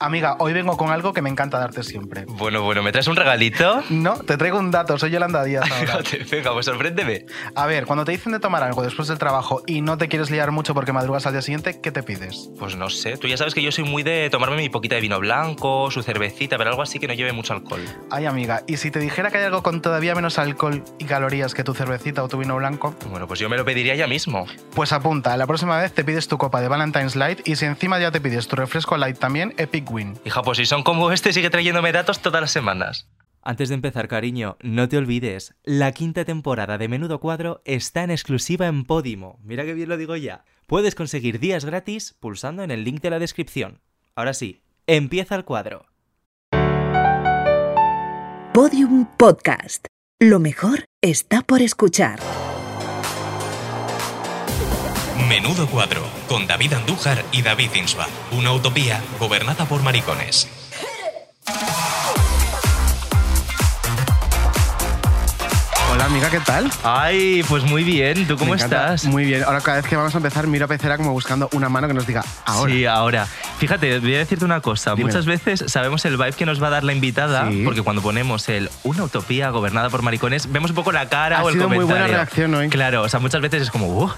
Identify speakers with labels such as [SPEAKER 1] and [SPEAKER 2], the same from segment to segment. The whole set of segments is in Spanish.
[SPEAKER 1] Amiga, hoy vengo con algo que me encanta darte siempre.
[SPEAKER 2] Bueno, bueno, ¿me traes un regalito?
[SPEAKER 1] No, te traigo un dato, soy Yolanda Díaz ahora.
[SPEAKER 2] Fíjate, Venga, pues sorpréndeme.
[SPEAKER 1] A ver, cuando te dicen de tomar algo después del trabajo y no te quieres liar mucho porque madrugas al día siguiente, ¿qué te pides?
[SPEAKER 2] Pues no sé, tú ya sabes que yo soy muy de tomarme mi poquita de vino blanco, su cervecita, pero algo así que no lleve mucho alcohol.
[SPEAKER 1] Ay, amiga, ¿y si te dijera que hay algo con todavía menos alcohol y calorías que tu cervecita o tu vino blanco?
[SPEAKER 2] Bueno, pues yo me lo pediría ya mismo.
[SPEAKER 1] Pues apunta, la próxima vez te pides tu copa de Valentine's Light y si encima ya te pides tu refresco light también, Epic Win.
[SPEAKER 2] Hija, pues si son como este, sigue trayéndome datos todas las semanas.
[SPEAKER 3] Antes de empezar, cariño, no te olvides, la quinta temporada de Menudo Cuadro está en exclusiva en Podimo. Mira que bien lo digo ya. Puedes conseguir días gratis pulsando en el link de la descripción. Ahora sí, empieza el cuadro.
[SPEAKER 4] Podium Podcast. Lo mejor está por escuchar.
[SPEAKER 5] Menudo cuadro, con David Andújar y David Insba. Una utopía gobernada por maricones.
[SPEAKER 1] Hola, amiga, ¿qué tal?
[SPEAKER 2] Ay, pues muy bien, ¿tú cómo
[SPEAKER 1] Me encanta.
[SPEAKER 2] estás?
[SPEAKER 1] Muy bien. Ahora, cada vez que vamos a empezar, miro a Pecera como buscando una mano que nos diga ahora.
[SPEAKER 2] Sí, ahora. Fíjate, voy a decirte una cosa.
[SPEAKER 1] Dime.
[SPEAKER 2] Muchas veces sabemos el vibe que nos va a dar la invitada,
[SPEAKER 1] Sí.
[SPEAKER 2] porque cuando ponemos el una utopía gobernada por maricones, vemos un poco la cara
[SPEAKER 1] Ha
[SPEAKER 2] o el
[SPEAKER 1] sido muy buena
[SPEAKER 2] comentario.
[SPEAKER 1] reacción hoy.
[SPEAKER 2] Claro, o sea, muchas veces es como, "Uh,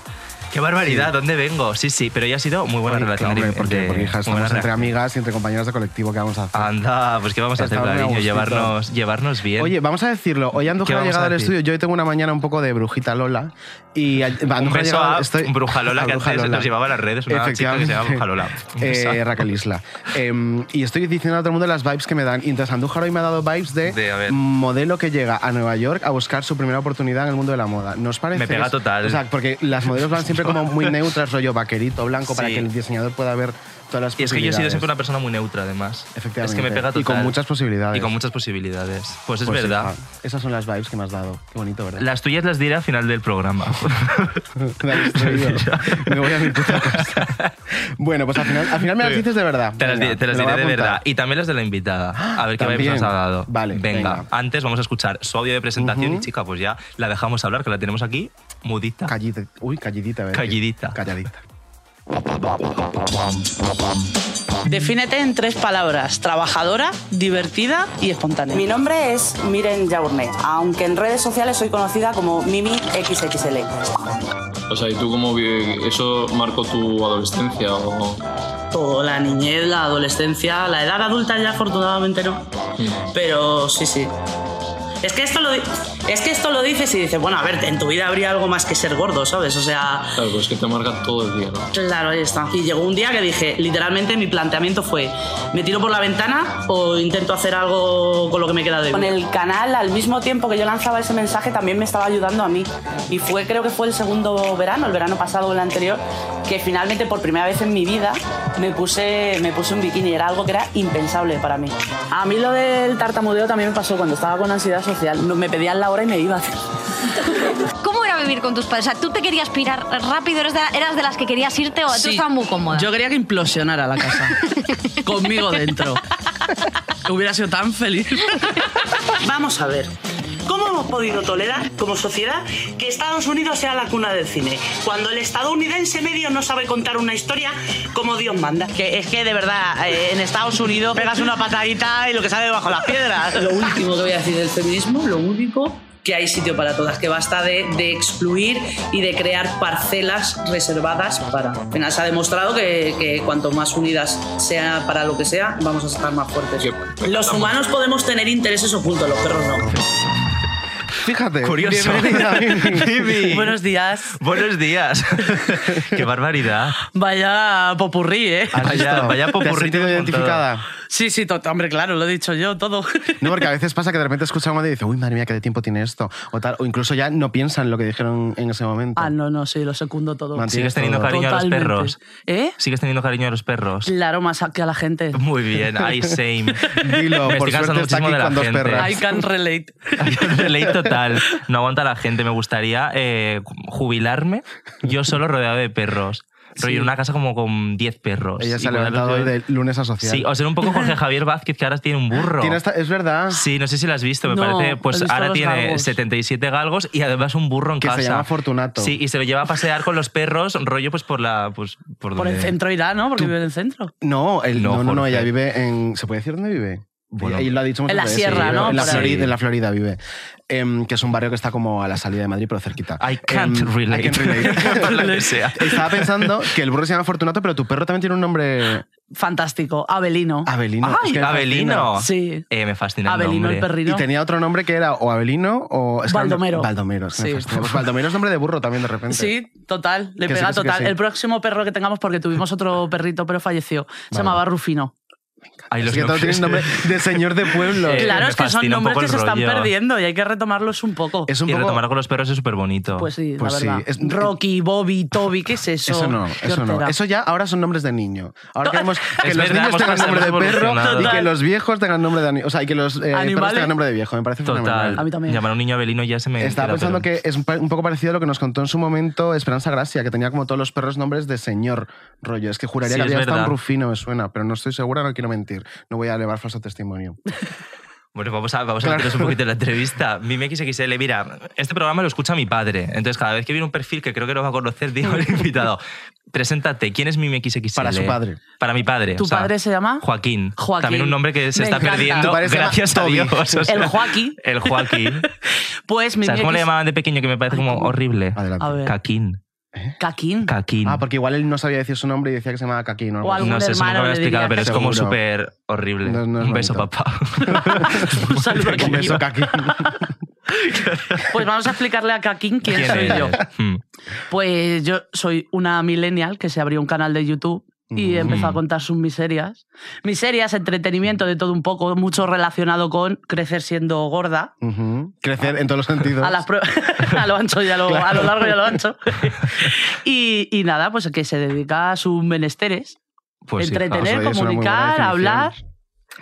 [SPEAKER 2] ¡Qué barbaridad! ¿Dónde vengo? Sí, sí, pero ya ha sido muy buena
[SPEAKER 1] Ay,
[SPEAKER 2] relación.
[SPEAKER 1] hombre,
[SPEAKER 2] de-
[SPEAKER 1] porque,
[SPEAKER 2] de-
[SPEAKER 1] porque, hija,
[SPEAKER 2] muy
[SPEAKER 1] estamos
[SPEAKER 2] buena
[SPEAKER 1] entre
[SPEAKER 2] reacción.
[SPEAKER 1] amigas y entre compañeras de colectivo que vamos a hacer.
[SPEAKER 2] Anda, pues ¿qué vamos a hacer,
[SPEAKER 1] Estaba muy a
[SPEAKER 2] cariño?
[SPEAKER 1] gustito.
[SPEAKER 2] Llevarnos, llevarnos bien.
[SPEAKER 1] Oye, vamos a decirlo. Hoy
[SPEAKER 2] ¿Qué
[SPEAKER 1] Andújar ha
[SPEAKER 2] vamos
[SPEAKER 1] llegado
[SPEAKER 2] a
[SPEAKER 1] al
[SPEAKER 2] decir?
[SPEAKER 1] estudio. Yo hoy tengo una mañana un poco de brujita Lola. Y a-
[SPEAKER 2] un
[SPEAKER 1] Andújar ha
[SPEAKER 2] beso
[SPEAKER 1] llegado.
[SPEAKER 2] a
[SPEAKER 1] estoy-
[SPEAKER 2] Bruja Lola,
[SPEAKER 1] a
[SPEAKER 2] que
[SPEAKER 1] Bruja
[SPEAKER 2] antes
[SPEAKER 1] Lola.
[SPEAKER 2] nos llevaba a las redes, una chica que se llama
[SPEAKER 1] Efectivamente.
[SPEAKER 2] Bruja Lola. Un beso.
[SPEAKER 1] Eh, Raquel Isla. Em, y estoy diciendo a todo el mundo las vibes que me dan. Y entonces Andújar hoy me ha dado vibes de,
[SPEAKER 2] De, a ver.
[SPEAKER 1] modelo que llega a Nueva York a buscar su primera oportunidad en el mundo de la moda. ¿Nos parece?
[SPEAKER 2] Me pega
[SPEAKER 1] eso?
[SPEAKER 2] total.
[SPEAKER 1] O sea, porque las modelos van siempre como muy neutras, rollo vaquerito, blanco, para
[SPEAKER 2] Sí.
[SPEAKER 1] que el diseñador pueda ver todas las
[SPEAKER 2] Y es que yo he sido
[SPEAKER 1] posibilidades.
[SPEAKER 2] siempre una persona muy neutra, además.
[SPEAKER 1] Efectivamente.
[SPEAKER 2] Es que me pega total.
[SPEAKER 1] Y con muchas posibilidades.
[SPEAKER 2] Y con muchas posibilidades. Pues es
[SPEAKER 1] Pues sí,
[SPEAKER 2] verdad.
[SPEAKER 1] ah, esas son las vibes que me has dado. Qué bonito, ¿verdad?
[SPEAKER 2] Las tuyas las diré al final del programa.
[SPEAKER 1] Me has destruido. me voy a mi puta casa. Bueno, pues al final, al final me las dices de verdad.
[SPEAKER 2] te las, di-
[SPEAKER 1] Venga,
[SPEAKER 2] te las
[SPEAKER 1] me lo voy
[SPEAKER 2] diré
[SPEAKER 1] a
[SPEAKER 2] de
[SPEAKER 1] apuntar.
[SPEAKER 2] verdad. Y también las de la invitada. A ver qué vibes
[SPEAKER 1] También.
[SPEAKER 2] nos ha dado.
[SPEAKER 1] Vale,
[SPEAKER 2] Venga.
[SPEAKER 1] venga.
[SPEAKER 2] antes vamos a escuchar su audio de presentación y chica, pues ya la dejamos hablar, que la tenemos aquí mudita.
[SPEAKER 1] Callite- uy, callidita, ¿verdad?
[SPEAKER 2] Callidita.
[SPEAKER 1] Calladita.
[SPEAKER 6] Defínete en tres palabras: trabajadora, divertida y espontánea. Mi nombre es Miren Jaurne, aunque en redes sociales soy conocida como Mimi XXL.
[SPEAKER 7] O sea, ¿y tú cómo vi- eso marcó tu adolescencia o...?
[SPEAKER 6] Todo, la niñez, la adolescencia, la edad adulta ya afortunadamente no. Pero sí, sí. Es que, esto lo, di- es que esto lo dices y dices, bueno, a ver, en tu vida habría algo más que ser gordo, ¿sabes? O sea,
[SPEAKER 7] Claro, pues es que te marca todo el día, ¿no?
[SPEAKER 6] Claro, ahí está. Y llegó un día que dije, literalmente mi planteamiento fue, ¿me tiro por la ventana o intento hacer algo con lo que me queda de vida?
[SPEAKER 8] Con el canal, al mismo tiempo que yo lanzaba ese mensaje, también me estaba ayudando a mí. Y fue, creo que fue el segundo verano, el verano pasado o el anterior, que finalmente por primera vez en mi vida me puse, me puse un bikini. Era algo que era impensable para mí. A mí lo del tartamudeo también me pasó cuando estaba con ansiedad social. No- Me pedían la hora y me iba.
[SPEAKER 9] ¿Cómo era vivir con tus padres? O sea, ¿tú te querías pirar rápido? ¿Eras de, eras de las que querías irte o tú estabas muy cómoda?
[SPEAKER 6] Yo quería que implosionara la casa. Conmigo dentro. Hubiera sido tan feliz. Vamos a ver. ¿Cómo hemos podido tolerar como sociedad que Estados Unidos sea la cuna del cine? Cuando el estadounidense medio no sabe contar una historia como Dios manda. Que es que de verdad, eh, en Estados Unidos pegas una patadita y lo que sale debajo las piedras. Lo último que voy a decir del feminismo, lo único que hay sitio para todas, que basta de, de excluir y de crear parcelas reservadas para. Al final se ha demostrado que, que cuanto más unidas sea para lo que sea, vamos a estar más fuertes.
[SPEAKER 7] Sí,
[SPEAKER 6] Los humanos podemos tener intereses ocultos, los perros no.
[SPEAKER 1] Fíjate.
[SPEAKER 2] Curioso.
[SPEAKER 1] bienvenida, Mimi.
[SPEAKER 2] Bibi.
[SPEAKER 6] días.
[SPEAKER 2] Buenos días. qué barbaridad.
[SPEAKER 6] Vaya popurrí, ¿eh?
[SPEAKER 1] ¿Has
[SPEAKER 2] Vaya-
[SPEAKER 1] visto?
[SPEAKER 2] vaya
[SPEAKER 1] ¿Te has
[SPEAKER 2] popurrí
[SPEAKER 1] sentido
[SPEAKER 2] que hemos montado.
[SPEAKER 1] identificada?
[SPEAKER 6] Sí, sí, hombre, claro, lo he dicho yo, todo.
[SPEAKER 1] No, porque a veces pasa que de repente escucha a uno y dice, uy, madre mía, qué de tiempo tiene esto. O tal. O incluso ya no piensan lo que dijeron en ese momento.
[SPEAKER 8] Ah, no, no, sí, lo secundo todo.
[SPEAKER 1] Mantienes
[SPEAKER 2] Sigues teniendo
[SPEAKER 1] todo.
[SPEAKER 2] cariño a
[SPEAKER 8] Totalmente.
[SPEAKER 2] los perros.
[SPEAKER 8] ¿Eh?
[SPEAKER 2] Sigues teniendo cariño a los perros.
[SPEAKER 8] Claro, más a- que a la gente.
[SPEAKER 2] Muy bien, ay, same.
[SPEAKER 1] Dilo,
[SPEAKER 2] Me
[SPEAKER 1] por
[SPEAKER 2] estoy cansando
[SPEAKER 1] suerte está
[SPEAKER 2] muchísimo
[SPEAKER 1] aquí
[SPEAKER 2] de la
[SPEAKER 1] con dos
[SPEAKER 2] gente.
[SPEAKER 1] perras.
[SPEAKER 8] I can relate.
[SPEAKER 2] Ley total. No aguanta la gente. Me gustaría eh, jubilarme yo solo rodeado de perros. Rollo en una casa como con 10 perros.
[SPEAKER 1] Ella
[SPEAKER 2] Y
[SPEAKER 1] se ha
[SPEAKER 2] ponerlos
[SPEAKER 1] levantado hoy
[SPEAKER 2] yo-
[SPEAKER 1] de lunes a social.
[SPEAKER 2] Sí, o ser un poco Jorge Javier Vázquez, que ahora tiene un burro.
[SPEAKER 1] Tiene esta- es verdad.
[SPEAKER 2] Sí, no sé si lo has visto, me
[SPEAKER 6] No,
[SPEAKER 2] parece.
[SPEAKER 6] he
[SPEAKER 2] Pues
[SPEAKER 6] visto
[SPEAKER 2] ahora
[SPEAKER 6] los
[SPEAKER 2] tiene
[SPEAKER 6] galgos.
[SPEAKER 2] 77 galgos y además un burro en
[SPEAKER 1] Que se
[SPEAKER 2] casa.
[SPEAKER 1] llama Fortunato.
[SPEAKER 2] Sí, y se lo lleva a pasear con los perros, rollo pues por la. Pues,
[SPEAKER 6] Por
[SPEAKER 2] por donde-
[SPEAKER 6] el centro irá, ¿no? Porque vive en el centro.
[SPEAKER 1] No, el-
[SPEAKER 2] No,
[SPEAKER 1] no, no, no,
[SPEAKER 2] Jorge.
[SPEAKER 1] ella vive en. ¿Se puede decir dónde vive?
[SPEAKER 2] Bueno.
[SPEAKER 1] Ella- lo ha dicho muchas
[SPEAKER 6] En la
[SPEAKER 1] veces,
[SPEAKER 6] sierra,
[SPEAKER 1] sí,
[SPEAKER 6] ¿no?
[SPEAKER 1] En la,
[SPEAKER 6] Por ahí.
[SPEAKER 1] Florida, en la Florida vive. Em, que es un barrio que está como a la salida de Madrid, pero cerquita.
[SPEAKER 2] I can't
[SPEAKER 1] Em,
[SPEAKER 2] relate.
[SPEAKER 1] I can't relate.
[SPEAKER 2] Por lo que sea.
[SPEAKER 1] Estaba pensando que el burro se llama Fortunato, pero tu perro también tiene un nombre
[SPEAKER 6] Fantástico. Abelino.
[SPEAKER 1] Abelino.
[SPEAKER 2] ¡Ay,
[SPEAKER 1] Es que me
[SPEAKER 2] Abelino!
[SPEAKER 1] fascina.
[SPEAKER 6] Sí.
[SPEAKER 2] Eh, me fascina
[SPEAKER 6] Abelino
[SPEAKER 2] el
[SPEAKER 6] el,
[SPEAKER 2] nombre.
[SPEAKER 1] Y
[SPEAKER 6] perrino.
[SPEAKER 1] tenía otro nombre que era o Abelino o... es que-
[SPEAKER 6] Baldomero.
[SPEAKER 1] Baldomero. es que me
[SPEAKER 6] Sí.
[SPEAKER 1] fascina. Pues Baldomero es nombre de burro también de repente.
[SPEAKER 6] Sí, total. Le
[SPEAKER 1] Que sí,
[SPEAKER 6] pega
[SPEAKER 1] que sí, que
[SPEAKER 6] total.
[SPEAKER 1] sí.
[SPEAKER 6] El próximo perro que tengamos, porque tuvimos otro perrito, pero falleció. Se
[SPEAKER 1] Vale.
[SPEAKER 6] llamaba Rufino.
[SPEAKER 2] Ay, los
[SPEAKER 1] Así que todos
[SPEAKER 2] nombres.
[SPEAKER 1] tienen nombre de señor de pueblo.
[SPEAKER 2] Eh,
[SPEAKER 6] claro,
[SPEAKER 2] me
[SPEAKER 6] es que son
[SPEAKER 2] fascina un
[SPEAKER 6] nombres
[SPEAKER 2] poco
[SPEAKER 6] que
[SPEAKER 2] el
[SPEAKER 6] se están
[SPEAKER 2] rollo.
[SPEAKER 6] perdiendo y hay que retomarlos un poco.
[SPEAKER 1] Es un
[SPEAKER 2] Y
[SPEAKER 1] poco...
[SPEAKER 2] retomar con los perros es súper bonito.
[SPEAKER 6] Pues sí,
[SPEAKER 1] Eh, Pues
[SPEAKER 6] la
[SPEAKER 1] sí,
[SPEAKER 6] verdad.
[SPEAKER 1] es-
[SPEAKER 6] Rocky, Bobby, Toby, ¿qué es eso?
[SPEAKER 1] Eso no,
[SPEAKER 6] Qué
[SPEAKER 1] eso no.
[SPEAKER 6] hortera.
[SPEAKER 1] Eso ya ahora son nombres de niño. Ahora queremos que
[SPEAKER 2] Es
[SPEAKER 1] los
[SPEAKER 2] verdad,
[SPEAKER 1] niños
[SPEAKER 2] hemos
[SPEAKER 1] tengan
[SPEAKER 2] pasado,
[SPEAKER 1] nombre de
[SPEAKER 2] hemos
[SPEAKER 1] perro y
[SPEAKER 2] evolucionado.
[SPEAKER 1] que los viejos tengan nombre de ani- O sea, y que los eh, perros
[SPEAKER 6] Animales.
[SPEAKER 1] tengan nombre de viejo. Me parece
[SPEAKER 2] Total.
[SPEAKER 6] A
[SPEAKER 1] fenomenal.
[SPEAKER 6] mí también.
[SPEAKER 2] Llamar a un niño Abelino ya se me.
[SPEAKER 1] Estaba
[SPEAKER 2] queda
[SPEAKER 1] pensando
[SPEAKER 2] pelo.
[SPEAKER 1] que es un, pa- un poco parecido a lo que nos contó en su momento Esperanza Gracia, que tenía como todos los perros nombres de señor rollo. Es que juraría
[SPEAKER 2] Sí,
[SPEAKER 1] que
[SPEAKER 2] es
[SPEAKER 1] había hasta un
[SPEAKER 2] verdad.
[SPEAKER 1] rufino, me suena, pero no estoy segura, no quiero mentir. No voy a elevar falso testimonio.
[SPEAKER 2] Bueno, vamos a, vamos a
[SPEAKER 1] Claro.
[SPEAKER 2] meternos un poquito en la entrevista. Mime XXL, mira, este programa lo escucha mi padre. Entonces, cada vez que viene un perfil que creo que no va a conocer, digo al invitado, preséntate, ¿quién es Mime XXL?
[SPEAKER 1] Para su padre.
[SPEAKER 2] Para mi padre.
[SPEAKER 6] ¿Tu
[SPEAKER 2] o sea,
[SPEAKER 6] padre se llama?
[SPEAKER 2] Joaquín.
[SPEAKER 6] Joaquín.
[SPEAKER 2] También un nombre que se
[SPEAKER 6] Me
[SPEAKER 2] está
[SPEAKER 6] encanta.
[SPEAKER 2] perdiendo,
[SPEAKER 1] Tu padre se llama
[SPEAKER 2] gracias a
[SPEAKER 1] Toby.
[SPEAKER 2] Dios. o sea,
[SPEAKER 6] El Joaquín.
[SPEAKER 2] El Joaquín.
[SPEAKER 6] Pues mi
[SPEAKER 2] ¿Sabes
[SPEAKER 6] mía
[SPEAKER 2] cómo le
[SPEAKER 6] que es-
[SPEAKER 2] llamaban de pequeño que me parece como horrible?
[SPEAKER 1] Adelante.
[SPEAKER 6] A ver.
[SPEAKER 2] Caquín.
[SPEAKER 6] Caquín.
[SPEAKER 2] Caquín.
[SPEAKER 1] Ah, porque igual él no sabía decir su nombre y decía que se llamaba Caquín. ¿no?
[SPEAKER 6] O algo.
[SPEAKER 2] no
[SPEAKER 6] algún
[SPEAKER 2] sé, eso nunca me
[SPEAKER 6] hermano
[SPEAKER 2] lo he
[SPEAKER 6] le diría
[SPEAKER 2] explicado, pero es como
[SPEAKER 1] Seguro.
[SPEAKER 2] súper horrible.
[SPEAKER 1] No, no es
[SPEAKER 2] un beso,
[SPEAKER 1] bonito.
[SPEAKER 2] papá.
[SPEAKER 6] Un saludo a
[SPEAKER 1] Un beso,
[SPEAKER 6] Caquín.
[SPEAKER 1] Caquín.
[SPEAKER 6] Pues vamos a explicarle a Caquín quién, soy
[SPEAKER 2] eres?
[SPEAKER 6] yo.
[SPEAKER 2] Mm.
[SPEAKER 6] Pues yo soy una millennial que se abrió un canal de YouTube y
[SPEAKER 1] Mm.
[SPEAKER 6] empezó a contar sus miserias. Miserias, entretenimiento de todo un poco, mucho relacionado con crecer siendo gorda.
[SPEAKER 1] Ujú. Crecer en todos los sentidos.
[SPEAKER 6] A, las prue- a lo ancho y a lo, a lo largo y a lo ancho. y, y nada, pues que se dedica a sus menesteres.
[SPEAKER 2] Pues sí.
[SPEAKER 6] entretener,
[SPEAKER 1] Ah, Eso es una muy buena
[SPEAKER 6] comunicar,
[SPEAKER 1] definición.
[SPEAKER 6] hablar.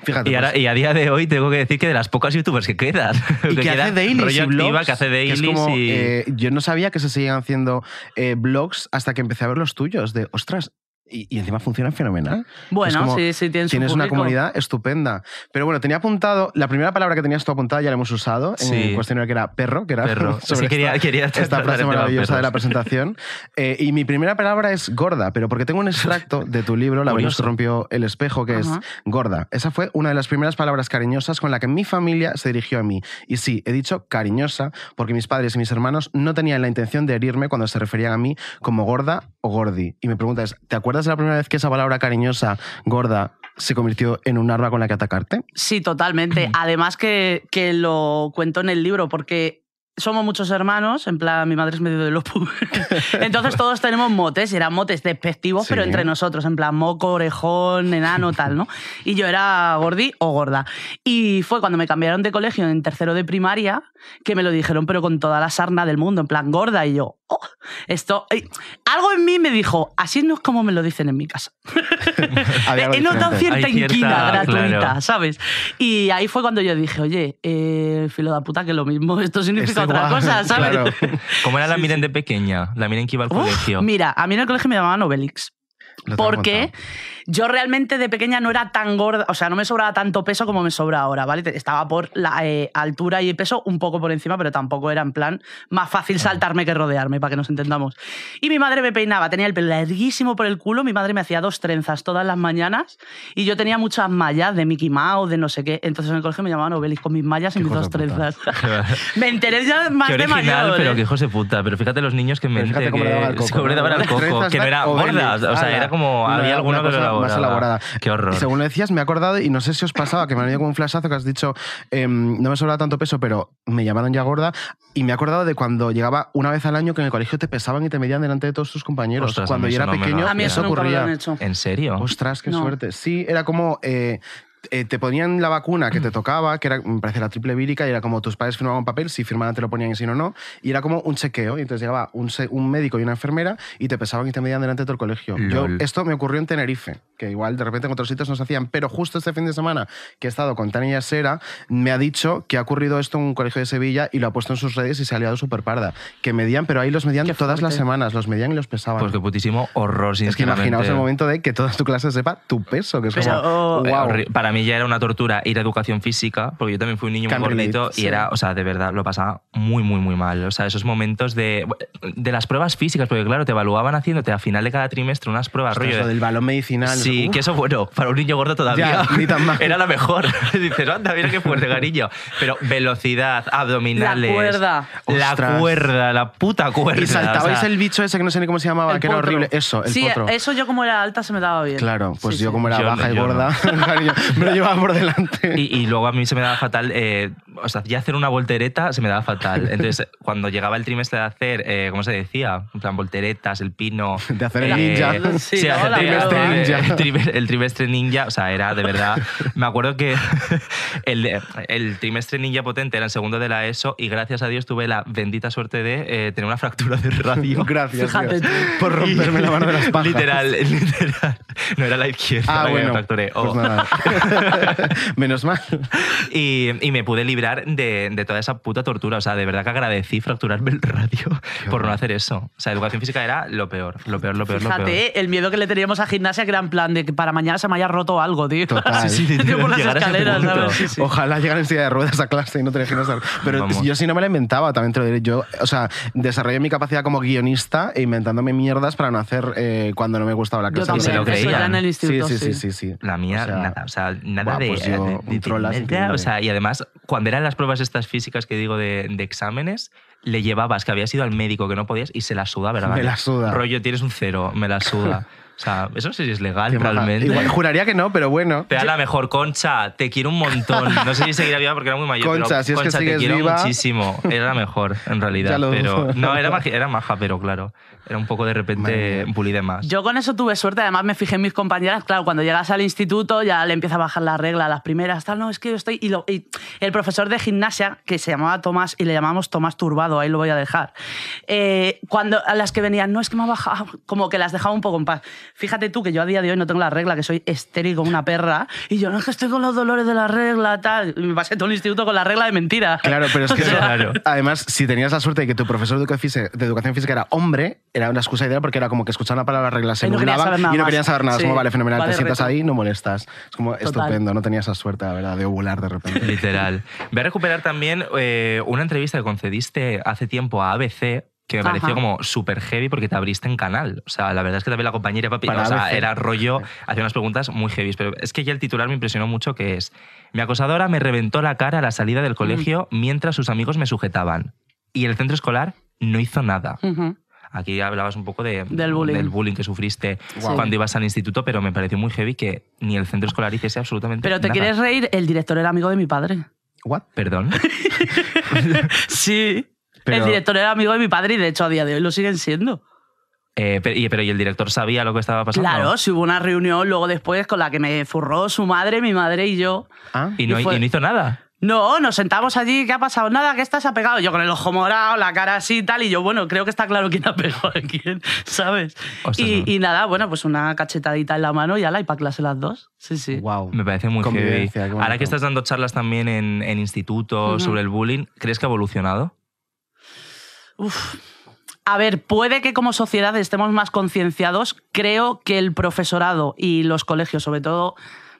[SPEAKER 1] Fíjate.
[SPEAKER 2] Y, ahora,
[SPEAKER 1] pues.
[SPEAKER 2] y a día de hoy tengo que decir que de las pocas youtubers que quedan.
[SPEAKER 1] Y que, hace
[SPEAKER 2] quedan
[SPEAKER 1] dailies
[SPEAKER 2] rollo
[SPEAKER 1] y
[SPEAKER 2] activa,
[SPEAKER 1] blogs.
[SPEAKER 2] que hace
[SPEAKER 1] es
[SPEAKER 2] dailies
[SPEAKER 1] como,
[SPEAKER 2] y...
[SPEAKER 1] eh, yo no sabía que se seguían haciendo eh, blogs hasta que empecé a ver los tuyos. De, ostras, y, y encima funcionan fenomenal.
[SPEAKER 6] Bueno,
[SPEAKER 1] como,
[SPEAKER 6] sí, sí, tiene su
[SPEAKER 1] Tienes una
[SPEAKER 6] público.
[SPEAKER 1] comunidad estupenda. Pero bueno, tenía apuntado, la primera palabra que tenías tú apuntada ya la hemos usado en
[SPEAKER 2] Sí.
[SPEAKER 1] el cuestionario que era perro, que era
[SPEAKER 2] Perro.
[SPEAKER 1] sobre
[SPEAKER 2] Sí, quería-
[SPEAKER 1] esta,
[SPEAKER 2] quería
[SPEAKER 1] esta
[SPEAKER 2] tratar el
[SPEAKER 1] frase
[SPEAKER 2] tema
[SPEAKER 1] maravillosa de la
[SPEAKER 2] perros.
[SPEAKER 1] presentación. Eh, y mi primera palabra es gorda, pero porque tengo un extracto de tu libro, La Venus
[SPEAKER 2] Curioso.
[SPEAKER 1] que rompió el espejo, que
[SPEAKER 6] Ajá.
[SPEAKER 1] es gorda. Esa fue una de las primeras palabras cariñosas con la que mi familia se dirigió a mí. Y sí, he dicho cariñosa porque mis padres y mis hermanos no tenían la intención de herirme cuando se referían a mí como gorda o gordi. Y mi pregunta es, ¿te acuerdas de la primera vez que esa palabra cariñosa, gorda, se convirtió en un arma con la que atacarte?
[SPEAKER 6] Sí, totalmente. Además que, que lo cuento en el libro, porque somos muchos hermanos, en plan, mi madre es medio de los pubes. Entonces todos tenemos motes, y eran motes despectivos,
[SPEAKER 1] Sí.
[SPEAKER 6] pero entre nosotros, en plan, moco, orejón, enano, tal, ¿no? Y yo era gordi o gorda. Y fue cuando me cambiaron de colegio en tercero de primaria que me lo dijeron, pero con toda la sarna del mundo, en plan, gorda. Y yo, oh, esto. eh, Algo en mí me dijo, así no es como me lo dicen en mi casa.
[SPEAKER 1] Había algo
[SPEAKER 6] Eh, He notado
[SPEAKER 1] diferente.
[SPEAKER 6] cierta,
[SPEAKER 2] Hay cierta-
[SPEAKER 6] inquina gratuita,
[SPEAKER 2] claro.
[SPEAKER 6] ¿sabes? Y ahí fue cuando yo dije, oye, eh, filo de puta, que lo mismo, esto
[SPEAKER 1] Esto
[SPEAKER 6] significa otra
[SPEAKER 1] igual,
[SPEAKER 6] cosa, ¿sabes?
[SPEAKER 1] claro.
[SPEAKER 2] ¿Cómo era la Miren de pequeña? La Miren que iba al
[SPEAKER 6] Uf,
[SPEAKER 2] colegio.
[SPEAKER 6] mira, a mí en el colegio me llamaban Obelix.
[SPEAKER 1] Lo tengo
[SPEAKER 6] Porque
[SPEAKER 1] apuntado.
[SPEAKER 6] yo realmente de pequeña no era tan gorda, o sea, no me sobraba tanto peso como me sobra ahora, ¿vale? Te- Estaba por la eh, altura y peso un poco por encima, pero tampoco era en plan más fácil saltarme que rodearme, para que nos entendamos. Y mi madre me peinaba, tenía el pelo larguísimo por el culo, mi madre me hacía dos trenzas todas las mañanas y yo tenía muchas mallas de Mickey Mouse, de no sé qué. Entonces en el colegio me llamaban Obelix con mis mallas y mis
[SPEAKER 1] hijo
[SPEAKER 6] dos
[SPEAKER 1] de puta.
[SPEAKER 6] trenzas. me enteré ya más
[SPEAKER 2] qué
[SPEAKER 6] de
[SPEAKER 2] original,
[SPEAKER 6] mayor.
[SPEAKER 2] pero
[SPEAKER 6] ¿eh?
[SPEAKER 2] qué hijos de puta. Pero fíjate los niños que
[SPEAKER 1] Pero
[SPEAKER 2] mente
[SPEAKER 1] fíjate
[SPEAKER 2] que
[SPEAKER 1] cómo le daban al coco,
[SPEAKER 2] cómo le
[SPEAKER 1] ¿no?
[SPEAKER 2] daban al coco,
[SPEAKER 1] Trenzas
[SPEAKER 2] que no era
[SPEAKER 1] Obelix,
[SPEAKER 2] gorda, o sea,
[SPEAKER 1] ala.
[SPEAKER 2] era como
[SPEAKER 1] Una-
[SPEAKER 2] había alguna
[SPEAKER 1] una cosa más elaborada.
[SPEAKER 2] Qué horror.
[SPEAKER 1] Y según lo decías, me he acordado y no sé si os pasaba que me ha venido como un flashazo que has dicho, em, no me sobraba tanto peso, pero me llamaron ya gorda. Y me he acordado de cuando llegaba una vez al año que en el colegio te pesaban y te medían delante de todos tus compañeros.
[SPEAKER 2] Ostras, a
[SPEAKER 1] cuando
[SPEAKER 2] mí
[SPEAKER 1] yo
[SPEAKER 2] eso
[SPEAKER 1] era
[SPEAKER 2] no me lo
[SPEAKER 1] pequeño,
[SPEAKER 2] hacían.
[SPEAKER 6] a mí eso
[SPEAKER 1] eso
[SPEAKER 6] nunca me lo han
[SPEAKER 1] ocurría.
[SPEAKER 6] hecho.
[SPEAKER 2] ¿En serio?
[SPEAKER 1] Ostras, qué
[SPEAKER 6] No.
[SPEAKER 1] suerte. Sí, era como eh, eh, te ponían la vacuna que te tocaba, que era, me parece, la triple vírica, y era como tus padres firmaban un papel, si firmaban te lo ponían y si no, no. Y era como un chequeo. Y entonces llegaba un, se- un médico y una enfermera y te pesaban y te medían delante de todo el colegio. Yo,
[SPEAKER 2] Lol.
[SPEAKER 1] esto me ocurrió en Tenerife, que igual de repente en otros sitios no se hacían, pero justo este fin de semana que he estado con Tania Sera, me ha dicho que ha ocurrido esto en un colegio de Sevilla y lo ha puesto en sus redes y se ha liado súper parda. Que medían, pero ahí los medían todas las semanas, los medían y los pesaban.
[SPEAKER 2] Pues qué putísimo horror,
[SPEAKER 1] es que
[SPEAKER 2] sinceramente.
[SPEAKER 1] imaginaos el momento de que toda tu clase sepa tu peso, que es
[SPEAKER 2] Pero,
[SPEAKER 1] como,
[SPEAKER 2] eh,
[SPEAKER 1] wow.
[SPEAKER 2] horri- Para mí ya era una tortura ir a educación física, porque yo también fui un niño
[SPEAKER 1] Can
[SPEAKER 2] muy
[SPEAKER 1] relate,
[SPEAKER 2] gordito
[SPEAKER 1] sí.
[SPEAKER 2] y era, o sea, de verdad, lo pasaba muy, muy, muy mal. O sea, esos momentos de, de las pruebas físicas, porque claro, te evaluaban haciendote a final de cada trimestre unas pruebas,
[SPEAKER 1] Ostras,
[SPEAKER 2] rollo.
[SPEAKER 1] lo
[SPEAKER 2] de-
[SPEAKER 1] del balón medicinal.
[SPEAKER 2] Sí,
[SPEAKER 1] uf.
[SPEAKER 2] que eso, bueno, para un niño gordo todavía
[SPEAKER 1] Ya, ni tan mal.
[SPEAKER 2] era la mejor. Dices, anda, mira qué fuerte, cariño. Pero velocidad, abdominales.
[SPEAKER 6] La cuerda.
[SPEAKER 2] La
[SPEAKER 1] Ostras.
[SPEAKER 2] cuerda, la puta cuerda.
[SPEAKER 1] Y saltabais
[SPEAKER 2] o sea, eh,
[SPEAKER 1] el bicho ese que no sé ni cómo se llamaba,
[SPEAKER 6] El
[SPEAKER 1] que era
[SPEAKER 6] potro.
[SPEAKER 1] horrible. Eso, el
[SPEAKER 6] sí,
[SPEAKER 1] potro.
[SPEAKER 6] eso yo como era alta se me daba bien.
[SPEAKER 1] Claro, pues
[SPEAKER 6] Sí,
[SPEAKER 1] yo
[SPEAKER 6] sí.
[SPEAKER 1] como era
[SPEAKER 2] Yo no,
[SPEAKER 1] baja y
[SPEAKER 2] yo no.
[SPEAKER 1] gorda, cariño, me lo llevaba por delante.
[SPEAKER 2] Y, y luego a mí se me daba fatal, eh, o sea, ya hacer una voltereta se me daba fatal. Entonces, eh, cuando llegaba el trimestre de hacer, eh, ¿cómo se decía? En plan, volteretas, el pino. Eh,
[SPEAKER 1] De hacer el ninja.
[SPEAKER 2] Sí,
[SPEAKER 6] Sí,
[SPEAKER 2] hacer
[SPEAKER 6] hola,
[SPEAKER 2] trimestre
[SPEAKER 1] hola.
[SPEAKER 2] ninja. El,
[SPEAKER 1] Ninja.
[SPEAKER 2] tribe- el trimestre ninja, o sea, era de verdad. Me acuerdo que el, de- el trimestre ninja potente era el segundo de la ESO y gracias a Dios tuve la bendita suerte de eh, tener una fractura de radio.
[SPEAKER 1] Gracias
[SPEAKER 6] Fíjate
[SPEAKER 1] Dios, por romperme la mano de las pajas.
[SPEAKER 2] Literal, literal. No era la izquierda la
[SPEAKER 1] Ah,
[SPEAKER 2] que me
[SPEAKER 1] bueno.
[SPEAKER 2] fracturé. Oh.
[SPEAKER 1] Pues nada. Menos mal.
[SPEAKER 2] Y, y me pude librar de, de toda esa puta tortura. O sea, de verdad que agradecí fracturarme el radio por no hacer eso. O sea, educación física era lo peor, lo peor, lo peor, lo
[SPEAKER 6] Fíjate,
[SPEAKER 2] peor.
[SPEAKER 6] eh, el miedo que le teníamos a gimnasia, que era en plan de que para mañana se me haya roto algo, tío.
[SPEAKER 1] Total. Sí, sí,
[SPEAKER 6] Tío,
[SPEAKER 2] literal,
[SPEAKER 6] por las
[SPEAKER 2] llegar a ese
[SPEAKER 6] escaleras,
[SPEAKER 2] punto.
[SPEAKER 6] ¿sabes? Sí, sí.
[SPEAKER 1] Ojalá llegara en silla de ruedas a clase y no tener que hacer. Pero
[SPEAKER 2] Vamos.
[SPEAKER 1] yo si no me la inventaba, también te lo diré. Yo, o sea, desarrollé mi capacidad como guionista e inventándome mierdas para no hacer eh, cuando no me gustaba la
[SPEAKER 6] Yo
[SPEAKER 1] clase.
[SPEAKER 6] también,
[SPEAKER 2] se lo
[SPEAKER 6] eso
[SPEAKER 2] creían.
[SPEAKER 6] ya en el instituto,
[SPEAKER 1] sí, sí, sí, sí, sí.
[SPEAKER 2] La mía, nada. O sea, nada
[SPEAKER 1] buah,
[SPEAKER 2] de. eh,
[SPEAKER 1] pues yo,
[SPEAKER 2] de-
[SPEAKER 1] un
[SPEAKER 2] de-
[SPEAKER 1] trolas
[SPEAKER 2] de-
[SPEAKER 1] increíble.
[SPEAKER 2] o sea, y además, cuando eran las pruebas estas físicas que digo de, de exámenes, le llevabas que habías ido al médico que no podías y se la suda, ¿verdad?
[SPEAKER 1] Me la suda.
[SPEAKER 2] Rollo, tienes un cero, me la suda. O sea, eso no sé si es legal
[SPEAKER 1] Qué maja.
[SPEAKER 2] realmente.
[SPEAKER 1] Igual, juraría que no, pero bueno.
[SPEAKER 2] Te da la mejor, Concha. Te quiero un montón. No sé si seguirá viva porque era muy mayor.
[SPEAKER 1] Concha,
[SPEAKER 2] pero
[SPEAKER 1] si es que
[SPEAKER 2] Concha,
[SPEAKER 1] sigues
[SPEAKER 2] te quiero
[SPEAKER 1] viva.
[SPEAKER 2] muchísimo. Era la mejor, en
[SPEAKER 1] Ya
[SPEAKER 2] realidad.
[SPEAKER 1] lo
[SPEAKER 2] Pero,
[SPEAKER 1] dudo.
[SPEAKER 2] no, era, maji- era maja, pero claro. Era un poco de repente bully de más.
[SPEAKER 6] Yo con eso tuve suerte, además me fijé en mis compañeras, claro, cuando llegas al instituto ya le empieza a bajar la regla a las primeras, tal, no, es que yo estoy... Y, lo- y el profesor de gimnasia, que se llamaba Tomás, y le llamamos Tomás Turbado, ahí lo voy a dejar, eh, cuando a las que venían, no, es que me ha bajado, como que las dejaba un poco en paz. Fíjate tú que yo a día de hoy no tengo la regla, que soy estérico, una perra, y yo, no, es que estoy con los dolores de la regla, tal, y me pasé todo el instituto con la regla de mentira.
[SPEAKER 1] Claro, pero es que
[SPEAKER 6] O sea,
[SPEAKER 2] Claro.
[SPEAKER 1] además, si tenías la suerte de que tu profesor de educa- física- de educación física era hombre, era una excusa ideal porque era como que escuchaban la palabra regla, se
[SPEAKER 6] Y no querían
[SPEAKER 1] nublaban
[SPEAKER 6] saber nada
[SPEAKER 1] y no
[SPEAKER 6] más.
[SPEAKER 1] querían saber nada. Es
[SPEAKER 6] Sí.
[SPEAKER 1] como, vale, fenomenal,
[SPEAKER 6] Va
[SPEAKER 1] te
[SPEAKER 6] de
[SPEAKER 1] sientas
[SPEAKER 6] reto.
[SPEAKER 1] ahí y no molestas. Es como, estupendo, no tenías esa suerte, la verdad, de ovular de repente.
[SPEAKER 2] Literal. Voy a recuperar también eh, una entrevista que concediste hace tiempo a ABC que me
[SPEAKER 6] Ajá.
[SPEAKER 2] pareció como súper heavy porque te abriste en canal. O sea, la verdad es que también la compañera papi,
[SPEAKER 1] Para
[SPEAKER 2] o sea,
[SPEAKER 1] ABC.
[SPEAKER 2] era rollo, hacía unas preguntas muy heavy, pero es que ya el titular me impresionó mucho que es, mi acosadora me reventó la cara a la salida
[SPEAKER 6] Mm.
[SPEAKER 2] del colegio mientras sus amigos me sujetaban y el centro escolar no hizo nada.
[SPEAKER 6] Ujú.
[SPEAKER 2] Aquí hablabas un poco de,
[SPEAKER 6] Del bullying.
[SPEAKER 2] que sufriste
[SPEAKER 6] Guau.
[SPEAKER 2] cuando ibas al instituto, pero me pareció muy heavy que ni el centro escolar hiciese absolutamente
[SPEAKER 6] Pero te
[SPEAKER 2] nada.
[SPEAKER 6] quieres reír, el director era amigo de mi padre.
[SPEAKER 1] What?
[SPEAKER 2] Perdón.
[SPEAKER 6] Sí.
[SPEAKER 1] Pero-
[SPEAKER 6] El director era amigo de mi padre y de hecho a día de hoy lo siguen siendo.
[SPEAKER 2] Eh, pero, y, pero ¿y el director sabía lo que estaba pasando?
[SPEAKER 6] Claro, si hubo una reunión luego después con la que me furró su madre, mi madre y yo.
[SPEAKER 1] Ah,
[SPEAKER 2] Y no,
[SPEAKER 6] y fue-
[SPEAKER 2] y no hizo nada.
[SPEAKER 6] No, nos sentamos allí, ¿qué ha pasado? Nada, que estás apegado. Yo con el ojo morado, la cara así y tal. Y yo, bueno, creo que está claro quién ha pegado a quién, ¿sabes?
[SPEAKER 2] Ostras,
[SPEAKER 6] Y,
[SPEAKER 2] no.
[SPEAKER 6] y nada, bueno, pues una cachetadita en la mano y ala, y para clase las dos. Sí, sí.
[SPEAKER 1] wow.
[SPEAKER 2] Me parece muy heavy.
[SPEAKER 1] Convivencia, qué bonito.
[SPEAKER 2] Ahora que estás dando charlas también en, en institutos
[SPEAKER 6] Ujú.
[SPEAKER 2] sobre el bullying, ¿crees que ha evolucionado?
[SPEAKER 6] Uf. A ver, puede que como sociedad estemos más concienciados. Creo que el profesorado y los colegios, sobre todo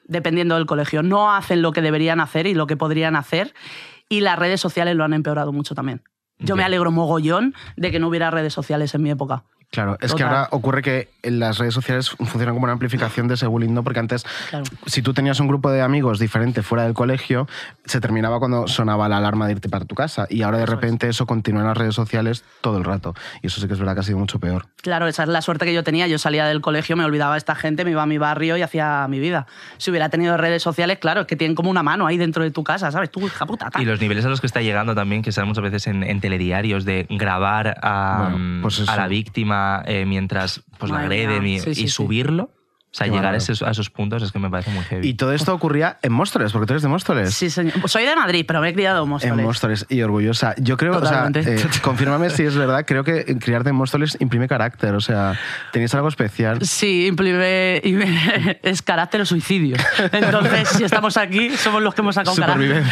[SPEAKER 6] dependiendo del colegio, no hacen lo que deberían hacer y lo que podrían hacer. Y las redes sociales lo han empeorado mucho también. Yo me
[SPEAKER 2] Ya.
[SPEAKER 6] alegro mogollón de que no hubiera redes sociales en mi época.
[SPEAKER 1] Claro, es que
[SPEAKER 6] Total.
[SPEAKER 1] ahora ocurre que en las redes sociales funcionan como una amplificación de ese bullying, ¿no? Porque antes,
[SPEAKER 6] Claro.
[SPEAKER 1] si tú tenías un grupo de amigos diferente fuera del colegio, se terminaba cuando sonaba la alarma de irte para tu casa. Y ahora de repente eso continúa en las redes sociales todo el rato. Y eso sí que es verdad que ha sido mucho peor.
[SPEAKER 6] Claro, esa es la suerte que yo tenía. Yo salía del colegio, me olvidaba de esta gente, me iba a mi barrio y hacía mi vida. Si hubiera tenido redes sociales, claro, es que tienen como una mano ahí dentro de tu casa, ¿sabes? Tú, hija puta. ta.
[SPEAKER 2] Y los niveles a los que está llegando también, que salen muchas veces en, en telediarios, de grabar a,
[SPEAKER 1] Bueno, pues
[SPEAKER 2] a
[SPEAKER 1] eso.
[SPEAKER 2] la víctima eh, mientras pues, la
[SPEAKER 6] Madre mía.
[SPEAKER 2] agreden y,
[SPEAKER 6] Sí, sí,
[SPEAKER 2] y
[SPEAKER 6] sí.
[SPEAKER 2] subirlo. O sea,
[SPEAKER 1] Qué
[SPEAKER 2] llegar a
[SPEAKER 1] bárbaro.
[SPEAKER 2] esos, a esos puntos es que me parece muy heavy.
[SPEAKER 1] Y todo esto ocurría en Móstoles, porque tú eres de Móstoles.
[SPEAKER 6] Sí, señor. Pues Soy de Madrid, pero me he criado en Móstoles.
[SPEAKER 1] En Móstoles y orgullosa. Yo creo, o sea,
[SPEAKER 6] Totalmente.
[SPEAKER 1] eh, confírmame si es verdad, creo que criarte en Móstoles imprime carácter, o sea, tenéis algo especial.
[SPEAKER 6] Sí, imprime, imprime- es carácter o suicidio. Entonces, si estamos aquí, somos los que hemos sacado carácter.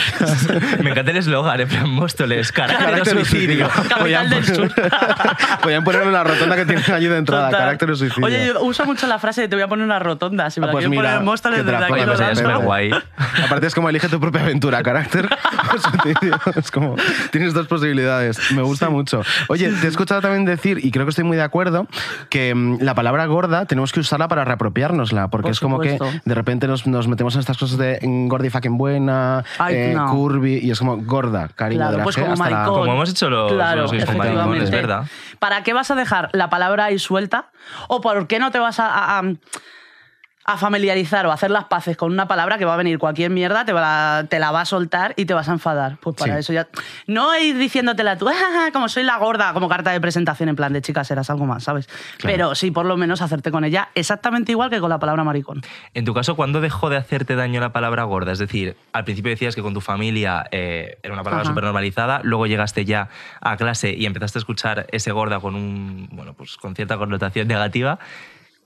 [SPEAKER 2] me encanta el eslogan, en plan, Móstoles, carácter,
[SPEAKER 1] Carácter
[SPEAKER 2] o suicidio.
[SPEAKER 6] Capital
[SPEAKER 1] Podían
[SPEAKER 6] del
[SPEAKER 1] poner- Podían ponerle una rotonda que tienen allí de entrada,
[SPEAKER 6] Total.
[SPEAKER 1] carácter o suicidio.
[SPEAKER 6] Oye, yo uso mucho la frase de te voy a poner una rotonda. Si me
[SPEAKER 1] Ah,
[SPEAKER 6] la
[SPEAKER 1] pues
[SPEAKER 6] quieren
[SPEAKER 1] mira,
[SPEAKER 6] poner en Móstoles,
[SPEAKER 1] que te
[SPEAKER 6] desde
[SPEAKER 1] la
[SPEAKER 6] aquí
[SPEAKER 1] pongan,
[SPEAKER 6] lo
[SPEAKER 1] pues ya
[SPEAKER 6] lanzo.
[SPEAKER 1] está. Aparte es como elige tu propia aventura, carácter. o suicidio. es como, tienes dos posibilidades. Me gusta mucho. Oye, te he escuchado también decir, y creo que estoy muy de acuerdo, que mm, la palabra gorda tenemos que usarla para reapropiárnosla, porque
[SPEAKER 6] Por
[SPEAKER 1] es como que
[SPEAKER 6] supuesto.
[SPEAKER 1] de repente nos, nos metemos en estas cosas de mm, gorda y fucking buena,
[SPEAKER 6] Ay,
[SPEAKER 1] eh,
[SPEAKER 6] no.
[SPEAKER 1] curvy, y es como gorda, cariño,
[SPEAKER 6] Claro,
[SPEAKER 1] de la
[SPEAKER 6] pues
[SPEAKER 1] G
[SPEAKER 6] como
[SPEAKER 1] hasta la-
[SPEAKER 6] maricón.
[SPEAKER 2] Como hemos hecho los,
[SPEAKER 6] Claro,
[SPEAKER 2] los gays con maricones,
[SPEAKER 6] efectivamente.
[SPEAKER 2] ¿verdad?
[SPEAKER 6] ¿Para qué vas a dejar la palabra ahí suelta? ¿O por qué no te vas a, a- a- a familiarizar o a hacer las paces con una palabra que va a venir cualquier mierda, te, va a- te la va a soltar y te vas a enfadar? Pues para
[SPEAKER 1] Sí.
[SPEAKER 6] eso ya... No ir diciéndotela tú, "Ah, ah, ah", como soy la gorda, como carta de presentación en plan de chicas, eras algo más, ¿sabes? Pero sí, por lo menos hacerte con ella exactamente igual que con la palabra maricón.
[SPEAKER 2] En tu caso, ¿cuándo dejó de hacerte daño la palabra gorda? Es decir, al principio decías que con tu familia eh, era una palabra
[SPEAKER 6] Ajá.
[SPEAKER 2] súper normalizada, luego llegaste ya a clase y empezaste a escuchar ese gorda con, un, bueno, pues, con cierta connotación negativa.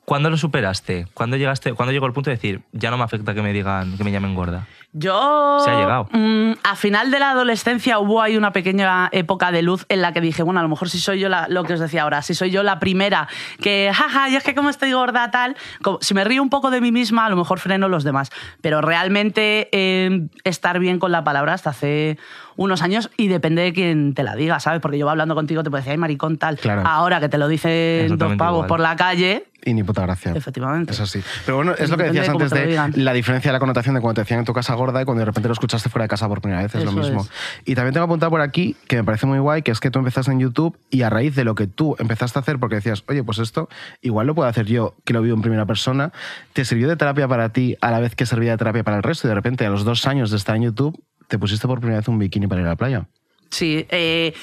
[SPEAKER 2] ¿Cuándo lo superaste? ¿Cuándo, llegaste, ¿Cuándo llegó el punto de decir, ya no me afecta que me digan, que me llamen gorda?
[SPEAKER 6] Yo.
[SPEAKER 2] Se ha llegado.
[SPEAKER 6] mm, a final de la adolescencia hubo ahí una pequeña época de luz en la que dije, bueno, a lo mejor si soy yo la- lo que os decía ahora, si soy yo la primera que, jaja, yo es que como estoy gorda, tal. como- si me río un poco de mí misma, a lo mejor freno los demás. Pero realmente eh, estar bien con la palabra hasta hace unos años y depende de quién te la diga, ¿sabes? Porque yo hablando contigo te puedo decir, ay, maricón, tal.
[SPEAKER 1] Claro.
[SPEAKER 6] Ahora que te lo dicen dos
[SPEAKER 2] Exactamente
[SPEAKER 6] pavos
[SPEAKER 2] igual.
[SPEAKER 6] por la calle,
[SPEAKER 1] Y ni puta gracia.
[SPEAKER 6] efectivamente.
[SPEAKER 1] Es así. Pero bueno, es lo que
[SPEAKER 6] Depende
[SPEAKER 1] decías
[SPEAKER 6] de cómo
[SPEAKER 1] antes
[SPEAKER 6] te lo
[SPEAKER 1] de
[SPEAKER 6] digan.
[SPEAKER 1] la diferencia de la connotación de cuando te decían en tu casa gorda y cuando de repente lo escuchaste fuera de casa por primera vez, es lo
[SPEAKER 6] Eso
[SPEAKER 1] mismo.
[SPEAKER 6] es.
[SPEAKER 1] Y también tengo apuntado por aquí, que me parece muy guay, que es que tú empezaste en YouTube y a raíz de lo que tú empezaste a hacer, porque decías, oye, pues esto igual lo puedo hacer yo, que lo vivo en primera persona, te sirvió de terapia para ti a la vez que servía de terapia para el resto y de repente a los dos años de estar en YouTube te pusiste por primera vez un bikini para ir a la playa.
[SPEAKER 6] Sí, eh,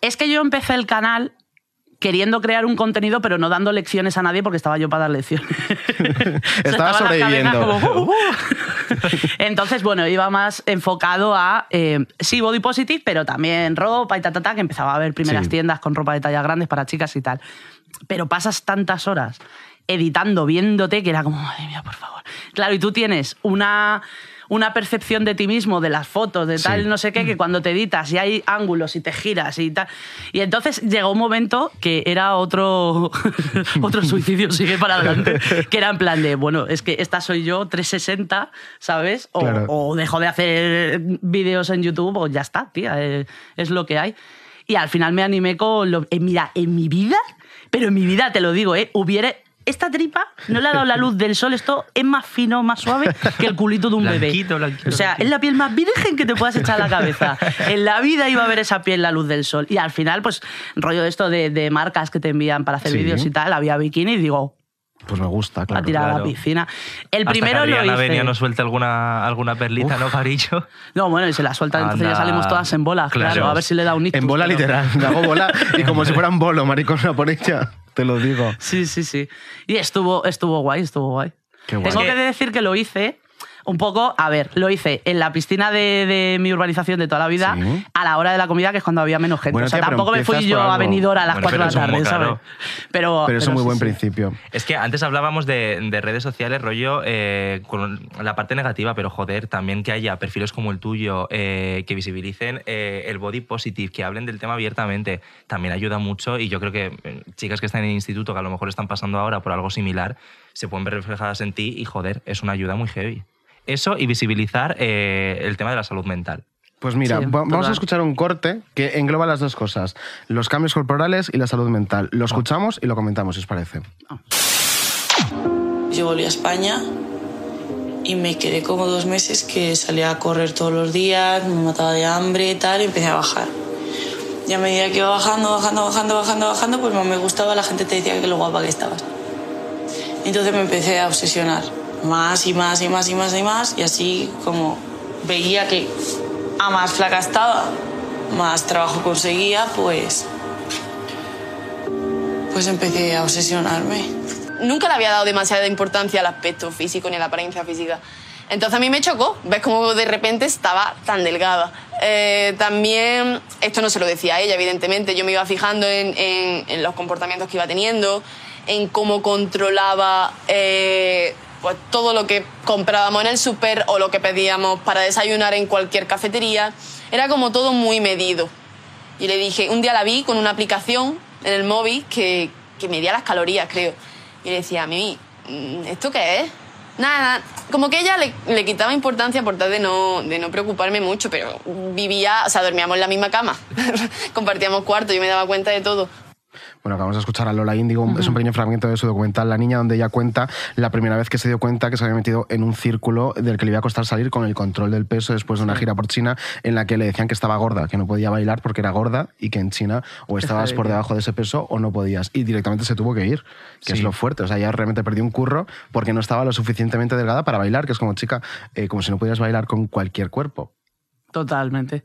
[SPEAKER 6] es que yo empecé el canal queriendo crear un contenido, pero no dando lecciones a nadie porque estaba yo para dar lecciones.
[SPEAKER 1] Estaba
[SPEAKER 6] la
[SPEAKER 1] sobreviviendo.
[SPEAKER 6] cabeza como, "Uh, uh". Entonces, bueno, iba más enfocado a, eh, sí, body positive, pero también ropa y ta, ta, ta, que empezaba a ver primeras
[SPEAKER 1] Sí.
[SPEAKER 6] tiendas con ropa de tallas grandes para chicas y tal. Pero pasas tantas horas editando, viéndote, que era como, madre mía, por favor. Claro, y tú tienes una, una percepción de ti mismo, de las fotos, de tal,
[SPEAKER 1] Sí. Mm.
[SPEAKER 6] no sé qué, que cuando te editas y hay ángulos y te giras y tal. Y entonces llegó un momento que era otro, otro suicidio, sigue para adelante, que era en plan de, bueno, es que esta soy yo, 360, ¿sabes? O,
[SPEAKER 1] Claro.
[SPEAKER 6] o dejo de hacer vídeos en YouTube o ya está, tía, eh, es lo que hay. Y al final me animé con, lo, eh, mira, en mi vida, pero en mi vida te lo digo, ¿eh? Hubiera... Esta tripa no le ha dado la luz del sol, esto es más fino, más suave que el culito de un
[SPEAKER 2] Blanquito,
[SPEAKER 6] bebé.
[SPEAKER 2] blanquito,
[SPEAKER 6] o sea,
[SPEAKER 2] blanquito.
[SPEAKER 6] es la piel más virgen que te puedas echar a la cabeza. En la vida iba a ver esa piel la luz del sol. Y al final, pues, rollo de esto de, de marcas que te envían para hacer
[SPEAKER 1] Sí.
[SPEAKER 6] vídeos y tal, había bikini y digo, "Oh,
[SPEAKER 1] Pues me gusta,
[SPEAKER 6] a
[SPEAKER 1] claro.
[SPEAKER 6] tirar a la
[SPEAKER 2] claro.
[SPEAKER 6] piscina. El
[SPEAKER 2] Hasta
[SPEAKER 6] primero
[SPEAKER 2] que
[SPEAKER 6] lo
[SPEAKER 2] Adriana
[SPEAKER 6] hice.
[SPEAKER 2] venía nos suelta alguna, alguna perlita, ¿no, Carillo?
[SPEAKER 6] No, bueno, y se la suelta, entonces ya
[SPEAKER 2] Anda.
[SPEAKER 6] salimos todas en bola, claro.
[SPEAKER 2] Claro.
[SPEAKER 6] A ver si le da un ictus,
[SPEAKER 1] En bola
[SPEAKER 6] pero-
[SPEAKER 1] literal, me hago bola y como si fuera un bolo, maricona por ella, te lo digo.
[SPEAKER 6] Sí, sí, sí. Y estuvo, estuvo guay, estuvo guay.
[SPEAKER 1] Qué guay.
[SPEAKER 6] Tengo que decir que lo hice un poco, a ver, lo hice en la piscina de, de mi urbanización de toda la vida,
[SPEAKER 1] Sí.
[SPEAKER 6] a la hora de la comida, que es cuando había menos gente.
[SPEAKER 1] Bueno,
[SPEAKER 6] o sea,
[SPEAKER 1] tía, pero
[SPEAKER 6] tampoco me fui
[SPEAKER 1] empiezas
[SPEAKER 6] yo
[SPEAKER 1] por
[SPEAKER 6] a
[SPEAKER 1] algo.
[SPEAKER 6] venidor a las
[SPEAKER 2] Bueno,
[SPEAKER 6] 4 de
[SPEAKER 2] pero
[SPEAKER 6] la
[SPEAKER 2] es un
[SPEAKER 6] tarde,
[SPEAKER 2] moco,
[SPEAKER 6] ¿sabes?
[SPEAKER 2] claro.
[SPEAKER 6] Pero,
[SPEAKER 1] Pero es un muy
[SPEAKER 6] sí,
[SPEAKER 1] buen
[SPEAKER 6] sí.
[SPEAKER 1] principio.
[SPEAKER 2] Es que antes hablábamos de, de redes sociales, rollo, eh, con la parte negativa, pero joder, también que haya perfiles como el tuyo eh, que visibilicen eh, el body positive, que hablen del tema abiertamente, también ayuda mucho y yo creo que eh, chicas que están en el instituto, que a lo mejor están pasando ahora por algo similar, se pueden ver reflejadas en ti y joder, es una ayuda muy heavy. Eso y visibilizar eh, el tema de la salud mental.
[SPEAKER 1] Pues mira,
[SPEAKER 6] Sí,
[SPEAKER 1] va- vamos a
[SPEAKER 6] total.
[SPEAKER 1] escuchar un corte que engloba las dos cosas, los cambios corporales y la salud mental.
[SPEAKER 6] Ah.
[SPEAKER 1] Lo escuchamos y lo comentamos, si os parece.
[SPEAKER 8] Yo volví a España y me quedé como dos meses que salía a correr todos los días, me mataba de hambre y tal, y empecé a bajar. Y a medida que iba bajando, bajando, bajando, bajando, bajando, pues más me gustaba, la gente te decía que lo guapa que estabas. Entonces me empecé a obsesionar más y más y más y más y más, y así como veía que a más flaca estaba, más trabajo conseguía, pues. Pues empecé a obsesionarme.
[SPEAKER 10] nunca le había dado demasiada importancia al aspecto físico ni a la apariencia física. Entonces a mí me chocó, ves cómo de repente estaba tan delgada. Eh, también, esto no se lo decía a ella, evidentemente, yo me iba fijando en, en- en los comportamientos que iba teniendo, en cómo controlaba eh, pues, todo lo que comprábamos en el súper o lo que pedíamos para desayunar en cualquier cafetería. Era como todo muy medido. Y le dije, un día la vi con una aplicación en el móvil que, que medía las calorías, creo. Y le decía, a mí, ¿esto qué es? Nada, como que ella le, le quitaba importancia por tal de no, de no preocuparme mucho, pero vivía, o sea, dormíamos en la misma cama, compartíamos cuarto, yo me daba cuenta de todo.
[SPEAKER 1] Bueno, acabamos de escuchar a Lola Índigo, es un pequeño fragmento de su documental La Niña, donde ella cuenta la primera vez que se dio cuenta que se había metido en un círculo del que le iba a costar salir con el control del peso después de una gira por China en la que le decían que estaba gorda, que no podía bailar porque era gorda y que en China o estabas por
[SPEAKER 9] jodete.
[SPEAKER 1] debajo de ese peso o no podías. Y directamente se tuvo que ir, que es
[SPEAKER 9] Sí.
[SPEAKER 1] lo fuerte. O sea, ella realmente perdió un curro porque no estaba lo suficientemente delgada para bailar, que es como chica, eh, como si no pudieras bailar con cualquier cuerpo.
[SPEAKER 6] Totalmente.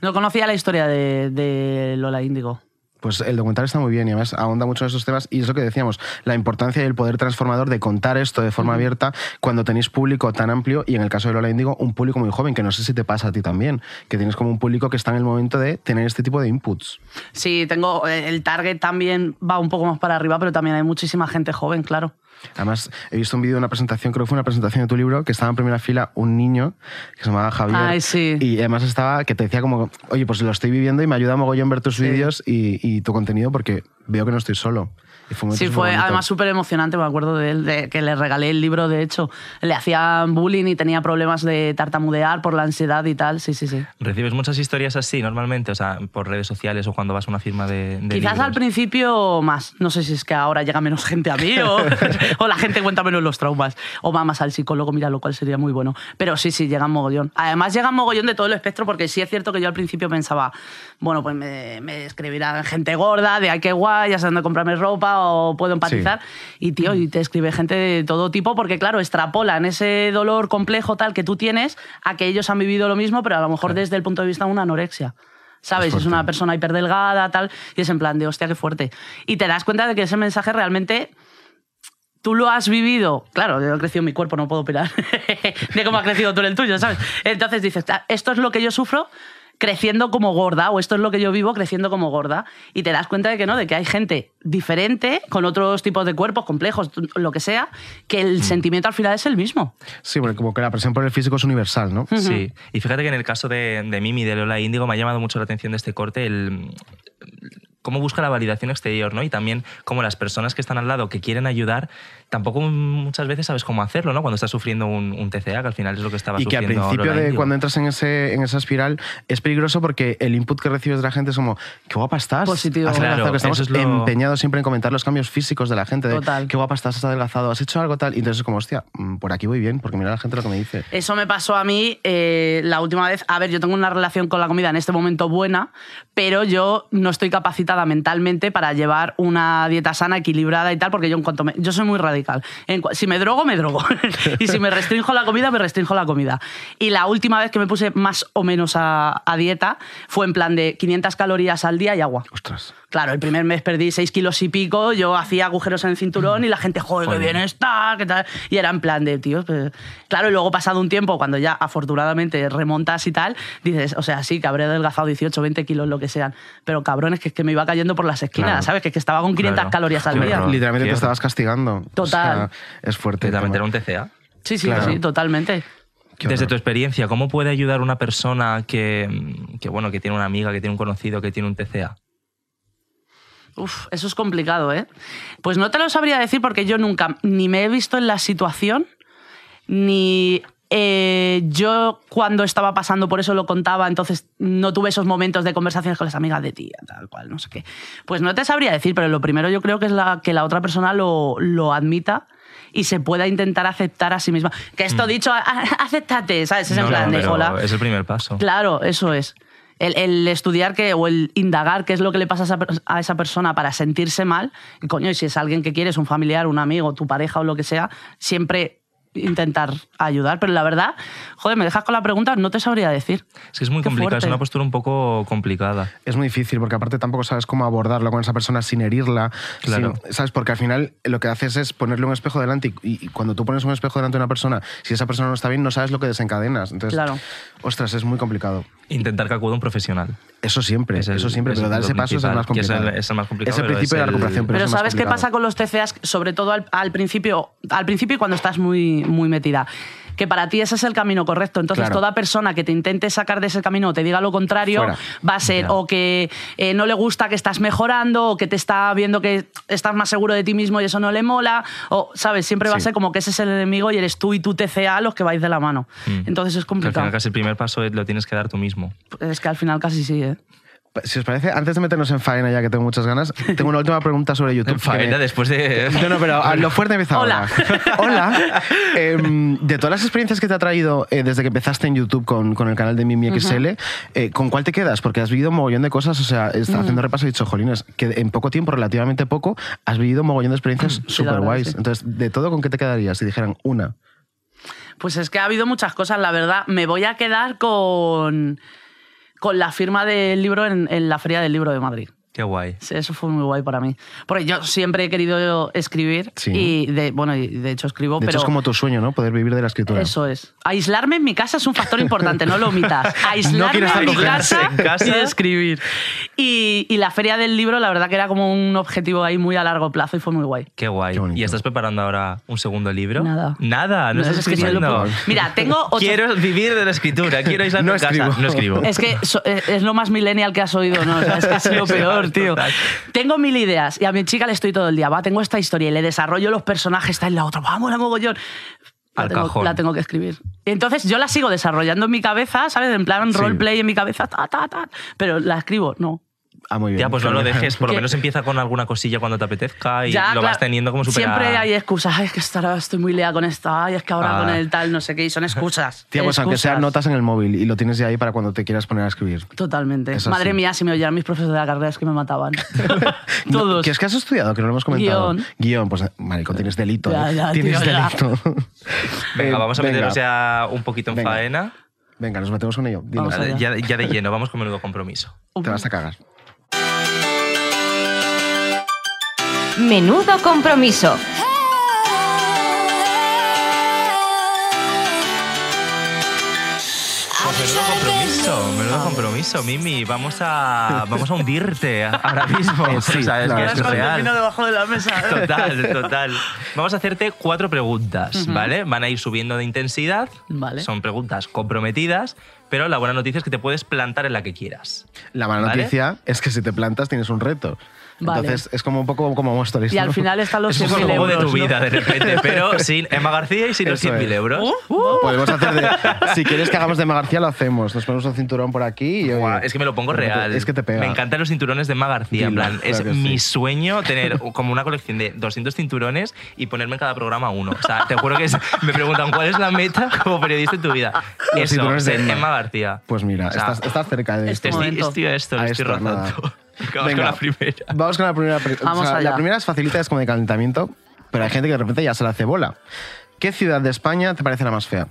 [SPEAKER 6] No conocía la historia de, de Lola Índigo.
[SPEAKER 1] Pues el documental está muy bien y además ahonda mucho en esos temas y es lo que decíamos, la importancia y el poder transformador de contar esto de forma abierta cuando tenéis público tan amplio y en el caso de Lola Indigo un público muy joven, que no sé si te pasa a ti también, que tienes como un público que está en el momento de tener este tipo de inputs.
[SPEAKER 6] Sí, tengo eh, el target también va un poco más para arriba, pero también hay muchísima gente joven, claro.
[SPEAKER 1] Además, he visto un vídeo de una presentación, creo que fue una presentación de tu libro, que estaba en primera fila un niño que se llamaba Javier.
[SPEAKER 6] Ay,
[SPEAKER 1] Y además estaba, que te decía como, oye, pues lo estoy viviendo y me ayuda mogollón ver tus vídeos y, y tu contenido porque veo que no estoy solo. Y fue un momento
[SPEAKER 6] Sí,
[SPEAKER 1] súper
[SPEAKER 6] fue
[SPEAKER 1] bonito.
[SPEAKER 6] además súper emocionante, me acuerdo de él, de que le regalé el libro, de hecho, le hacían bullying y tenía problemas de tartamudear por la ansiedad y tal, sí, sí, sí.
[SPEAKER 2] ¿Recibes muchas historias así normalmente? O sea, por redes sociales o cuando vas a una firma de, de
[SPEAKER 6] Quizás al
[SPEAKER 2] libros.
[SPEAKER 6] principio más. No sé si es que ahora llega menos gente a mí o, o la gente cuenta menos los traumas. O va más al psicólogo, mira, lo cual sería muy bueno. Pero sí, sí, llega mogollón. Además, llega mogollón de todo el espectro porque sí es cierto que yo al principio pensaba, bueno, pues me, me escribirán gente gorda, de ay, qué guay, ya sé dónde comprarme ropa o puedo empatizar. Y tío, y te escribe gente de todo tipo porque, claro, extrapolan ese dolor complejo tal que tú tienes a que ellos han vivido lo mismo, pero a lo mejor desde el punto de vista de una anorexia. ¿Sabes? Es una persona hiperdelgada, tal. Y es en plan de, hostia, qué fuerte. Y te das cuenta de que ese mensaje realmente tú lo has vivido. Claro, yo he crecido en mi cuerpo, no puedo opinar de cómo ha crecido tú en el tuyo, ¿sabes? Entonces dices, "Ah, esto es lo que yo sufro creciendo como gorda, o esto es lo que yo vivo creciendo como gorda. Y te das cuenta de que no, de que hay gente diferente, con otros tipos de cuerpos complejos, lo que sea, que el sentimiento al final es el mismo.
[SPEAKER 1] Sí, porque como que la presión por el físico es universal, ¿no?
[SPEAKER 2] Sí, y fíjate que en el caso de, de Mimi, de Lola Índigo, me ha llamado mucho la atención de este corte el cómo busca la validación exterior, ¿no? Y también cómo las personas que están al lado, que quieren ayudar, tampoco muchas veces sabes cómo hacerlo, ¿no? Cuando estás sufriendo un, un TCA, que al final es lo que estaba
[SPEAKER 1] Y que al
[SPEAKER 2] sufriendo
[SPEAKER 1] principio
[SPEAKER 2] Lola
[SPEAKER 1] de
[SPEAKER 2] Índigo.
[SPEAKER 1] cuando entras en, ese, en esa espiral es peligroso porque el input que recibes de la gente es como, qué guapa estás.
[SPEAKER 6] Positivo.
[SPEAKER 1] Has adelgazado",
[SPEAKER 2] Claro,
[SPEAKER 1] que estamos
[SPEAKER 2] eso es lo-
[SPEAKER 1] empeñados siempre en comentar los cambios físicos de la gente. De,
[SPEAKER 6] Total.
[SPEAKER 1] Qué guapa estás, has adelgazado, has hecho algo tal. Y entonces es como, hostia, mm, por aquí voy bien, porque mira la gente lo que me dice.
[SPEAKER 6] Eso me pasó a mí eh, la última vez. A ver, yo tengo una relación con la comida en este momento buena, pero yo no estoy capacitada mentalmente para llevar una dieta sana, equilibrada y tal, porque yo en cuanto me- yo soy muy radical. En cua- si me drogo, me drogo. y si me restrinjo la comida, me restrinjo la comida. Y la última vez que me puse más o menos a, a dieta fue en plan de 500 calorías al día y agua.
[SPEAKER 1] Ostras.
[SPEAKER 6] Claro, el primer mes perdí 6 kilos y pico, yo hacía agujeros en el cinturón y la gente, joder, qué
[SPEAKER 2] Joder.
[SPEAKER 6] bien está, qué tal. Y era en plan de, tío, pues, claro, y luego pasado un tiempo, cuando ya afortunadamente remontas y tal, dices, o sea, sí, que habré adelgazado 18, 20 kilos, lo que sean, pero cabrones, que es que me iba cayendo por las esquinas,
[SPEAKER 1] Claro.
[SPEAKER 6] ¿sabes? Que es que estaba con 500 calorías al
[SPEAKER 1] Qué
[SPEAKER 6] día.
[SPEAKER 1] horror, Literalmente te estabas castigando.
[SPEAKER 6] Total.
[SPEAKER 1] es fuerte.
[SPEAKER 2] Literalmente era un TCA.
[SPEAKER 6] Sí, sí,
[SPEAKER 2] Claro.
[SPEAKER 6] sí, totalmente.
[SPEAKER 2] Desde tu experiencia, ¿cómo puede ayudar una persona que, que, bueno, que tiene una amiga, que tiene un conocido, que tiene un TCA?
[SPEAKER 6] Uf, eso es complicado, ¿eh? Pues no te lo sabría decir porque yo nunca ni me he visto en la situación, ni eh, yo cuando estaba pasando por eso lo contaba, entonces no tuve esos momentos de conversaciones con las amigas de tía, tal cual, no sé qué. Pues no te sabría decir, pero lo primero yo creo que es la, que la otra persona lo, lo admita y se pueda intentar aceptar a sí misma. Que esto
[SPEAKER 2] Mm.
[SPEAKER 6] dicho, a- a- acéptate, ¿sabes? Es en
[SPEAKER 2] No,
[SPEAKER 6] plan
[SPEAKER 2] no,
[SPEAKER 6] de,
[SPEAKER 2] pero
[SPEAKER 6] "Hola".
[SPEAKER 2] Es el primer paso.
[SPEAKER 6] Claro, eso es. El, el estudiar que, o el indagar qué es lo que le pasa a esa, per- a esa persona para sentirse mal, y coño, y si es alguien que quieres, un familiar, un amigo, tu pareja o lo que sea, siempre intentar ayudar, pero la verdad, joder, me dejas con la pregunta, no te sabría decir.
[SPEAKER 2] Es que es muy
[SPEAKER 6] Qué
[SPEAKER 2] complicado, es
[SPEAKER 6] fuerte.
[SPEAKER 2] una postura un poco complicada.
[SPEAKER 1] Es muy difícil porque aparte tampoco sabes cómo abordarlo con esa persona sin herirla.
[SPEAKER 2] Claro.
[SPEAKER 1] sin- ¿Sabes? Porque al final lo que haces es ponerle un espejo delante y, y cuando tú pones un espejo delante de una persona, si esa persona no está bien, no sabes lo que desencadenas. Entonces,
[SPEAKER 2] Claro.
[SPEAKER 1] ostras, es muy complicado.
[SPEAKER 2] Intentar que acuda un profesional.
[SPEAKER 1] Eso siempre,
[SPEAKER 2] Es el-
[SPEAKER 1] eso siempre,
[SPEAKER 2] es
[SPEAKER 1] pero
[SPEAKER 2] el
[SPEAKER 1] dar ese
[SPEAKER 2] punto
[SPEAKER 1] paso es el más
[SPEAKER 2] principal, que es el-
[SPEAKER 1] complicado.
[SPEAKER 2] es el más complicado,
[SPEAKER 1] Es el
[SPEAKER 2] pero
[SPEAKER 1] principio
[SPEAKER 2] es
[SPEAKER 1] de la
[SPEAKER 2] el-
[SPEAKER 1] recuperación, pero,
[SPEAKER 6] Pero
[SPEAKER 1] es el más
[SPEAKER 6] ¿sabes qué
[SPEAKER 1] complicado.
[SPEAKER 6] pasa con los TCAs? Sobre todo al, al principio, al principio y cuando estás muy, muy metida. Que para ti ese es el camino correcto. Entonces,
[SPEAKER 9] Claro.
[SPEAKER 6] toda persona que te intente sacar de ese camino o te diga lo contrario,
[SPEAKER 9] Fuera.
[SPEAKER 6] va a ser
[SPEAKER 9] Ya.
[SPEAKER 6] o que eh, no le gusta que estás mejorando, o que te está viendo que estás más seguro de ti mismo y eso no le mola. O, ¿sabes? Siempre va a
[SPEAKER 2] Sí.
[SPEAKER 6] ser como que ese es el enemigo y eres tú y tu TCA los que vais de la mano.
[SPEAKER 2] Mm.
[SPEAKER 6] Entonces es
[SPEAKER 2] Que al
[SPEAKER 6] complicado.
[SPEAKER 2] final casi el primer paso es- lo tienes que dar tú mismo.
[SPEAKER 6] Es que al final casi sí, ¿eh?
[SPEAKER 1] Si os parece, antes de meternos en faena ya que tengo muchas ganas, tengo una última pregunta sobre YouTube.
[SPEAKER 2] En
[SPEAKER 1] que me-
[SPEAKER 2] faena, después de...
[SPEAKER 1] No, no, pero a Ah, lo fuerte empieza ahora. Hola. Em, de todas las experiencias que te ha traído eh, desde que empezaste en YouTube con, con el canal de Mimi XL, eh, ¿con cuál te quedas? Porque has vivido un mogollón de cosas, o sea, está
[SPEAKER 6] Ujú.
[SPEAKER 1] haciendo repaso y he dicho, jolines, que en poco tiempo, relativamente poco, has vivido un mogollón de experiencias súper guays.
[SPEAKER 6] sí.
[SPEAKER 1] Entonces, de todo, ¿con qué te quedarías si dijeran una?
[SPEAKER 6] Pues es que ha habido muchas cosas, la verdad. Me voy a quedar con, con la firma del libro en, en la Feria del Libro de Madrid.
[SPEAKER 2] Qué guay.
[SPEAKER 6] Sí, Eso fue muy guay para mí. Porque yo siempre he querido escribir
[SPEAKER 1] Sí.
[SPEAKER 6] y de, bueno, y de hecho escribo,
[SPEAKER 1] De
[SPEAKER 6] Oh, pero
[SPEAKER 1] hecho, es como tu sueño, ¿no? Poder vivir de la escritura.
[SPEAKER 6] eso es. Aislarme en mi casa es un factor importante, no lo omitas. Aislarme
[SPEAKER 1] quieres
[SPEAKER 6] en mi
[SPEAKER 1] acogerse
[SPEAKER 6] casa,
[SPEAKER 1] en casa.
[SPEAKER 6] y escribir. Y, y la feria del libro, la verdad que era como un objetivo ahí muy a largo plazo y fue muy guay.
[SPEAKER 2] Qué guay. ¿Y estás preparando ahora un segundo libro?
[SPEAKER 6] Nada.
[SPEAKER 1] Ah,
[SPEAKER 2] Nada,
[SPEAKER 6] No,
[SPEAKER 2] no, estás
[SPEAKER 6] es que yo lo
[SPEAKER 2] escribiendo.
[SPEAKER 6] puedo- Mira, tengo ocho-
[SPEAKER 2] Quiero vivir de la escritura, quiero ir a
[SPEAKER 1] No
[SPEAKER 2] casa.
[SPEAKER 1] escribo.
[SPEAKER 2] No escribo.
[SPEAKER 6] Es que so- es es lo más millennial que has oído, ¿no? O sea, es que ha sido peor, tío. Tengo mil ideas y a mi chica le estoy todo el día, va, tengo esta historia y le desarrollo los personajes, está en la otra, vamos, la mogollón. La
[SPEAKER 2] Al
[SPEAKER 6] tengo,
[SPEAKER 2] cajón.
[SPEAKER 6] la tengo que escribir. Y entonces yo la sigo desarrollando en mi cabeza, ¿sabes? En plan
[SPEAKER 2] Sí.
[SPEAKER 6] roleplay en mi cabeza, ta, ta, ta. Pero la escribo, no.
[SPEAKER 1] Ah, muy bien.
[SPEAKER 2] Ya, pues no lo dejes, por lo
[SPEAKER 6] Que-
[SPEAKER 2] menos empieza con alguna cosilla cuando te apetezca y
[SPEAKER 6] Ya,
[SPEAKER 2] lo vas
[SPEAKER 6] claro,
[SPEAKER 2] teniendo como super
[SPEAKER 6] Siempre hay excusas. Ay, es que estará- estoy muy lea con esta. Ay, es que ahora
[SPEAKER 1] Ah.
[SPEAKER 6] con el tal, no sé qué. Y son excusas.
[SPEAKER 1] Tía, pues aunque
[SPEAKER 6] Excusas. Pues
[SPEAKER 1] sean notas en el móvil y lo tienes ya ahí para cuando te quieras poner a escribir.
[SPEAKER 6] Totalmente.
[SPEAKER 1] Eso
[SPEAKER 6] Madre
[SPEAKER 1] sí.
[SPEAKER 6] mía, si me oyeran mis profesores de la carrera es que me mataban.
[SPEAKER 1] Todos. ¿Qué es que has estudiado? Que no lo hemos comentado.
[SPEAKER 6] Guión.
[SPEAKER 1] Guión. pues maricón, tienes delito.
[SPEAKER 6] Ya,
[SPEAKER 1] ¿eh?
[SPEAKER 6] ya,
[SPEAKER 1] tienes
[SPEAKER 6] tío, ya.
[SPEAKER 1] delito.
[SPEAKER 2] Venga,
[SPEAKER 1] Eh,
[SPEAKER 2] vamos a
[SPEAKER 1] venga.
[SPEAKER 2] meternos ya un poquito en
[SPEAKER 1] Venga.
[SPEAKER 2] faena.
[SPEAKER 1] Venga, nos metemos con ello. Dinos.
[SPEAKER 2] Vale, Ya, ya de lleno, vamos con menudo compromiso.
[SPEAKER 1] Te vas a cagar.
[SPEAKER 11] Menudo compromiso.
[SPEAKER 2] Pues menudo compromiso, menudo compromiso, Mimi. Vamos a, vamos a hundirte ahora mismo.
[SPEAKER 1] Eh, sí,
[SPEAKER 2] O sea, es
[SPEAKER 1] la
[SPEAKER 2] que
[SPEAKER 1] verdad
[SPEAKER 2] es
[SPEAKER 1] es que sí.
[SPEAKER 2] real.
[SPEAKER 6] debajo de la mesa.
[SPEAKER 2] Total, total. Vamos a hacerte cuatro preguntas,
[SPEAKER 6] Ujú.
[SPEAKER 2] ¿vale? Van a ir subiendo de intensidad.
[SPEAKER 6] Vale.
[SPEAKER 2] Son preguntas comprometidas, pero la buena noticia es que te puedes plantar en la que quieras.
[SPEAKER 1] La mala
[SPEAKER 2] ¿Vale?
[SPEAKER 1] noticia es que si te plantas tienes un reto.
[SPEAKER 6] Vale.
[SPEAKER 1] Entonces es como un poco como Móstoles.
[SPEAKER 6] Y al
[SPEAKER 1] ¿no?
[SPEAKER 6] final están los
[SPEAKER 2] Es un
[SPEAKER 6] 100.000
[SPEAKER 2] juego
[SPEAKER 6] euros.
[SPEAKER 2] de tu
[SPEAKER 6] ¿no?
[SPEAKER 2] vida de repente, pero sin Emma García y sin los
[SPEAKER 1] Eso
[SPEAKER 2] 100.000
[SPEAKER 1] es.
[SPEAKER 2] euros.
[SPEAKER 1] Podemos hacer de- Si quieres que hagamos de Emma García, lo hacemos. Nos ponemos un cinturón por aquí y. oye,
[SPEAKER 2] Buah, es que me lo pongo
[SPEAKER 1] pero te-
[SPEAKER 2] real.
[SPEAKER 1] Es que te pega.
[SPEAKER 2] Me encantan los cinturones de Emma García. en
[SPEAKER 1] Dilo,
[SPEAKER 2] plan, es
[SPEAKER 1] claro que
[SPEAKER 2] mi
[SPEAKER 1] sí.
[SPEAKER 2] sueño tener como una colección de 200 cinturones y ponerme en cada programa uno. O sea, te juro que es- me preguntan cuál es la meta como periodista en tu vida.
[SPEAKER 1] Los
[SPEAKER 2] Eso,
[SPEAKER 1] cinturones de
[SPEAKER 2] ser
[SPEAKER 1] Emma.
[SPEAKER 2] Emma García.
[SPEAKER 1] Pues mira,
[SPEAKER 2] O sea,
[SPEAKER 1] estás, estás cerca de
[SPEAKER 2] Estoy,
[SPEAKER 1] esto.
[SPEAKER 2] estoy, estoy a esto,
[SPEAKER 1] A
[SPEAKER 2] lo estoy
[SPEAKER 1] esto, nada.
[SPEAKER 2] rozando. Vamos
[SPEAKER 1] Venga.
[SPEAKER 2] con la primera.
[SPEAKER 1] Vamos con la primera. pre- o
[SPEAKER 2] Vamos
[SPEAKER 1] sea,
[SPEAKER 2] allá.
[SPEAKER 1] la primera es facilita, es como de calentamiento, pero hay gente que de repente ya se la hace bola. ¿Qué ciudad de España te parece la más fea?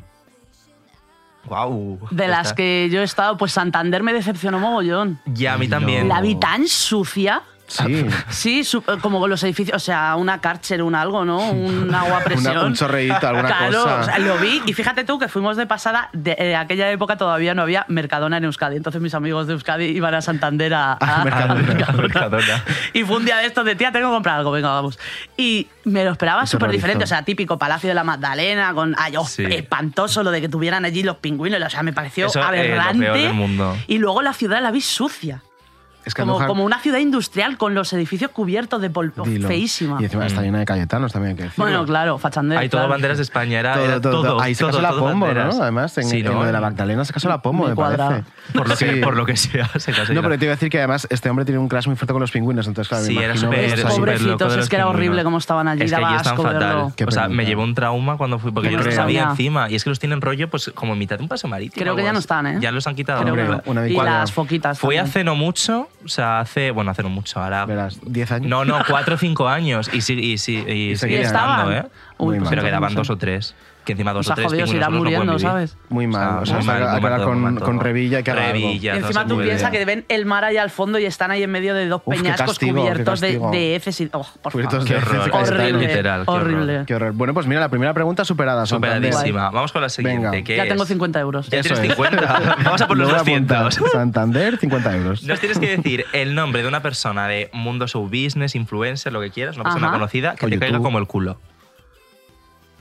[SPEAKER 2] Wow.
[SPEAKER 6] De las
[SPEAKER 1] Está.
[SPEAKER 6] que yo he estado, pues Santander me decepcionó mogollón.
[SPEAKER 2] Ya, a mí también.
[SPEAKER 6] La vi tan sucia.
[SPEAKER 1] Sí.
[SPEAKER 6] Sí, su- como con los edificios, o sea, una cárcel, un algo, ¿no? Un agua a presión.
[SPEAKER 1] Una- un chorreíto, alguna
[SPEAKER 6] claro,
[SPEAKER 1] cosa.
[SPEAKER 6] o sea, lo vi y fíjate tú que fuimos de pasada, de, de aquella época todavía no había Mercadona en Euskadi, entonces mis amigos de Euskadi iban a Santander a, a-
[SPEAKER 2] Mercadona.
[SPEAKER 6] Y fue un día de estos de tía, tengo que comprar algo, venga, vamos. Y me lo esperaba
[SPEAKER 1] Eso
[SPEAKER 6] súper
[SPEAKER 1] realizó.
[SPEAKER 6] diferente, o sea, típico Palacio de la Magdalena, con ay, oh,
[SPEAKER 2] Sí.
[SPEAKER 6] espantoso lo de que tuvieran allí los pingüinos, o sea, me pareció
[SPEAKER 2] Eso, eh, lo
[SPEAKER 6] aberrante.
[SPEAKER 2] peor del mundo.
[SPEAKER 6] Y luego la ciudad la vi sucia.
[SPEAKER 1] Es que a lo
[SPEAKER 6] Como,
[SPEAKER 1] mejor-
[SPEAKER 6] como una ciudad industrial con los edificios cubiertos de polvo.
[SPEAKER 1] Dilo.
[SPEAKER 6] Feísima.
[SPEAKER 1] Y encima
[SPEAKER 2] Mm.
[SPEAKER 1] está llena de cayetanos también. hay Que decirlo.
[SPEAKER 6] Bueno, claro, fachandeo.
[SPEAKER 2] Hay todo
[SPEAKER 6] claro.
[SPEAKER 2] banderas de España, era
[SPEAKER 1] Todo,
[SPEAKER 2] era
[SPEAKER 1] todo,
[SPEAKER 2] todo.
[SPEAKER 1] todo. Ahí se
[SPEAKER 2] todo,
[SPEAKER 1] casó la
[SPEAKER 2] todo
[SPEAKER 1] Pombo,
[SPEAKER 2] banderas.
[SPEAKER 1] ¿no? Además, en,
[SPEAKER 2] Sí,
[SPEAKER 1] en
[SPEAKER 2] ¿no?
[SPEAKER 1] lo de la Magdalena se casó la Pombo, me,
[SPEAKER 6] cuadra.
[SPEAKER 1] parece.
[SPEAKER 2] Por lo, que,
[SPEAKER 1] Sí.
[SPEAKER 2] por lo que sea, se casó
[SPEAKER 1] No,
[SPEAKER 2] ella.
[SPEAKER 1] pero te iba a decir que además este hombre tiene un crash muy fuerte con los pingüinos, entonces claro,
[SPEAKER 2] Sí,
[SPEAKER 1] me
[SPEAKER 2] era
[SPEAKER 1] imagino
[SPEAKER 2] súper-
[SPEAKER 1] verlos
[SPEAKER 2] era
[SPEAKER 1] ahí.
[SPEAKER 2] súper loco
[SPEAKER 6] Pobrecitos,
[SPEAKER 2] de
[SPEAKER 6] es
[SPEAKER 2] los
[SPEAKER 6] que era
[SPEAKER 2] pingüinos.
[SPEAKER 6] horrible cómo estaban allí,
[SPEAKER 2] Es que
[SPEAKER 6] daba
[SPEAKER 2] allí están
[SPEAKER 6] asco
[SPEAKER 2] fatal.
[SPEAKER 6] verlo.
[SPEAKER 2] O sea, me llevó un trauma cuando fui, porque
[SPEAKER 6] No
[SPEAKER 2] yo no
[SPEAKER 6] creo.
[SPEAKER 2] los sabía
[SPEAKER 6] Ya.
[SPEAKER 2] encima. Y es que los tienen rollo, pues como en mitad de un paso marítimo.
[SPEAKER 6] Creo que
[SPEAKER 2] algo
[SPEAKER 6] ya no
[SPEAKER 2] así.
[SPEAKER 6] están, ¿eh?
[SPEAKER 2] Ya los han quitado.
[SPEAKER 6] Creo que
[SPEAKER 2] Hombre,
[SPEAKER 6] no. Y
[SPEAKER 2] cuadra.
[SPEAKER 6] las foquitas
[SPEAKER 2] Fue
[SPEAKER 6] también.
[SPEAKER 2] hace no mucho, o sea, hace, bueno, hace no mucho, ahora...
[SPEAKER 1] Verás, 10 años.
[SPEAKER 2] No, no, 4 o 5 años. Y sí, y sí, y,
[SPEAKER 1] seguían
[SPEAKER 2] siguen estando,
[SPEAKER 1] estaban.
[SPEAKER 2] ¿eh?
[SPEAKER 1] Uy, pues
[SPEAKER 2] pero
[SPEAKER 1] entonces
[SPEAKER 2] quedaban
[SPEAKER 1] no sé.
[SPEAKER 2] dos o tres. que encima dos
[SPEAKER 6] O sea,
[SPEAKER 2] o tres
[SPEAKER 6] jodidos,
[SPEAKER 2] pingüinos
[SPEAKER 6] irán
[SPEAKER 2] solos no pueden
[SPEAKER 6] muriendo,
[SPEAKER 2] vivir.
[SPEAKER 6] ¿sabes?
[SPEAKER 1] Muy mal. O sea, hasta acabar
[SPEAKER 2] todo,
[SPEAKER 1] con-
[SPEAKER 2] muy mal todo.
[SPEAKER 1] con Revilla, que haga algo.
[SPEAKER 2] Revilla,
[SPEAKER 6] Y
[SPEAKER 2] no
[SPEAKER 6] encima
[SPEAKER 2] sé,
[SPEAKER 6] tú
[SPEAKER 2] muy
[SPEAKER 6] piensas
[SPEAKER 2] bien.
[SPEAKER 6] que ven el mar ahí al fondo y están ahí en medio de dos
[SPEAKER 1] Uf, qué
[SPEAKER 6] peñascos
[SPEAKER 1] castigo, qué
[SPEAKER 6] cubiertos de,
[SPEAKER 1] castigo.
[SPEAKER 6] de heces y. oh, por
[SPEAKER 1] Cubiertos
[SPEAKER 6] favor.
[SPEAKER 1] de heces, ahí está,
[SPEAKER 6] Horrible,
[SPEAKER 2] Literal, qué horror.
[SPEAKER 6] horrible.
[SPEAKER 1] Qué horror. Bueno, pues mira, la primera pregunta superada. Santander.
[SPEAKER 2] Superadísima. Vamos con la siguiente,
[SPEAKER 1] Venga.
[SPEAKER 2] que
[SPEAKER 6] Ya
[SPEAKER 2] es-
[SPEAKER 6] tengo 50 euros.
[SPEAKER 2] Ya
[SPEAKER 1] Eso
[SPEAKER 2] tienes
[SPEAKER 1] es.
[SPEAKER 2] 50. Vamos a por los
[SPEAKER 1] Lo voy apuntar.
[SPEAKER 2] 200.
[SPEAKER 1] Santander, 50 euros.
[SPEAKER 2] Nos tienes que decir el nombre de una persona de mundo show business, influencer, lo que quieras, una persona
[SPEAKER 6] Ajá.
[SPEAKER 2] conocida que
[SPEAKER 1] O
[SPEAKER 2] te caiga
[SPEAKER 1] YouTube.
[SPEAKER 2] como el culo.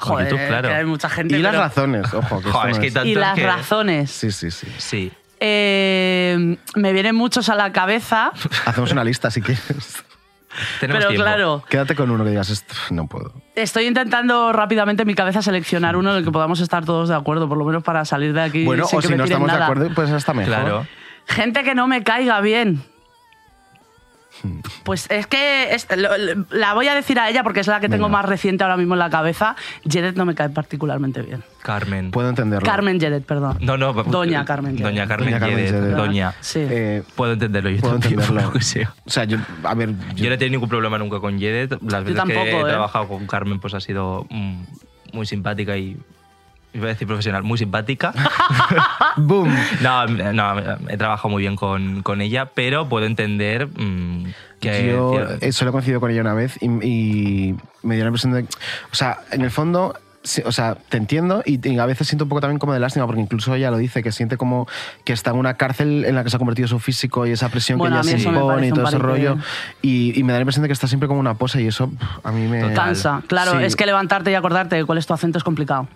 [SPEAKER 6] Joder,
[SPEAKER 2] YouTube, claro.
[SPEAKER 6] que hay mucha gente.
[SPEAKER 1] Y las
[SPEAKER 6] pero-
[SPEAKER 1] razones, ojo. Que esto
[SPEAKER 2] Joder,
[SPEAKER 1] no
[SPEAKER 2] es que
[SPEAKER 1] es-
[SPEAKER 2] tanto
[SPEAKER 6] Y las
[SPEAKER 2] que-
[SPEAKER 6] razones.
[SPEAKER 1] Sí, sí, sí.
[SPEAKER 2] Sí.
[SPEAKER 6] Eh, me vienen muchos a la cabeza,
[SPEAKER 1] Hacemos una lista si quieres.
[SPEAKER 6] pero claro,
[SPEAKER 1] Quédate con uno que digas, "Esto, no puedo.
[SPEAKER 6] estoy intentando rápidamente en mi cabeza seleccionar uno en el que podamos estar todos de acuerdo, por lo menos para salir de aquí.
[SPEAKER 1] bueno, o
[SPEAKER 6] sin que
[SPEAKER 1] si
[SPEAKER 6] me
[SPEAKER 1] no
[SPEAKER 6] tiren
[SPEAKER 1] estamos de
[SPEAKER 6] nada.
[SPEAKER 1] acuerdo, pues hasta mejor.
[SPEAKER 2] Claro.
[SPEAKER 6] Gente que no me caiga bien.
[SPEAKER 1] Hmm.
[SPEAKER 6] Pues es que es- lo- lo- la voy a decir a ella porque es la que tengo más reciente ahora mismo en la cabeza. Jedet no me cae particularmente bien.
[SPEAKER 2] Carmen.
[SPEAKER 1] Puedo entenderlo.
[SPEAKER 6] Carmen Jedet, perdón.
[SPEAKER 2] No, no. eh,
[SPEAKER 6] Doña Carmen Lledet.
[SPEAKER 2] Doña Carmen
[SPEAKER 1] Doña Carmen
[SPEAKER 2] Lledet,
[SPEAKER 1] Lledet.
[SPEAKER 2] Doña.
[SPEAKER 6] Sí.
[SPEAKER 1] Eh,
[SPEAKER 2] Puedo entenderlo yo
[SPEAKER 1] puedo
[SPEAKER 2] también,
[SPEAKER 1] entenderlo.
[SPEAKER 2] por lo que sea.
[SPEAKER 1] o sea, yo, a ver, yo-
[SPEAKER 2] Yo no he tenido ningún problema nunca con Yedet. Las veces
[SPEAKER 6] tampoco,
[SPEAKER 2] que he
[SPEAKER 6] ¿eh?
[SPEAKER 2] trabajado con Carmen, pues ha sido mm, muy simpática y. Iba a decir profesional, muy simpática.
[SPEAKER 6] Ah.
[SPEAKER 1] ¡Boom!
[SPEAKER 2] No, no, he trabajado muy bien con, con ella, pero puedo entender mm, que.
[SPEAKER 1] Yo
[SPEAKER 2] cier-
[SPEAKER 1] eh, solo he coincidido con ella una vez y, y me dio la impresión de. O sea, en el fondo. sí, O sea, te entiendo y, y a veces siento un poco también como de lástima, porque incluso ella lo dice, que siente como que está en una cárcel en la que se ha convertido su físico y esa presión
[SPEAKER 6] Bueno, a
[SPEAKER 1] que
[SPEAKER 6] mí
[SPEAKER 1] ella se
[SPEAKER 6] eso me
[SPEAKER 1] impone y
[SPEAKER 6] parece
[SPEAKER 1] todo
[SPEAKER 6] un
[SPEAKER 1] ese
[SPEAKER 6] paripé.
[SPEAKER 1] rollo. Y, y me da la impresión de que está siempre como una posa y eso pff, a mí me.
[SPEAKER 6] Cansa, claro,
[SPEAKER 1] Sí.
[SPEAKER 6] es que levantarte y acordarte de cuál es tu acento es complicado.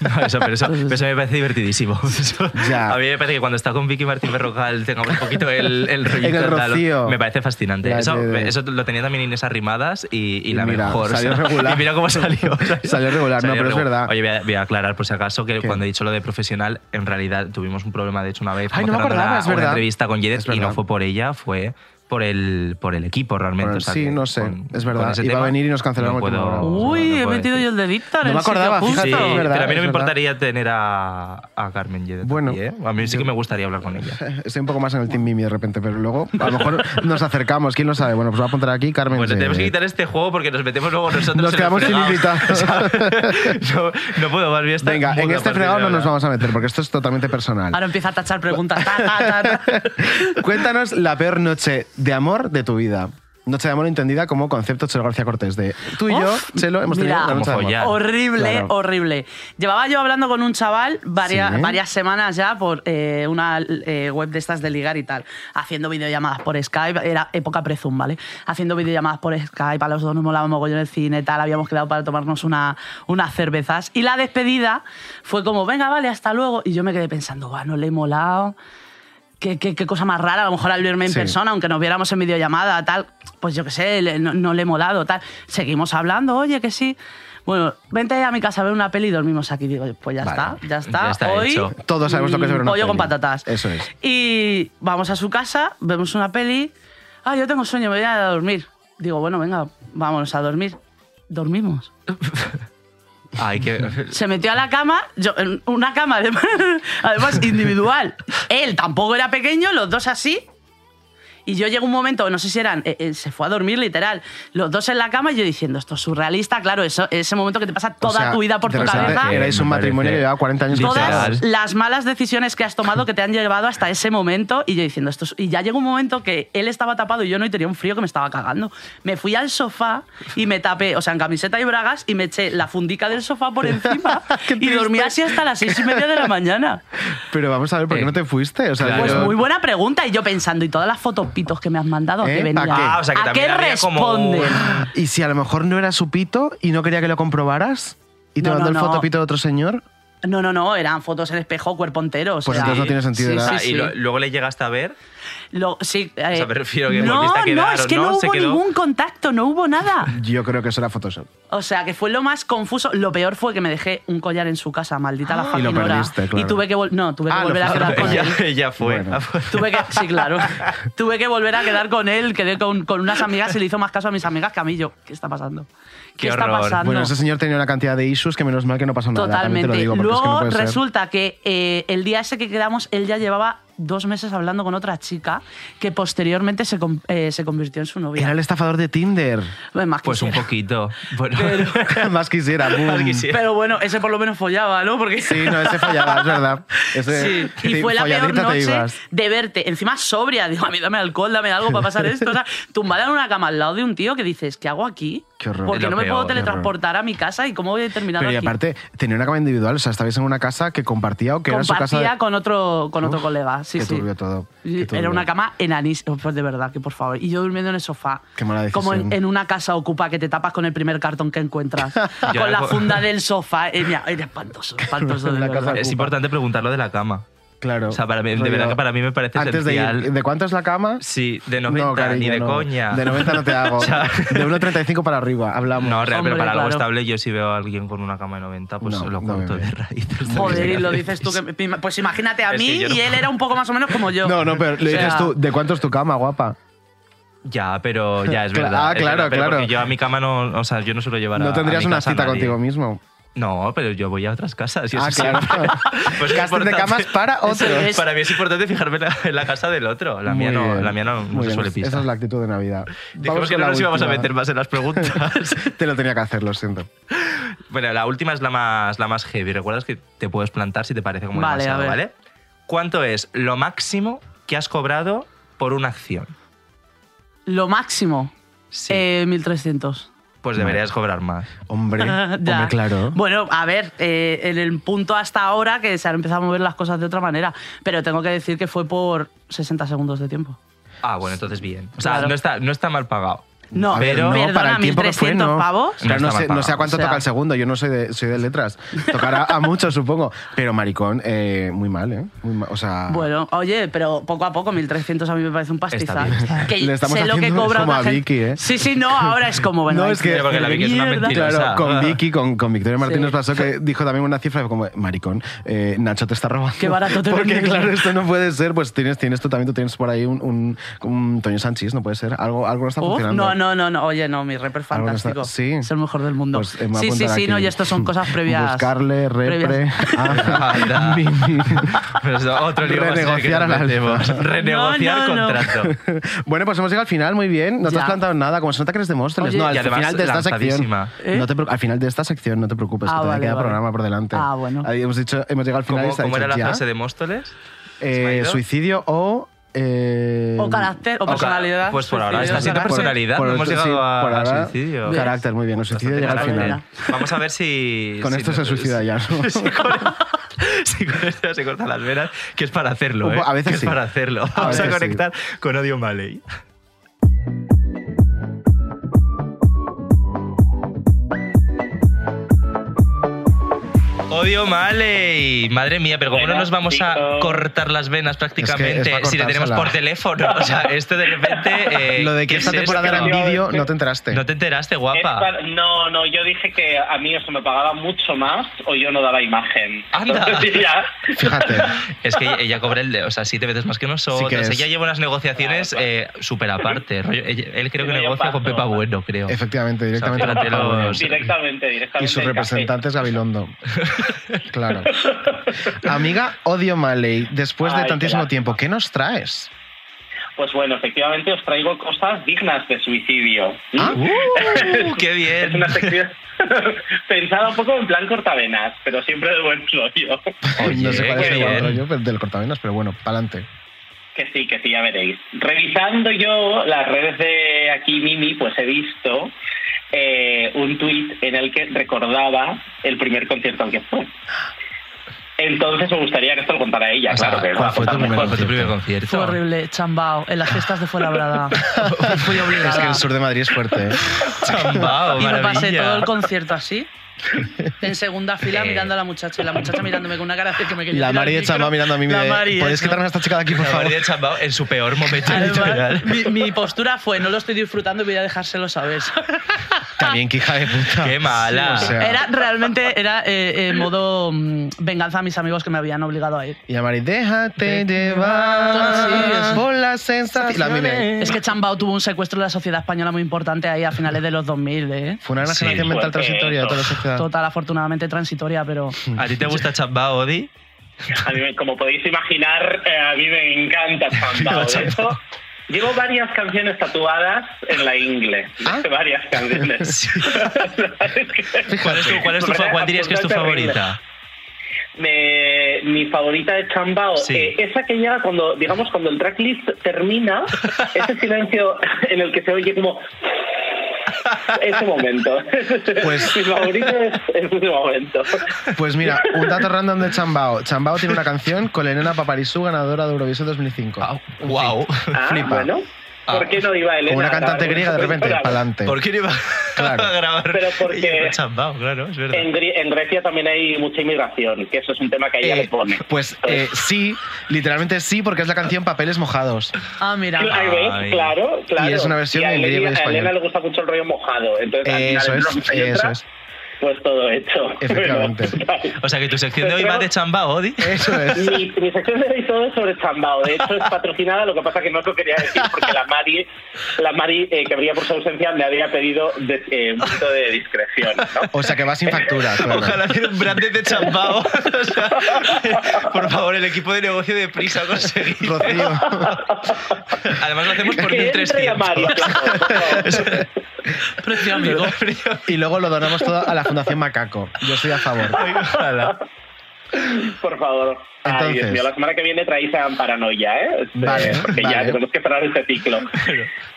[SPEAKER 2] No, eso, pero eso, pero eso me parece divertidísimo. Eso-
[SPEAKER 1] Ya.
[SPEAKER 2] A mí me parece que cuando está con Vicky Martín Berrocal tengamos un poquito el, el rollito
[SPEAKER 1] En el
[SPEAKER 2] tal.
[SPEAKER 1] rocío.
[SPEAKER 2] Me parece fascinante.
[SPEAKER 1] La
[SPEAKER 2] Eso,
[SPEAKER 1] de-
[SPEAKER 2] eso lo tenía también Inés Arrimadas y, y la
[SPEAKER 1] Mira,
[SPEAKER 2] mejor.
[SPEAKER 1] salió
[SPEAKER 2] o sea,
[SPEAKER 1] regular.
[SPEAKER 2] Y mira cómo salió.
[SPEAKER 1] Salió regular, no, pero es verdad.
[SPEAKER 2] Oye, voy a, voy a aclarar por si acaso que
[SPEAKER 1] ¿Qué?
[SPEAKER 2] cuando he dicho lo de profesional, en realidad tuvimos un problema, de hecho, una vez
[SPEAKER 1] Ay, no me
[SPEAKER 2] promocionando
[SPEAKER 1] acordaba,
[SPEAKER 2] una,
[SPEAKER 1] es
[SPEAKER 2] una
[SPEAKER 1] verdad.
[SPEAKER 2] entrevista con Yedet
[SPEAKER 1] Es
[SPEAKER 2] y no
[SPEAKER 1] verdad.
[SPEAKER 2] fue por ella, fue por el, por el equipo realmente.
[SPEAKER 1] Por el-
[SPEAKER 2] o sea,
[SPEAKER 1] sí,
[SPEAKER 2] que
[SPEAKER 1] no sé, es verdad.
[SPEAKER 2] con ese
[SPEAKER 1] Iba a
[SPEAKER 2] tema
[SPEAKER 1] venir y nos cancelaron
[SPEAKER 2] no
[SPEAKER 1] a última
[SPEAKER 2] puedo-
[SPEAKER 1] hora.
[SPEAKER 2] no
[SPEAKER 6] Uy, he
[SPEAKER 2] puedo
[SPEAKER 6] metido yo
[SPEAKER 2] decir.
[SPEAKER 6] el dedito
[SPEAKER 1] No
[SPEAKER 6] en
[SPEAKER 1] me
[SPEAKER 6] el sitio
[SPEAKER 1] acordaba,
[SPEAKER 6] justo.
[SPEAKER 1] fíjate,
[SPEAKER 2] Sí,
[SPEAKER 1] es verdad,
[SPEAKER 2] pero a mí no
[SPEAKER 1] es
[SPEAKER 2] me
[SPEAKER 1] verdad.
[SPEAKER 2] importaría tener a, a Carmen Lledet.
[SPEAKER 1] Bueno,
[SPEAKER 2] aquí, ¿eh? a mí sí que me gustaría hablar con ella.
[SPEAKER 1] Estoy un poco más en el Team Mimi de repente, pero luego a lo mejor nos acercamos. ¿Quién lo sabe? Bueno, pues voy a apuntar aquí Carmen.
[SPEAKER 2] Bueno, tenemos que
[SPEAKER 1] Llere.
[SPEAKER 2] quitar este juego porque nos metemos luego nosotros.
[SPEAKER 1] Nos
[SPEAKER 2] en el
[SPEAKER 1] quedamos sin
[SPEAKER 2] fregado.
[SPEAKER 1] invitados.
[SPEAKER 2] ¿Sabes? no, no puedo más bien estar
[SPEAKER 1] Venga,
[SPEAKER 2] mudo
[SPEAKER 1] en
[SPEAKER 2] a
[SPEAKER 1] este
[SPEAKER 2] partir
[SPEAKER 1] fregado
[SPEAKER 2] de
[SPEAKER 1] no nos
[SPEAKER 2] ahora.
[SPEAKER 1] vamos a meter porque esto es totalmente personal.
[SPEAKER 6] Ahora empieza a tachar preguntas. Ta, ta, ta, ta.
[SPEAKER 1] Cuéntanos la peor noche de amor de tu vida. Noche de amor entendida como concepto Chelo García Cortés de tú y yo,
[SPEAKER 6] Uf,
[SPEAKER 1] Chelo, hemos tenido
[SPEAKER 6] mira,
[SPEAKER 1] una noche de
[SPEAKER 2] Como
[SPEAKER 1] amor.
[SPEAKER 2] follar.
[SPEAKER 6] Horrible,
[SPEAKER 1] Claro.
[SPEAKER 6] horrible. Llevaba yo hablando con un chaval varias,
[SPEAKER 1] Sí.
[SPEAKER 6] varias semanas ya por eh, una eh, web de estas de ligar y tal, haciendo videollamadas por Skype, era época pre-Zoom, ¿vale? Haciendo videollamadas por Skype, a los dos nos molaba mogollón el cine, tal, habíamos quedado para tomarnos una, unas cervezas. Y la despedida fue como, venga, vale, hasta luego. Y yo me quedé pensando, va, no le he molado. ¿Qué, qué- qué cosa más rara, a lo mejor al verme en
[SPEAKER 1] Sí.
[SPEAKER 6] persona, aunque nos viéramos en videollamada, tal, pues yo qué sé, le- no, no le he molado, tal. Seguimos hablando, oye, que sí. Bueno, vente a mi casa a ver una peli y dormimos aquí. Digo, pues ya
[SPEAKER 1] Vale.
[SPEAKER 6] está, ya está.
[SPEAKER 2] Ya está
[SPEAKER 6] Hoy,
[SPEAKER 2] hecho.
[SPEAKER 1] Todos sabemos lo que es
[SPEAKER 6] mm,
[SPEAKER 1] ver una
[SPEAKER 6] Pollo con
[SPEAKER 1] peli.
[SPEAKER 6] patatas.
[SPEAKER 1] Eso es.
[SPEAKER 6] Y vamos a su casa, vemos una peli. Ah, yo tengo sueño, me voy a dormir. Digo, bueno, venga, vámonos a dormir. Dormimos
[SPEAKER 2] Ay, que.
[SPEAKER 6] se metió a la cama, yo, en una cama además, además individual. Él tampoco era pequeño, los dos así. Y yo llego un momento, no sé si eran, eh, eh, se fue a dormir literal, los dos en la cama y yo diciendo, esto es surrealista, claro, eso, ese momento que te pasa
[SPEAKER 1] O
[SPEAKER 6] toda
[SPEAKER 1] sea,
[SPEAKER 6] tu vida por
[SPEAKER 1] de
[SPEAKER 6] tu
[SPEAKER 1] repente Erais
[SPEAKER 6] cabeza.
[SPEAKER 1] un
[SPEAKER 2] Me parece
[SPEAKER 1] matrimonio que llevaba 40 años
[SPEAKER 2] literal.
[SPEAKER 1] casados.
[SPEAKER 6] Todas las malas decisiones que has tomado que te han llevado hasta ese momento y yo diciendo esto. es- Y ya llegó un momento que él estaba tapado y yo no y tenía un frío que me estaba cagando. Me fui al sofá y me tapé, o sea, en camiseta y bragas y me eché la fundica del sofá por encima
[SPEAKER 1] Qué
[SPEAKER 6] y
[SPEAKER 1] triste.
[SPEAKER 6] dormí así hasta las seis y media de la mañana.
[SPEAKER 1] Pero vamos a ver, ¿por qué
[SPEAKER 2] Eh,
[SPEAKER 1] no te fuiste? O sea,
[SPEAKER 2] claro.
[SPEAKER 6] Pues
[SPEAKER 1] yo-
[SPEAKER 6] muy buena pregunta y yo pensando y todas las fotopitos que me has mandado a
[SPEAKER 1] ¿Eh?
[SPEAKER 6] qué
[SPEAKER 1] ¿Pa'
[SPEAKER 6] venían?
[SPEAKER 1] qué?
[SPEAKER 2] Ah, o sea, que
[SPEAKER 6] ¿A
[SPEAKER 2] también
[SPEAKER 6] qué
[SPEAKER 2] había como un-
[SPEAKER 6] responden?
[SPEAKER 1] ¿Y si a lo mejor no era su pito y no quería que lo comprobaras? ¿Y te
[SPEAKER 6] No,
[SPEAKER 1] mandó
[SPEAKER 6] no,
[SPEAKER 1] el
[SPEAKER 6] no.
[SPEAKER 1] fotopito de otro señor?
[SPEAKER 6] No, no, no, eran fotos en espejo, cuerpo entero. o
[SPEAKER 1] Pues
[SPEAKER 6] sea,
[SPEAKER 1] entonces no tiene sentido,
[SPEAKER 6] sí,
[SPEAKER 1] ¿verdad?
[SPEAKER 6] sí,
[SPEAKER 2] Ah,
[SPEAKER 6] sí.
[SPEAKER 2] y lo- luego le llegaste a ver.
[SPEAKER 6] Lo- sí,
[SPEAKER 2] O sea,
[SPEAKER 6] eh,
[SPEAKER 2] me refiero que
[SPEAKER 6] no,
[SPEAKER 2] volviste a
[SPEAKER 6] no,
[SPEAKER 2] quedar,
[SPEAKER 6] es que
[SPEAKER 2] ¿no?
[SPEAKER 6] no,
[SPEAKER 2] Se
[SPEAKER 6] hubo
[SPEAKER 2] quedó-
[SPEAKER 6] ningún contacto, no hubo nada.
[SPEAKER 1] Yo creo que eso era Photoshop.
[SPEAKER 6] O sea, que fue lo más confuso. Lo peor fue que me dejé un collar en su casa, maldita la
[SPEAKER 1] Ah. Y lo
[SPEAKER 6] fucking hora.
[SPEAKER 1] perdiste, claro.
[SPEAKER 6] Y tuve que, vol- no, tuve que
[SPEAKER 1] Ah, lo
[SPEAKER 6] volver a
[SPEAKER 1] fuiste a
[SPEAKER 6] quedar con
[SPEAKER 2] ella,
[SPEAKER 6] él.
[SPEAKER 2] ella fue.
[SPEAKER 1] Bueno.
[SPEAKER 6] Tuve que, sí, claro. Tuve que volver a quedar con él, quedé con, con unas amigas y le hizo más caso a mis amigas que a mí. Yo, ¿qué está pasando? ¿Qué,
[SPEAKER 2] Qué
[SPEAKER 6] está
[SPEAKER 2] horror.
[SPEAKER 6] pasando?
[SPEAKER 1] Bueno, ese señor tenía una cantidad de issues que menos mal que no pasó nada. también
[SPEAKER 6] Totalmente.
[SPEAKER 1] te lo digo, porque es que
[SPEAKER 6] Luego
[SPEAKER 1] no puede ser.
[SPEAKER 6] resulta que eh, el día ese que quedamos, él ya llevaba dos meses hablando con otra chica que posteriormente se, com- eh, se convirtió en su novia.
[SPEAKER 1] Era el estafador de Tinder.
[SPEAKER 6] Bueno, más
[SPEAKER 2] Pues un
[SPEAKER 6] quisiera.
[SPEAKER 2] poquito. Bueno,
[SPEAKER 1] Más quisiera, boom.
[SPEAKER 6] Pero bueno, ese por lo menos follaba, ¿no? Porque...
[SPEAKER 1] Sí, no, ese follaba, es verdad. Ese-
[SPEAKER 6] sí. Y
[SPEAKER 1] sí,
[SPEAKER 6] fue la peor
[SPEAKER 1] folladita te
[SPEAKER 6] noche
[SPEAKER 1] ibas.
[SPEAKER 6] de verte, encima sobria. Digo, a mí dame alcohol, dame algo para pasar esto. O sea, tumbada en una cama al lado de un tío que dices, ¿qué hago aquí?
[SPEAKER 1] Qué horror.
[SPEAKER 6] Porque
[SPEAKER 1] Es lo
[SPEAKER 6] no me
[SPEAKER 1] peor,
[SPEAKER 6] puedo
[SPEAKER 1] qué horror.
[SPEAKER 6] teletransportar a mi casa y cómo voy a terminar
[SPEAKER 1] Pero y
[SPEAKER 6] aquí.
[SPEAKER 1] aparte, tenía una cama individual, o sea, estabais en una casa que compartía o que
[SPEAKER 6] Compartía
[SPEAKER 1] era su casa. de-
[SPEAKER 6] con otro, con otro
[SPEAKER 1] Uf,
[SPEAKER 6] colega. Sí,
[SPEAKER 1] qué
[SPEAKER 6] sí.
[SPEAKER 1] turbio todo. qué
[SPEAKER 6] Era
[SPEAKER 1] turbio.
[SPEAKER 6] una cama enanísima, pues de verdad, que por favor. Y yo durmiendo en el sofá.
[SPEAKER 1] Qué mala decisión.
[SPEAKER 6] Como en, en una casa ocupa que te tapas con el primer cartón que encuentras.
[SPEAKER 2] Yo
[SPEAKER 6] con la
[SPEAKER 2] hago-
[SPEAKER 6] funda del sofá. Eh, mira, era espantoso, espantoso. de verdad.
[SPEAKER 2] es importante preguntarlo de la cama.
[SPEAKER 1] Claro.
[SPEAKER 2] O sea, para mí- de
[SPEAKER 1] Rollo,
[SPEAKER 2] verdad que para mí me parece
[SPEAKER 1] Antes de
[SPEAKER 2] esencial.
[SPEAKER 1] ir, ¿de cuánto es la cama?
[SPEAKER 2] Sí, de 90, ni
[SPEAKER 1] cariño,
[SPEAKER 2] de
[SPEAKER 1] no.
[SPEAKER 2] coña.
[SPEAKER 1] De 90 no te hago.
[SPEAKER 2] O sea,
[SPEAKER 1] de 1,35 para arriba, hablamos.
[SPEAKER 2] No, real, pero para algo estable, yo si veo a alguien con una cama de 90, pues
[SPEAKER 1] No,
[SPEAKER 2] lo
[SPEAKER 1] no
[SPEAKER 2] corto de raíz.
[SPEAKER 6] Joder, y lo dices tú. Que, pues imagínate a
[SPEAKER 2] Es que
[SPEAKER 6] mí
[SPEAKER 2] yo no
[SPEAKER 6] y él
[SPEAKER 2] puedo.
[SPEAKER 6] era un poco más o menos como yo.
[SPEAKER 1] No, no, pero
[SPEAKER 6] O
[SPEAKER 1] le dices
[SPEAKER 6] sea,
[SPEAKER 1] tú, ¿de cuánto es tu cama, guapa?
[SPEAKER 2] Ya, pero ya es
[SPEAKER 1] Cla-
[SPEAKER 2] verdad.
[SPEAKER 1] ah,
[SPEAKER 2] es
[SPEAKER 1] claro,
[SPEAKER 2] verdad, pero
[SPEAKER 1] claro.
[SPEAKER 2] porque yo a mi cama no, o sea, yo no suelo llevar a-
[SPEAKER 1] No
[SPEAKER 2] a
[SPEAKER 1] tendrías
[SPEAKER 2] mi
[SPEAKER 1] una
[SPEAKER 2] casa a
[SPEAKER 1] cita
[SPEAKER 2] nadie.
[SPEAKER 1] contigo mismo.
[SPEAKER 2] No, pero yo voy a otras casas. y
[SPEAKER 1] Ah,
[SPEAKER 2] eso
[SPEAKER 1] claro.
[SPEAKER 2] siempre- Pues es
[SPEAKER 1] Casting de
[SPEAKER 2] importante-
[SPEAKER 1] camas para
[SPEAKER 2] Eso
[SPEAKER 1] otros.
[SPEAKER 2] es. Para mí es importante fijarme en la, en la casa del otro. La mía
[SPEAKER 1] Muy
[SPEAKER 2] no,
[SPEAKER 1] bien,
[SPEAKER 2] la mía no, no
[SPEAKER 1] muy
[SPEAKER 2] se
[SPEAKER 1] bien, pues
[SPEAKER 2] suele
[SPEAKER 1] esa-
[SPEAKER 2] pisar.
[SPEAKER 1] Esa es la actitud de Navidad.
[SPEAKER 2] Dijimos que
[SPEAKER 1] con
[SPEAKER 2] no
[SPEAKER 1] la
[SPEAKER 2] nos íbamos a
[SPEAKER 1] última.
[SPEAKER 2] meter más en las preguntas.
[SPEAKER 1] Te lo tenía que hacer, lo siento.
[SPEAKER 2] Bueno, la última es la más, la más heavy. Recuerdas que te puedes plantar si te parece como
[SPEAKER 6] Vale,
[SPEAKER 2] demasiado,
[SPEAKER 6] a ver.
[SPEAKER 2] ¿vale? ¿Cuánto es lo máximo que has cobrado por una acción?
[SPEAKER 6] Lo máximo. Eh, 1300.
[SPEAKER 2] Pues deberías cobrar más.
[SPEAKER 1] Hombre,
[SPEAKER 6] Ya. Bueno, a ver, eh, en el punto hasta ahora que se han empezado a mover las cosas de otra manera, pero tengo que decir que fue por 60 segundos de tiempo.
[SPEAKER 2] Ah, bueno, entonces bien. O sea,
[SPEAKER 6] Claro.
[SPEAKER 2] no, está, no está mal pagado.
[SPEAKER 6] No,
[SPEAKER 1] Pero no,
[SPEAKER 6] perdona,
[SPEAKER 1] para el tiempo que fue,
[SPEAKER 6] 1300
[SPEAKER 1] no.
[SPEAKER 6] pavos.
[SPEAKER 1] Claro,
[SPEAKER 2] No
[SPEAKER 1] no,
[SPEAKER 2] está
[SPEAKER 1] sé,
[SPEAKER 2] mal
[SPEAKER 1] no sé a cuánto
[SPEAKER 6] pagado. O sea-
[SPEAKER 1] toca el segundo, yo no soy de, soy de letras. Tocará a mucho, supongo. Pero maricón, eh, muy mal, ¿eh? Muy mal, o sea...
[SPEAKER 6] Bueno, oye, pero poco a poco 1300 a mí me parece un pastizal.
[SPEAKER 1] bien, está bien.
[SPEAKER 6] Que
[SPEAKER 1] Le estamos
[SPEAKER 6] sé lo que
[SPEAKER 1] haciendo
[SPEAKER 6] cobra
[SPEAKER 1] como
[SPEAKER 6] otra
[SPEAKER 1] a
[SPEAKER 6] gente.
[SPEAKER 1] Vicky, ¿eh?
[SPEAKER 6] Sí, sí, no, ahora es como bueno.
[SPEAKER 1] no,
[SPEAKER 6] hay
[SPEAKER 1] es que,
[SPEAKER 2] porque la Vicky es una
[SPEAKER 1] Mierda.
[SPEAKER 2] mentirosa.
[SPEAKER 1] Claro, con Vicky, con, con Victoria Martín
[SPEAKER 6] Sí.
[SPEAKER 1] nos pasó que dijo también una cifra como, maricón, eh, Nacho te está robando.
[SPEAKER 6] Qué barato te
[SPEAKER 1] Porque
[SPEAKER 6] venden.
[SPEAKER 1] claro, esto no puede ser, pues tienes, tienes tú también, tú tienes por ahí un, un, un Toño Sánchez, no puede ser, algo, algo no está
[SPEAKER 6] Uf,
[SPEAKER 1] funcionando.
[SPEAKER 6] no, no, no, no, oye, no, mi rapper
[SPEAKER 1] Algo no
[SPEAKER 6] fantástico.
[SPEAKER 1] está- sí.
[SPEAKER 6] Es el mejor del mundo.
[SPEAKER 1] Pues, eh, me voy a
[SPEAKER 6] sí, sí,
[SPEAKER 1] apuntar
[SPEAKER 6] sí, no,
[SPEAKER 1] aquí.
[SPEAKER 6] y esto son cosas previas.
[SPEAKER 1] Buscarle, repre,
[SPEAKER 6] previas.
[SPEAKER 1] ah,
[SPEAKER 2] Anda.
[SPEAKER 1] mini.
[SPEAKER 2] Pero es Pues otro lío más serio que
[SPEAKER 1] Renegociar a
[SPEAKER 2] nos
[SPEAKER 1] la
[SPEAKER 2] metemos.
[SPEAKER 1] alza.
[SPEAKER 6] No,
[SPEAKER 2] Renegociar
[SPEAKER 6] no, no.
[SPEAKER 2] contrato.
[SPEAKER 1] Bueno, pues hemos llegado al final, muy bien. No te
[SPEAKER 6] Ya.
[SPEAKER 1] has plantado nada, como se nota que eres de Móstoles.
[SPEAKER 6] Oye,
[SPEAKER 1] no, al
[SPEAKER 2] y además
[SPEAKER 1] final de esta sección.
[SPEAKER 2] lanzadísima.
[SPEAKER 6] ¿Eh?
[SPEAKER 1] No te preocu- al final de esta sección, no te preocupes,
[SPEAKER 6] Ah,
[SPEAKER 1] que todavía
[SPEAKER 6] vale,
[SPEAKER 1] queda
[SPEAKER 6] vale.
[SPEAKER 1] programa por delante.
[SPEAKER 6] Ah, bueno.
[SPEAKER 1] Ahí hemos dicho, hemos llegado al final
[SPEAKER 2] ¿Cómo,
[SPEAKER 1] y se ha
[SPEAKER 2] cómo
[SPEAKER 1] dicho,
[SPEAKER 2] era la
[SPEAKER 1] ya,
[SPEAKER 2] frase de Móstoles?
[SPEAKER 1] eh,
[SPEAKER 2] ¿Se me ha ido?
[SPEAKER 1] suicidio o. eh,
[SPEAKER 6] O carácter, o
[SPEAKER 2] ca-
[SPEAKER 6] personalidad.
[SPEAKER 2] pues por ahora,
[SPEAKER 6] suicidio,
[SPEAKER 2] está siendo
[SPEAKER 6] carácter.
[SPEAKER 2] personalidad.
[SPEAKER 1] por
[SPEAKER 2] no hemos
[SPEAKER 1] esto- sí,
[SPEAKER 2] llegado a,
[SPEAKER 1] por
[SPEAKER 2] a
[SPEAKER 1] ahora,
[SPEAKER 2] suicidio.
[SPEAKER 1] Carácter, muy bien. El suicidio llega al
[SPEAKER 2] Bastante
[SPEAKER 1] final.
[SPEAKER 6] carácter.
[SPEAKER 2] Vamos a ver si.
[SPEAKER 1] Con
[SPEAKER 2] si
[SPEAKER 1] esto
[SPEAKER 2] no-
[SPEAKER 1] se suicida ya. ¿no?
[SPEAKER 2] si con, si con esto se cortan las venas, que es para hacerlo.
[SPEAKER 1] Un
[SPEAKER 2] ¿eh?
[SPEAKER 1] po- a veces
[SPEAKER 2] que es
[SPEAKER 1] sí.
[SPEAKER 2] para hacerlo.
[SPEAKER 1] A
[SPEAKER 2] Vamos a,
[SPEAKER 1] veces sí.
[SPEAKER 2] conectar con Odio Maley. Odio Maley. Madre mía, pero ¿cómo no nos vamos a cortar las venas prácticamente
[SPEAKER 1] Es que es para
[SPEAKER 2] si le tenemos por
[SPEAKER 1] cortársela.
[SPEAKER 2] teléfono? O sea, esto de repente. eh,
[SPEAKER 1] Lo de que
[SPEAKER 2] ¿qué
[SPEAKER 1] esta
[SPEAKER 2] es
[SPEAKER 1] temporada
[SPEAKER 2] esto?
[SPEAKER 1] era en vídeo, no te enteraste.
[SPEAKER 2] No te enteraste,
[SPEAKER 9] Es
[SPEAKER 2] guapa.
[SPEAKER 9] para- no, no, yo dije que a mí eso me pagaba mucho más o yo no daba imagen.
[SPEAKER 2] Anda.
[SPEAKER 9] Entonces, ya.
[SPEAKER 1] Fíjate.
[SPEAKER 2] Es que ella cobra el de, o sea, siete veces más que nosotros.
[SPEAKER 1] Sí que es.
[SPEAKER 2] ella lleva unas
[SPEAKER 9] Ah,
[SPEAKER 2] negociaciones eh, súper aparte. rollo, ella- él creo que
[SPEAKER 9] No, yo
[SPEAKER 2] negocia con
[SPEAKER 9] paso.
[SPEAKER 2] Pepa Bueno, creo.
[SPEAKER 1] Efectivamente,
[SPEAKER 2] O sea,
[SPEAKER 1] directamente.
[SPEAKER 2] fíjate
[SPEAKER 1] con Pablo.
[SPEAKER 2] los-
[SPEAKER 9] Directamente, directamente.
[SPEAKER 1] Y su
[SPEAKER 9] el
[SPEAKER 1] representante es Gabilondo. claro. Amiga Odio Maley, después de
[SPEAKER 9] Ay,
[SPEAKER 1] tantísimo
[SPEAKER 9] qué
[SPEAKER 1] tiempo, ¿qué nos traes?
[SPEAKER 9] café. Pues bueno, efectivamente os traigo cosas dignas de suicidio.
[SPEAKER 1] ¿Ah?
[SPEAKER 2] ¡Uh, ¡Qué
[SPEAKER 9] Es
[SPEAKER 2] bien!
[SPEAKER 9] una sección pensada un poco en plan cortavenas, pero siempre de buen rollo.
[SPEAKER 2] Oye,
[SPEAKER 1] no sé cuál es
[SPEAKER 2] qué
[SPEAKER 1] el buen
[SPEAKER 2] bien.
[SPEAKER 1] rollo pero- del cortavenas, pero bueno, pa'lante.
[SPEAKER 9] Que sí, que sí, ya veréis. Revisando yo las redes de aquí Mimi, pues he visto eh, un tuit en el que recordaba el primer concierto al que fue. Entonces me gustaría que esto lo contara ella,
[SPEAKER 2] O sea,
[SPEAKER 9] claro. que lo va a
[SPEAKER 2] ¿cuál fue tu
[SPEAKER 9] contar
[SPEAKER 2] primer,
[SPEAKER 9] mejor.
[SPEAKER 2] fue tu primer
[SPEAKER 6] Fue
[SPEAKER 2] concierto?
[SPEAKER 6] horrible, chambao, en las fiestas de Fuenlabrada. Fui obligada.
[SPEAKER 1] Es que el sur de Madrid es fuerte. ¿eh?
[SPEAKER 2] Chambao,
[SPEAKER 6] y me pasé
[SPEAKER 2] maravilla.
[SPEAKER 6] todo el concierto así, en segunda fila
[SPEAKER 2] Eh.
[SPEAKER 6] mirando a la muchacha y la muchacha mirándome con una cara de que me quería
[SPEAKER 1] La
[SPEAKER 6] tirar
[SPEAKER 1] Mari
[SPEAKER 6] el
[SPEAKER 1] de Chamba
[SPEAKER 6] micro.
[SPEAKER 1] mirando a mí. Pues
[SPEAKER 6] La
[SPEAKER 1] de,
[SPEAKER 6] Mari,
[SPEAKER 1] ¿Podéis
[SPEAKER 6] ¿no?
[SPEAKER 1] quitarme a esta chica de aquí, por
[SPEAKER 2] La
[SPEAKER 1] favor?
[SPEAKER 2] María de Chambao en su peor momento
[SPEAKER 6] Además,
[SPEAKER 2] editorial.
[SPEAKER 6] mi, mi postura fue, no lo estoy disfrutando, voy a dejárselo saber. ¿sabes?
[SPEAKER 1] También, que hija de puta.
[SPEAKER 2] ¡Qué mala!
[SPEAKER 1] Sí, o sea.
[SPEAKER 6] Era realmente, era eh, eh, modo mm, venganza a mis amigos que me habían obligado a ir.
[SPEAKER 1] Y la Mari, déjate
[SPEAKER 6] Sí,
[SPEAKER 1] llevar
[SPEAKER 6] es-
[SPEAKER 1] por la sensación. Y la Mimi,
[SPEAKER 6] Es que Chambao tuvo un secuestro de la sociedad española muy importante ahí a finales de los 2000, ¿eh?
[SPEAKER 1] Fue una
[SPEAKER 2] Sí.
[SPEAKER 1] Ah. generación mental transitoria de toda la sociedad.
[SPEAKER 6] Total, afortunadamente transitoria, pero...
[SPEAKER 2] ¿A ti te gusta Chambao, Odi?
[SPEAKER 9] A mí, me- como podéis imaginar, eh, a mí me encanta Chambao. De hecho, llevo varias canciones tatuadas en la ingle.
[SPEAKER 1] Ah.
[SPEAKER 9] Varias canciones.
[SPEAKER 2] ¿Cuál es tu, cuál es tu fa- cuál dirías que es tu favorita?
[SPEAKER 9] Me- mi favorita de Chambao,
[SPEAKER 2] Sí.
[SPEAKER 9] eh, esa que llega cuando, digamos, cuando el tracklist termina, ese silencio en el que se oye como... Ese momento.
[SPEAKER 1] Pues-
[SPEAKER 9] Mi favorito es es ese momento.
[SPEAKER 1] Pues mira, un dato random de Chambao. Chambao tiene una canción con Elena Paparizou, ganadora de Eurovisión 2005.
[SPEAKER 2] Wow.
[SPEAKER 9] Ah,
[SPEAKER 1] Flipa.
[SPEAKER 9] bueno. ¿Por qué no iba
[SPEAKER 1] Ah.
[SPEAKER 9] Elena?
[SPEAKER 1] Como una cantante
[SPEAKER 9] Claro,
[SPEAKER 1] griega de repente,
[SPEAKER 9] claro.
[SPEAKER 1] pa'lante.
[SPEAKER 2] ¿Por qué no iba a grabar?
[SPEAKER 9] Pero porque-
[SPEAKER 2] Chambao, claro, es verdad.
[SPEAKER 9] En, Gre- en Grecia también hay mucha inmigración, que eso es un tema que a ella
[SPEAKER 1] Eh,
[SPEAKER 9] le pone.
[SPEAKER 1] Pues eh, sí, literalmente sí, porque es la canción Papeles mojados.
[SPEAKER 6] Ah, mira.
[SPEAKER 9] Ahí ves, claro, claro.
[SPEAKER 1] Y es una versión
[SPEAKER 9] Y a
[SPEAKER 1] en griego y
[SPEAKER 9] Elena, a
[SPEAKER 1] español.
[SPEAKER 9] Elena le gusta mucho el rollo mojado, entonces al
[SPEAKER 1] Eso
[SPEAKER 9] final
[SPEAKER 1] es,
[SPEAKER 9] entre una y
[SPEAKER 1] eso
[SPEAKER 9] otra,
[SPEAKER 1] es.
[SPEAKER 9] Pues todo hecho.
[SPEAKER 1] Efectivamente.
[SPEAKER 2] O sea que tu sección de hoy va de Chambao, Odi.
[SPEAKER 1] Eso
[SPEAKER 9] Mi, mi sección de hoy todo es sobre chambao. De hecho, es patrocinada, lo que pasa que no os lo quería decir porque la Mari, la Mari eh, que habría por su ausencia, me había pedido de- eh, un poquito de discreción. ¿no?
[SPEAKER 1] O sea que va sin factura. claro.
[SPEAKER 2] Ojalá hacer un brand de Chambao. O sea, por favor, el equipo de negocio de prisa conseguir.
[SPEAKER 1] Rocío.
[SPEAKER 2] Además lo
[SPEAKER 1] Pues
[SPEAKER 2] hacemos por
[SPEAKER 9] Que entre
[SPEAKER 2] 1300.
[SPEAKER 6] Precio amigo.
[SPEAKER 1] Y luego lo donamos todo a la Fundación Macaco. Yo estoy a favor.
[SPEAKER 9] Por favor. Ay, Dios
[SPEAKER 1] Entonces.
[SPEAKER 9] mío, la semana que viene traéis a Paranoia, ¿eh? Este,
[SPEAKER 1] Vale,
[SPEAKER 9] porque ya
[SPEAKER 1] vale.
[SPEAKER 9] tenemos que cerrar este ciclo.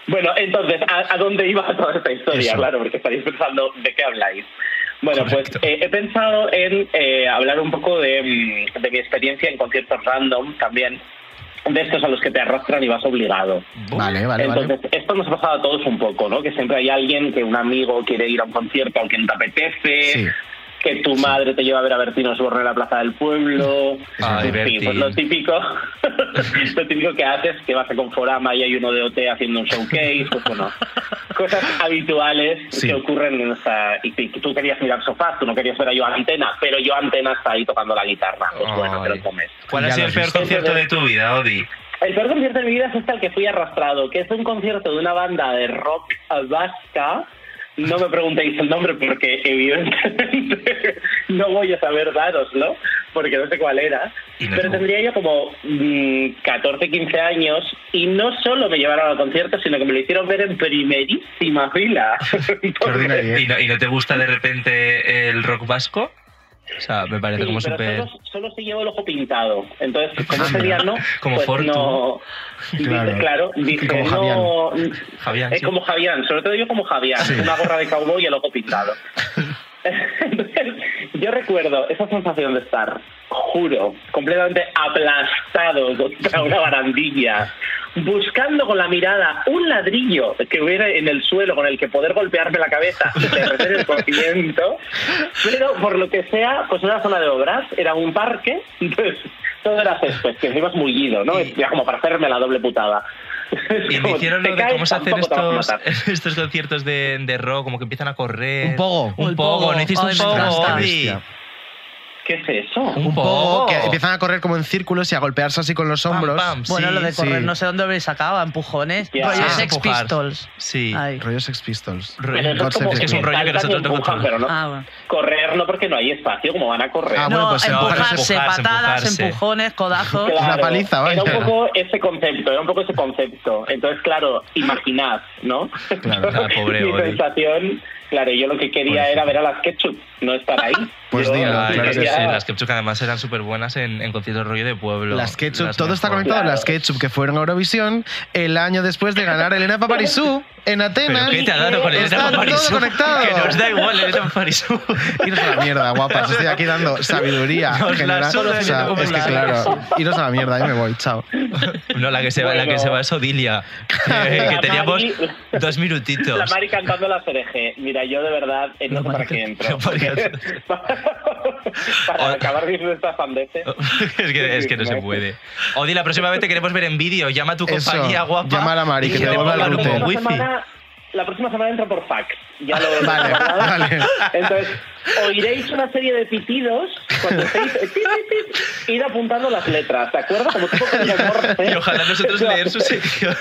[SPEAKER 9] bueno, entonces, ¿a, a dónde iba toda esta historia?
[SPEAKER 1] Eso.
[SPEAKER 9] Claro, porque estaréis pensando de qué habláis. Bueno, pues eh, he pensado en eh, hablar un poco de, mm, de mi experiencia en conciertos random también, de estos a los que te arrastran y vas obligado.
[SPEAKER 1] Vale, vale, vale.
[SPEAKER 9] Entonces, esto nos ha pasado a todos un poco, ¿no? Que siempre hay alguien que un amigo quiere ir a un concierto al que no te apetece, que tu madre te lleva a ver a Bertino Osborne en la plaza del pueblo.
[SPEAKER 2] Ay,
[SPEAKER 9] En fin,
[SPEAKER 2] Bertín.
[SPEAKER 9] pues lo típico, lo típico que haces, que vas a Conforama y hay uno de OT haciendo un showcase, pues bueno, cosas habituales
[SPEAKER 1] Sí.
[SPEAKER 9] que ocurren en esta... Y que tú querías mirar sofás, tú no querías ver a Joan Antena, pero Joan Antena está ahí tocando la guitarra, pues bueno, te lo comes.
[SPEAKER 2] ¿Cuál ha sido el peor concierto de tu vida, Odi?
[SPEAKER 9] El peor concierto de mi vida es este al que fui arrastrado, que es un concierto de una banda de rock vasca. No me preguntéis el nombre porque evidentemente no voy a saber daroslo, porque no sé cuál era.
[SPEAKER 2] Y no
[SPEAKER 9] Pero
[SPEAKER 2] tú.
[SPEAKER 9] tendría yo como mm, 14, 15 años y no solo me llevaron al concierto, sino que me lo hicieron ver en primerísima fila.
[SPEAKER 1] ¿eh?
[SPEAKER 2] ¿Y no, y no te gusta de repente el rock vasco? O sea, me parece
[SPEAKER 9] Sí,
[SPEAKER 2] como
[SPEAKER 9] pero
[SPEAKER 2] súper...
[SPEAKER 9] solo, solo se lleva el ojo pintado. Entonces, como ese día no,
[SPEAKER 2] Como
[SPEAKER 9] pues
[SPEAKER 2] Fortu.
[SPEAKER 9] no... Dice,
[SPEAKER 2] Claro.
[SPEAKER 9] Claro, dice,
[SPEAKER 2] Como
[SPEAKER 9] no...
[SPEAKER 2] Javián,
[SPEAKER 9] Es
[SPEAKER 2] sí.
[SPEAKER 9] como Javián, sobre todo yo como Javián, una gorra de cowboy y el ojo pintado. yo recuerdo esa sensación de estar, juro, completamente aplastado contra una barandilla, buscando con la mirada un ladrillo que hubiera en el suelo con el que poder golpearme la cabeza y perder el conocimiento, pero por lo que sea, pues era una zona de obras, era un parque, entonces todo era césped, que encima es mullido, ¿no? Es ya como para hacerme la doble putada.
[SPEAKER 2] Y me
[SPEAKER 9] Como
[SPEAKER 2] hicieron
[SPEAKER 9] te
[SPEAKER 2] lo de
[SPEAKER 9] caes,
[SPEAKER 2] cómo se hacen
[SPEAKER 9] tampoco te vas a
[SPEAKER 2] estos,
[SPEAKER 9] matar.
[SPEAKER 2] estos conciertos de, de rock, como que empiezan a correr.
[SPEAKER 1] Un pogo.
[SPEAKER 2] Un
[SPEAKER 1] El
[SPEAKER 2] pogo,
[SPEAKER 1] pogo.
[SPEAKER 2] no hiciste
[SPEAKER 1] Ay,
[SPEAKER 2] un
[SPEAKER 1] me
[SPEAKER 2] pogo,
[SPEAKER 1] encanta.
[SPEAKER 2] Odi.
[SPEAKER 1] Bestia.
[SPEAKER 9] ¿Qué es eso?
[SPEAKER 1] Un poco que empiezan a correr como en círculos y a golpearse así con los hombros.
[SPEAKER 6] bueno, lo de correr,
[SPEAKER 1] Sí.
[SPEAKER 6] no sé dónde habéis sacado, a empujones.
[SPEAKER 1] Ya.
[SPEAKER 6] Rollo
[SPEAKER 1] Sí,
[SPEAKER 6] Sex
[SPEAKER 1] empujar.
[SPEAKER 6] Pistols.
[SPEAKER 2] Sí.
[SPEAKER 1] Rollo Sex Pistols.
[SPEAKER 2] Rollo- Pero
[SPEAKER 1] God
[SPEAKER 2] eso es como
[SPEAKER 1] Save the
[SPEAKER 2] que es un
[SPEAKER 1] Queen.
[SPEAKER 2] rollo que nosotros no
[SPEAKER 9] empujan, pero no.
[SPEAKER 6] Ah, bueno.
[SPEAKER 9] Correr no porque no hay espacio, como van a correr.
[SPEAKER 1] Ah, bueno, No, pues
[SPEAKER 6] empujarse,
[SPEAKER 1] empujarse,
[SPEAKER 6] patadas,
[SPEAKER 1] empujarse.
[SPEAKER 6] empujones, codazos.
[SPEAKER 9] Claro, Era un poco ese concepto, era un poco ese concepto. Entonces, claro, imaginad, ¿no?
[SPEAKER 2] Claro, ah, pobre
[SPEAKER 9] Mi
[SPEAKER 2] Oli. Pues
[SPEAKER 9] sensación, claro, yo lo que quería era ver a las ketchup, no estar ahí.
[SPEAKER 1] Pues
[SPEAKER 9] Yo
[SPEAKER 1] dilo,
[SPEAKER 9] lo que
[SPEAKER 1] claro que
[SPEAKER 9] quería-
[SPEAKER 1] sí.
[SPEAKER 2] Las Ketchup que además eran súper buenas en, en conciertos rollo de pueblo.
[SPEAKER 1] Las Ketchup,
[SPEAKER 2] Las
[SPEAKER 1] todo está
[SPEAKER 2] mejores.
[SPEAKER 1] conectado. Las Ketchup que fueron a Eurovisión el año después de ganar Elena Paparizou en Atenas.
[SPEAKER 2] ¿Pero qué te ha dado con el
[SPEAKER 1] ¿eh? Está todo conectado.
[SPEAKER 2] Que nos da igual el Etapa Parisú.
[SPEAKER 1] Iros a la mierda, guapas. Estoy aquí dando sabiduría
[SPEAKER 2] Nos la
[SPEAKER 1] general.
[SPEAKER 2] suda
[SPEAKER 1] O sea,
[SPEAKER 2] Elena
[SPEAKER 1] es que
[SPEAKER 2] Paparizou.
[SPEAKER 1] claro, iros a la mierda, yo me voy, chao.
[SPEAKER 2] No, la que se va, la que se va es Odilia. Que, que
[SPEAKER 9] La
[SPEAKER 2] teníamos
[SPEAKER 9] Mari-
[SPEAKER 2] dos
[SPEAKER 9] La
[SPEAKER 2] minutitos.
[SPEAKER 9] Mari cantando la cereje. Mira, yo de verdad eh, no sé para qué entro. para acabar diciendo estas sandeces.
[SPEAKER 2] Es que, es que no se puede. Odi, la próxima vez te queremos ver en vídeo. Llama a tu
[SPEAKER 1] Eso,
[SPEAKER 2] compañía guapa.
[SPEAKER 1] llama a la Mari,
[SPEAKER 2] y
[SPEAKER 1] que te devuelva el
[SPEAKER 2] pongan un
[SPEAKER 1] router.
[SPEAKER 2] wifi.
[SPEAKER 9] semana- la próxima semana entro por fax. Ya lo
[SPEAKER 1] Vale, vale.
[SPEAKER 9] Entonces, oiréis una serie de pitidos cuando estéis tit, tit, tit, ir apuntando las letras, ¿de acuerdo? Como tipo código Morse.
[SPEAKER 2] Y ojalá nosotros leer su sección.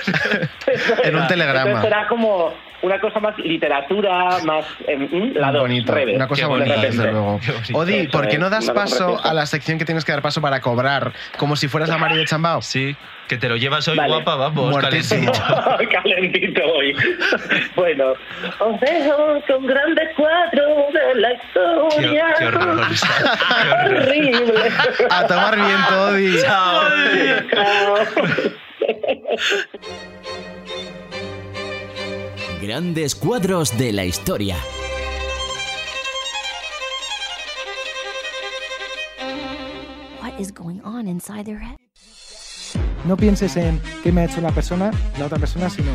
[SPEAKER 1] En un telegrama.
[SPEAKER 9] Entonces será como una cosa más literatura, más eh, mm, la dos,
[SPEAKER 1] Bonito,
[SPEAKER 9] Reves,
[SPEAKER 1] una cosa
[SPEAKER 9] de
[SPEAKER 1] bonita,
[SPEAKER 9] repente.
[SPEAKER 2] ¿eh?
[SPEAKER 1] desde luego. Odi,
[SPEAKER 9] Eso
[SPEAKER 1] ¿por qué
[SPEAKER 9] es,
[SPEAKER 1] no das
[SPEAKER 9] una cosa
[SPEAKER 1] paso
[SPEAKER 9] preciosa.
[SPEAKER 1] a la sección que tienes que dar paso para cobrar? Como si fueras la Mari de Chambao.
[SPEAKER 2] Sí, que te lo llevas hoy
[SPEAKER 1] Vale.
[SPEAKER 2] guapa, vamos,
[SPEAKER 1] Muertísimo.
[SPEAKER 2] calentito.
[SPEAKER 9] Calentito hoy. bueno, os dejo con grandes cuadros de la historia.
[SPEAKER 2] Qué horror.
[SPEAKER 9] Horrible.
[SPEAKER 1] A tomar viento, Odi.
[SPEAKER 12] Grandes cuadros de la historia.
[SPEAKER 13] What is going on inside their head?
[SPEAKER 14] No pienses en qué me ha hecho la persona, la otra persona, sino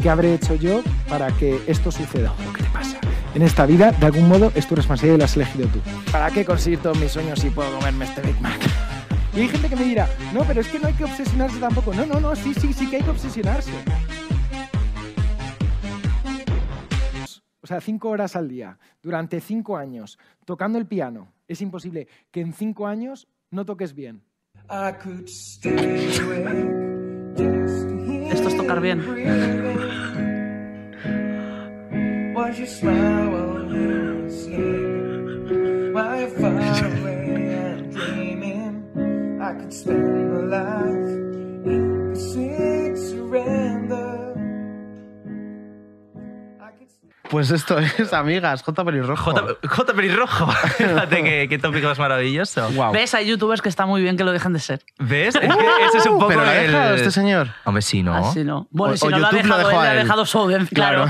[SPEAKER 14] qué habré hecho yo para que esto suceda. Lo que te pasa. En esta vida, de algún modo, es tu responsabilidad y la has elegido tú. ¿Para qué conseguir todos mis sueños si puedo comerme este Big Mac? Y hay gente que me dirá, no, pero es que no hay que obsesionarse tampoco. No, no, no, sí, sí, sí que hay que obsesionarse. O sea, cinco horas al día, durante cinco años, tocando el piano. Es imposible que en cinco años no toques bien.
[SPEAKER 6] Esto es tocar bien.
[SPEAKER 1] Pues esto es, amigas, J. Pelirrojo.
[SPEAKER 2] J. Pelirrojo. Fíjate qué, qué tópico más maravilloso.
[SPEAKER 6] ¿Ves? Hay youtubers que está muy bien que lo dejen de ser.
[SPEAKER 2] ¿Ves? Es que ese es un poco
[SPEAKER 1] Pero lo ha
[SPEAKER 2] el...
[SPEAKER 1] dejado este señor.
[SPEAKER 2] Hombre, sí, ¿no?
[SPEAKER 6] Así no. Bueno,
[SPEAKER 1] O-
[SPEAKER 6] si
[SPEAKER 1] o
[SPEAKER 6] no lo ha
[SPEAKER 1] YouTube lo
[SPEAKER 6] dejado,
[SPEAKER 1] dejó
[SPEAKER 6] él,
[SPEAKER 1] a
[SPEAKER 6] le ha
[SPEAKER 1] él.
[SPEAKER 6] dejado su audiencia, claro.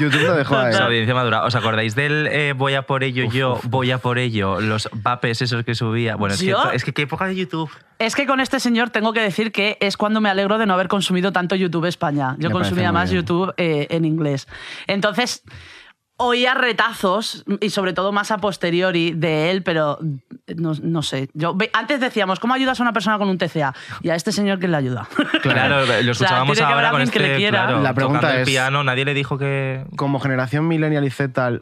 [SPEAKER 1] YouTube lo dejó a él.
[SPEAKER 2] Esa audiencia madura. ¿Os acordáis del eh, voy a por ello yo, voy a por ello? Los vapes esos que subía. Bueno, es que,
[SPEAKER 6] ¿Yo?
[SPEAKER 2] es que qué época de YouTube.
[SPEAKER 6] Es que con este señor tengo que decir que es cuando me alegro de no haber consumido tanto YouTube España. Yo
[SPEAKER 2] Me parece
[SPEAKER 6] consumía
[SPEAKER 2] muy
[SPEAKER 6] más
[SPEAKER 2] bien.
[SPEAKER 6] YouTube eh, en inglés. Entonces, oía retazos y sobre todo más a posteriori de él, pero no, no sé. Yo, ve- antes decíamos, ¿cómo ayudas a una persona con un TCA? Y a este señor, ¿quién le ayuda?
[SPEAKER 2] Claro, lo escuchábamos
[SPEAKER 6] tiene que haber
[SPEAKER 2] ahora con
[SPEAKER 6] alguien que
[SPEAKER 2] este.
[SPEAKER 6] le quiera.
[SPEAKER 2] claro,
[SPEAKER 1] La pregunta
[SPEAKER 2] tocando el
[SPEAKER 1] es-
[SPEAKER 2] piano, nadie le dijo que.
[SPEAKER 1] Como generación millennial y Z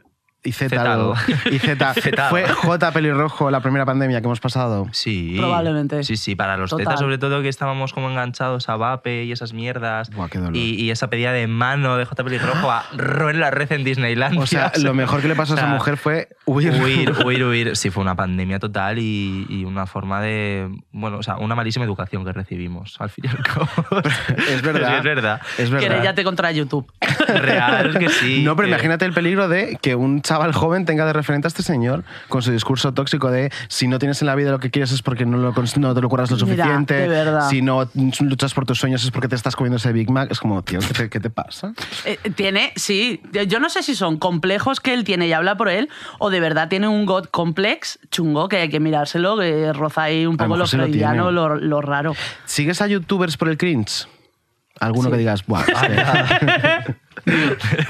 [SPEAKER 1] y Z
[SPEAKER 2] Zetal.
[SPEAKER 1] y Z
[SPEAKER 2] Zetal.
[SPEAKER 1] fue J pelirrojo la primera pandemia que hemos pasado.
[SPEAKER 2] Sí.
[SPEAKER 6] Probablemente.
[SPEAKER 2] Sí, sí, para los
[SPEAKER 6] Total.
[SPEAKER 2] tetas, sobre todo, que estábamos como enganchados a vape y esas mierdas.
[SPEAKER 1] qué dolor.
[SPEAKER 2] Y, y esa pedida de mano de J. Pelirrojo a Ro en la red en Disneyland.
[SPEAKER 1] O sea, lo mejor que le pasó a esa mujer fue huir.
[SPEAKER 2] Huir, huir, huir. Sí, fue una pandemia total y, y una forma de. Bueno, o sea, una malísima educación que recibimos, al fin y al cabo.
[SPEAKER 1] Es verdad.
[SPEAKER 2] es verdad.
[SPEAKER 1] Es verdad.
[SPEAKER 6] Querellate contra YouTube.
[SPEAKER 2] Real, que sí.
[SPEAKER 1] No, pero
[SPEAKER 2] que-
[SPEAKER 1] imagínate el peligro de que un chaval joven tenga de referente a este señor con su discurso tóxico de si no tienes en la vida lo que quieres es porque no, lo cons- no te lo curas lo
[SPEAKER 6] Mira,
[SPEAKER 1] suficiente,
[SPEAKER 6] de verdad.
[SPEAKER 1] si no luchas por tus sueños es porque te estás comiendo ese Big Mac. Es como, tío, ¿qué te, qué te pasa?
[SPEAKER 6] Eh, tiene, sí. Yo no sé si son complejos que él tiene y habla por él, o de verdad tiene un God complex chungo que hay que mirárselo, que roza ahí un
[SPEAKER 1] A lo
[SPEAKER 6] poco
[SPEAKER 1] mejor
[SPEAKER 6] lo
[SPEAKER 1] sí lo
[SPEAKER 6] freudiano,
[SPEAKER 1] tiene.
[SPEAKER 6] lo, lo raro.
[SPEAKER 1] ¿Sigues a youtubers por el cringe? Alguno que digas, Buah, este-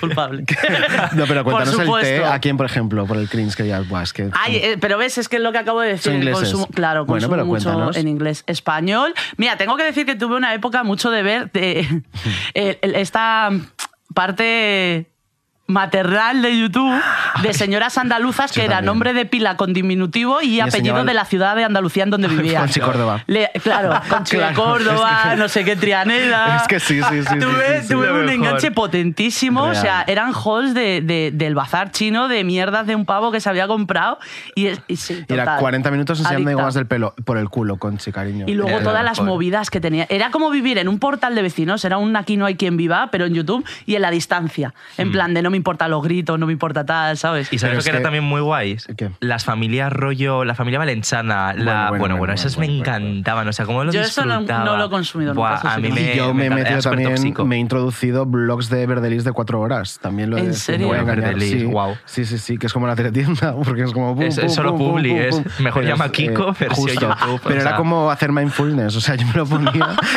[SPEAKER 6] Culpable.
[SPEAKER 1] No, pero
[SPEAKER 6] Por
[SPEAKER 1] cuéntanos el té.
[SPEAKER 6] supuesto.
[SPEAKER 1] ¿A quién, por ejemplo, por el cringe que digas, Buah, es que...
[SPEAKER 6] Ay, eh, pero ves, es que es lo que acabo de decir.
[SPEAKER 1] Son ingleses.
[SPEAKER 6] consumo- claro,
[SPEAKER 1] Bueno,
[SPEAKER 6] consumo
[SPEAKER 1] pero
[SPEAKER 6] mucho
[SPEAKER 1] cuéntanos.
[SPEAKER 6] en inglés español. Mira, tengo que decir que tuve una época mucho de ver de, el- el- esta parte maternal de YouTube de señoras andaluzas que era
[SPEAKER 1] también.
[SPEAKER 6] nombre de pila con diminutivo y,
[SPEAKER 1] Y
[SPEAKER 6] apellido
[SPEAKER 1] enseñaban-
[SPEAKER 6] de la ciudad de Andalucía en donde vivía.
[SPEAKER 1] Conchi Córdoba.
[SPEAKER 6] Le- claro, Conchi de
[SPEAKER 1] Claro,
[SPEAKER 6] Córdoba,
[SPEAKER 1] es que-
[SPEAKER 6] no sé qué, Trianela.
[SPEAKER 1] Es que sí, sí, sí, sí,
[SPEAKER 6] Tuve,
[SPEAKER 1] sí, sí,
[SPEAKER 6] tuve
[SPEAKER 1] lo
[SPEAKER 6] un
[SPEAKER 1] mejor.
[SPEAKER 6] enganche potentísimo. O
[SPEAKER 1] Real.
[SPEAKER 6] sea, eran halls de, de- del bazar chino de mierdas de un pavo que se había comprado. Y, es- y sí,
[SPEAKER 1] Y era
[SPEAKER 6] total.
[SPEAKER 1] 40 minutos enseñando
[SPEAKER 6] Adicta.
[SPEAKER 1] gomas del pelo por el culo, Conchi, cariño.
[SPEAKER 6] Y luego
[SPEAKER 1] Era
[SPEAKER 6] todas
[SPEAKER 1] lo
[SPEAKER 6] las
[SPEAKER 1] mejor.
[SPEAKER 6] movidas que tenía. Era como vivir en un portal de vecinos, era un aquí no hay quien viva, pero en YouTube y en la distancia.
[SPEAKER 1] Mm.
[SPEAKER 6] En plan de no me importa los gritos, no me importa tal, ¿sabes?
[SPEAKER 2] Y sabes lo que era también muy guay. Las familias rollo, la familia valenciana, la bueno, bueno, esas me encantaban, o sea, cómo lo
[SPEAKER 6] Yo eso no-
[SPEAKER 2] disfrutaba.
[SPEAKER 6] no lo he consumido nunca,
[SPEAKER 2] Buah,
[SPEAKER 6] eso
[SPEAKER 2] a
[SPEAKER 6] sí
[SPEAKER 2] mí
[SPEAKER 6] que
[SPEAKER 2] me,
[SPEAKER 1] y yo me he
[SPEAKER 2] encanta- era
[SPEAKER 1] metido también,
[SPEAKER 2] supertóxico.
[SPEAKER 1] me he introducido blogs de Verdelis de cuatro horas. También lo he
[SPEAKER 6] ¿En
[SPEAKER 1] de-
[SPEAKER 6] serio?
[SPEAKER 1] No voy a
[SPEAKER 2] Bueno,
[SPEAKER 1] engañar.
[SPEAKER 2] Verdelis,
[SPEAKER 1] sí,
[SPEAKER 2] guau.
[SPEAKER 1] sí, sí, sí, que es como la teletienda, porque es como. pum,
[SPEAKER 2] Es- es
[SPEAKER 1] pum,
[SPEAKER 2] solo
[SPEAKER 1] pum, pum,
[SPEAKER 2] publi,
[SPEAKER 1] pum,
[SPEAKER 2] es
[SPEAKER 1] pum.
[SPEAKER 2] mejor
[SPEAKER 1] Pero
[SPEAKER 2] llama
[SPEAKER 1] es, eh,
[SPEAKER 2] Kiko, versión
[SPEAKER 1] justo.
[SPEAKER 2] YouTube,
[SPEAKER 1] Pero
[SPEAKER 2] o
[SPEAKER 1] era
[SPEAKER 2] sea.
[SPEAKER 1] como hacer mindfulness, o sea, yo me lo ponía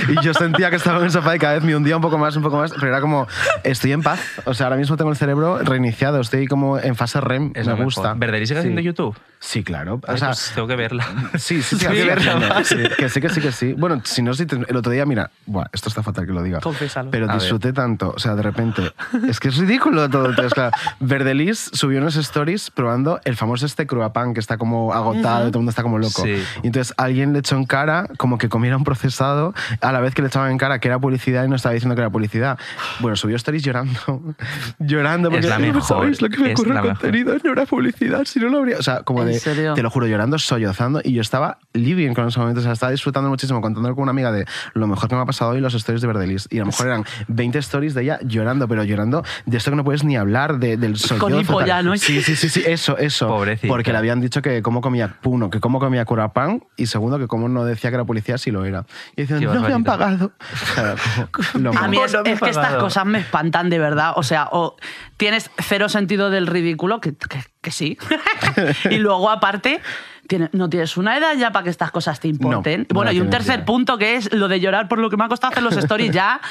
[SPEAKER 1] y yo sentía que estaba en el sofá y cada vez me hundía un poco más, un poco más, pero era como, estoy en paz, o sea, ahora mismo tengo el cerebro cerebro reiniciado, estoy como en fase REM,
[SPEAKER 2] Es
[SPEAKER 1] me
[SPEAKER 2] lo mejor.
[SPEAKER 1] gusta.
[SPEAKER 2] ¿Verderis sigue haciendo YouTube?
[SPEAKER 1] Sí, claro. O
[SPEAKER 2] Ay,
[SPEAKER 1] sea,
[SPEAKER 2] pues tengo que verla.
[SPEAKER 1] Sí, sí, sí, hay que verla. Sí, que sí, que sí, que sí. Bueno, si no, si te- el otro día, mira, buah, esto está fatal que lo diga.
[SPEAKER 6] Confésalo.
[SPEAKER 1] Pero
[SPEAKER 6] A ver.
[SPEAKER 1] disfruté tanto, o sea, de repente, es que es ridículo todo. Entonces, claro, Verdelis subió unos stories probando el famoso este cruapan que está como agotado
[SPEAKER 15] Ujú.
[SPEAKER 1] y todo el mundo está como loco.
[SPEAKER 15] Sí.
[SPEAKER 1] Y entonces alguien le echó en cara como que comiera un procesado a la vez que le echaban en cara que era publicidad y no estaba diciendo que era publicidad. Bueno, subió stories llorando, llorando porque
[SPEAKER 2] Es la
[SPEAKER 1] "No
[SPEAKER 2] mejor,
[SPEAKER 1] sabéis lo que me
[SPEAKER 2] es
[SPEAKER 1] ocurre
[SPEAKER 2] la
[SPEAKER 1] el
[SPEAKER 2] mejor.
[SPEAKER 1] contenido, no era publicidad, si no lo habría... O sea, como
[SPEAKER 6] ¿En
[SPEAKER 1] de,
[SPEAKER 6] serio?
[SPEAKER 1] te lo juro, llorando, sollozando y yo estaba living con esos momentos, o sea, estaba disfrutando muchísimo, contándolo con una amiga de lo mejor que me ha pasado hoy los stories de Verdelis. Y a lo mejor eran 20 stories de ella llorando, pero llorando de esto que no puedes ni hablar, de- del sollozo.
[SPEAKER 6] hipo
[SPEAKER 1] tal.
[SPEAKER 6] ya, ¿no?
[SPEAKER 1] Sí, sí, sí, sí, eso, eso. Porque le habían dicho que cómo comía, uno, que cómo comía curapán y segundo, que cómo no decía que era policía si lo era. Y dicen,
[SPEAKER 6] Qué
[SPEAKER 1] no me han
[SPEAKER 6] barbaridad".
[SPEAKER 1] pagado. Claro, como lo
[SPEAKER 6] A mí
[SPEAKER 1] mismo.
[SPEAKER 6] es, es que estas cosas me espantan de verdad. O sea, o tienes cero sentido del ridículo, que, que- que sí. y luego, aparte, tiene- no tienes una edad ya para que estas cosas te importen.
[SPEAKER 1] no
[SPEAKER 6] bueno,
[SPEAKER 1] la
[SPEAKER 6] y un
[SPEAKER 1] tienes
[SPEAKER 6] tercer
[SPEAKER 1] ya.
[SPEAKER 6] punto que es lo de llorar por lo que me ha costado hacer los stories ya.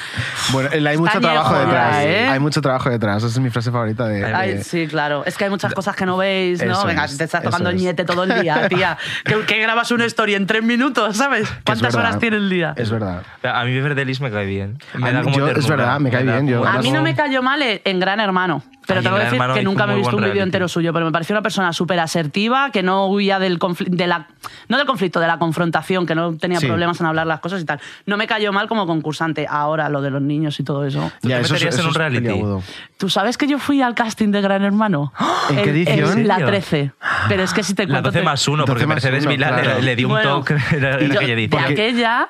[SPEAKER 1] Bueno, eh, hay mucho
[SPEAKER 6] Está
[SPEAKER 1] trabajo
[SPEAKER 6] viejo
[SPEAKER 1] detrás.
[SPEAKER 6] ya, ¿eh?
[SPEAKER 1] Hay mucho trabajo detrás. Esa es mi frase favorita de.
[SPEAKER 6] Ay,
[SPEAKER 1] de-
[SPEAKER 6] sí, claro. Es que hay muchas cosas que no veis, ¿no?
[SPEAKER 1] Eso
[SPEAKER 6] Venga,
[SPEAKER 1] es,
[SPEAKER 6] te estás
[SPEAKER 1] eso
[SPEAKER 6] tocando el
[SPEAKER 1] es.
[SPEAKER 6] ñete todo el día, tía. Que, que grabas una story en tres minutos, ¿sabes? ¿Cuántas
[SPEAKER 2] verdad.
[SPEAKER 6] horas tiene el día?
[SPEAKER 1] Es verdad.
[SPEAKER 2] A mí Verdelis me cae bien. Me
[SPEAKER 1] A
[SPEAKER 2] da
[SPEAKER 1] mí-
[SPEAKER 2] como
[SPEAKER 1] yo- es
[SPEAKER 2] ternura,
[SPEAKER 1] verdad, me cae
[SPEAKER 2] da
[SPEAKER 1] bien, yo-
[SPEAKER 2] como-
[SPEAKER 6] A mí no me cayó mal eh, en Gran Hermano, pero
[SPEAKER 2] Ay,
[SPEAKER 6] te voy
[SPEAKER 2] en
[SPEAKER 6] a
[SPEAKER 2] Gran
[SPEAKER 6] decir
[SPEAKER 2] Hermano
[SPEAKER 6] que
[SPEAKER 2] hizo
[SPEAKER 6] nunca me he
[SPEAKER 2] muy
[SPEAKER 6] visto
[SPEAKER 2] buen
[SPEAKER 6] un vídeo
[SPEAKER 2] reality.
[SPEAKER 6] entero suyo, pero me pareció una persona súper asertiva, que no huía del conflicto, de la, no del conflicto, de la confrontación, que no tenía
[SPEAKER 1] Sí.
[SPEAKER 6] problemas en hablar las cosas y tal. No me cayó mal como concursante. Ahora lo de los niños y todo eso.
[SPEAKER 1] Ya, eso es-
[SPEAKER 2] meterías en
[SPEAKER 1] eso
[SPEAKER 2] un
[SPEAKER 1] es
[SPEAKER 2] reality?
[SPEAKER 1] peliagudo.
[SPEAKER 6] ¿Tú sabes que yo fui al casting de Gran Hermano?
[SPEAKER 1] ¿En qué edición?
[SPEAKER 6] en la
[SPEAKER 1] ¿En serio?
[SPEAKER 6] 13. Pero es que si te
[SPEAKER 2] La
[SPEAKER 6] cuento...
[SPEAKER 2] 12
[SPEAKER 6] te-
[SPEAKER 2] más 1, porque
[SPEAKER 1] 12 más
[SPEAKER 2] Mercedes
[SPEAKER 1] uno,
[SPEAKER 2] Milán
[SPEAKER 1] claro.
[SPEAKER 2] le, le dio un
[SPEAKER 6] Bueno,
[SPEAKER 2] toque en
[SPEAKER 6] y yo-
[SPEAKER 2] aquella
[SPEAKER 6] de
[SPEAKER 2] edición.
[SPEAKER 6] aquella...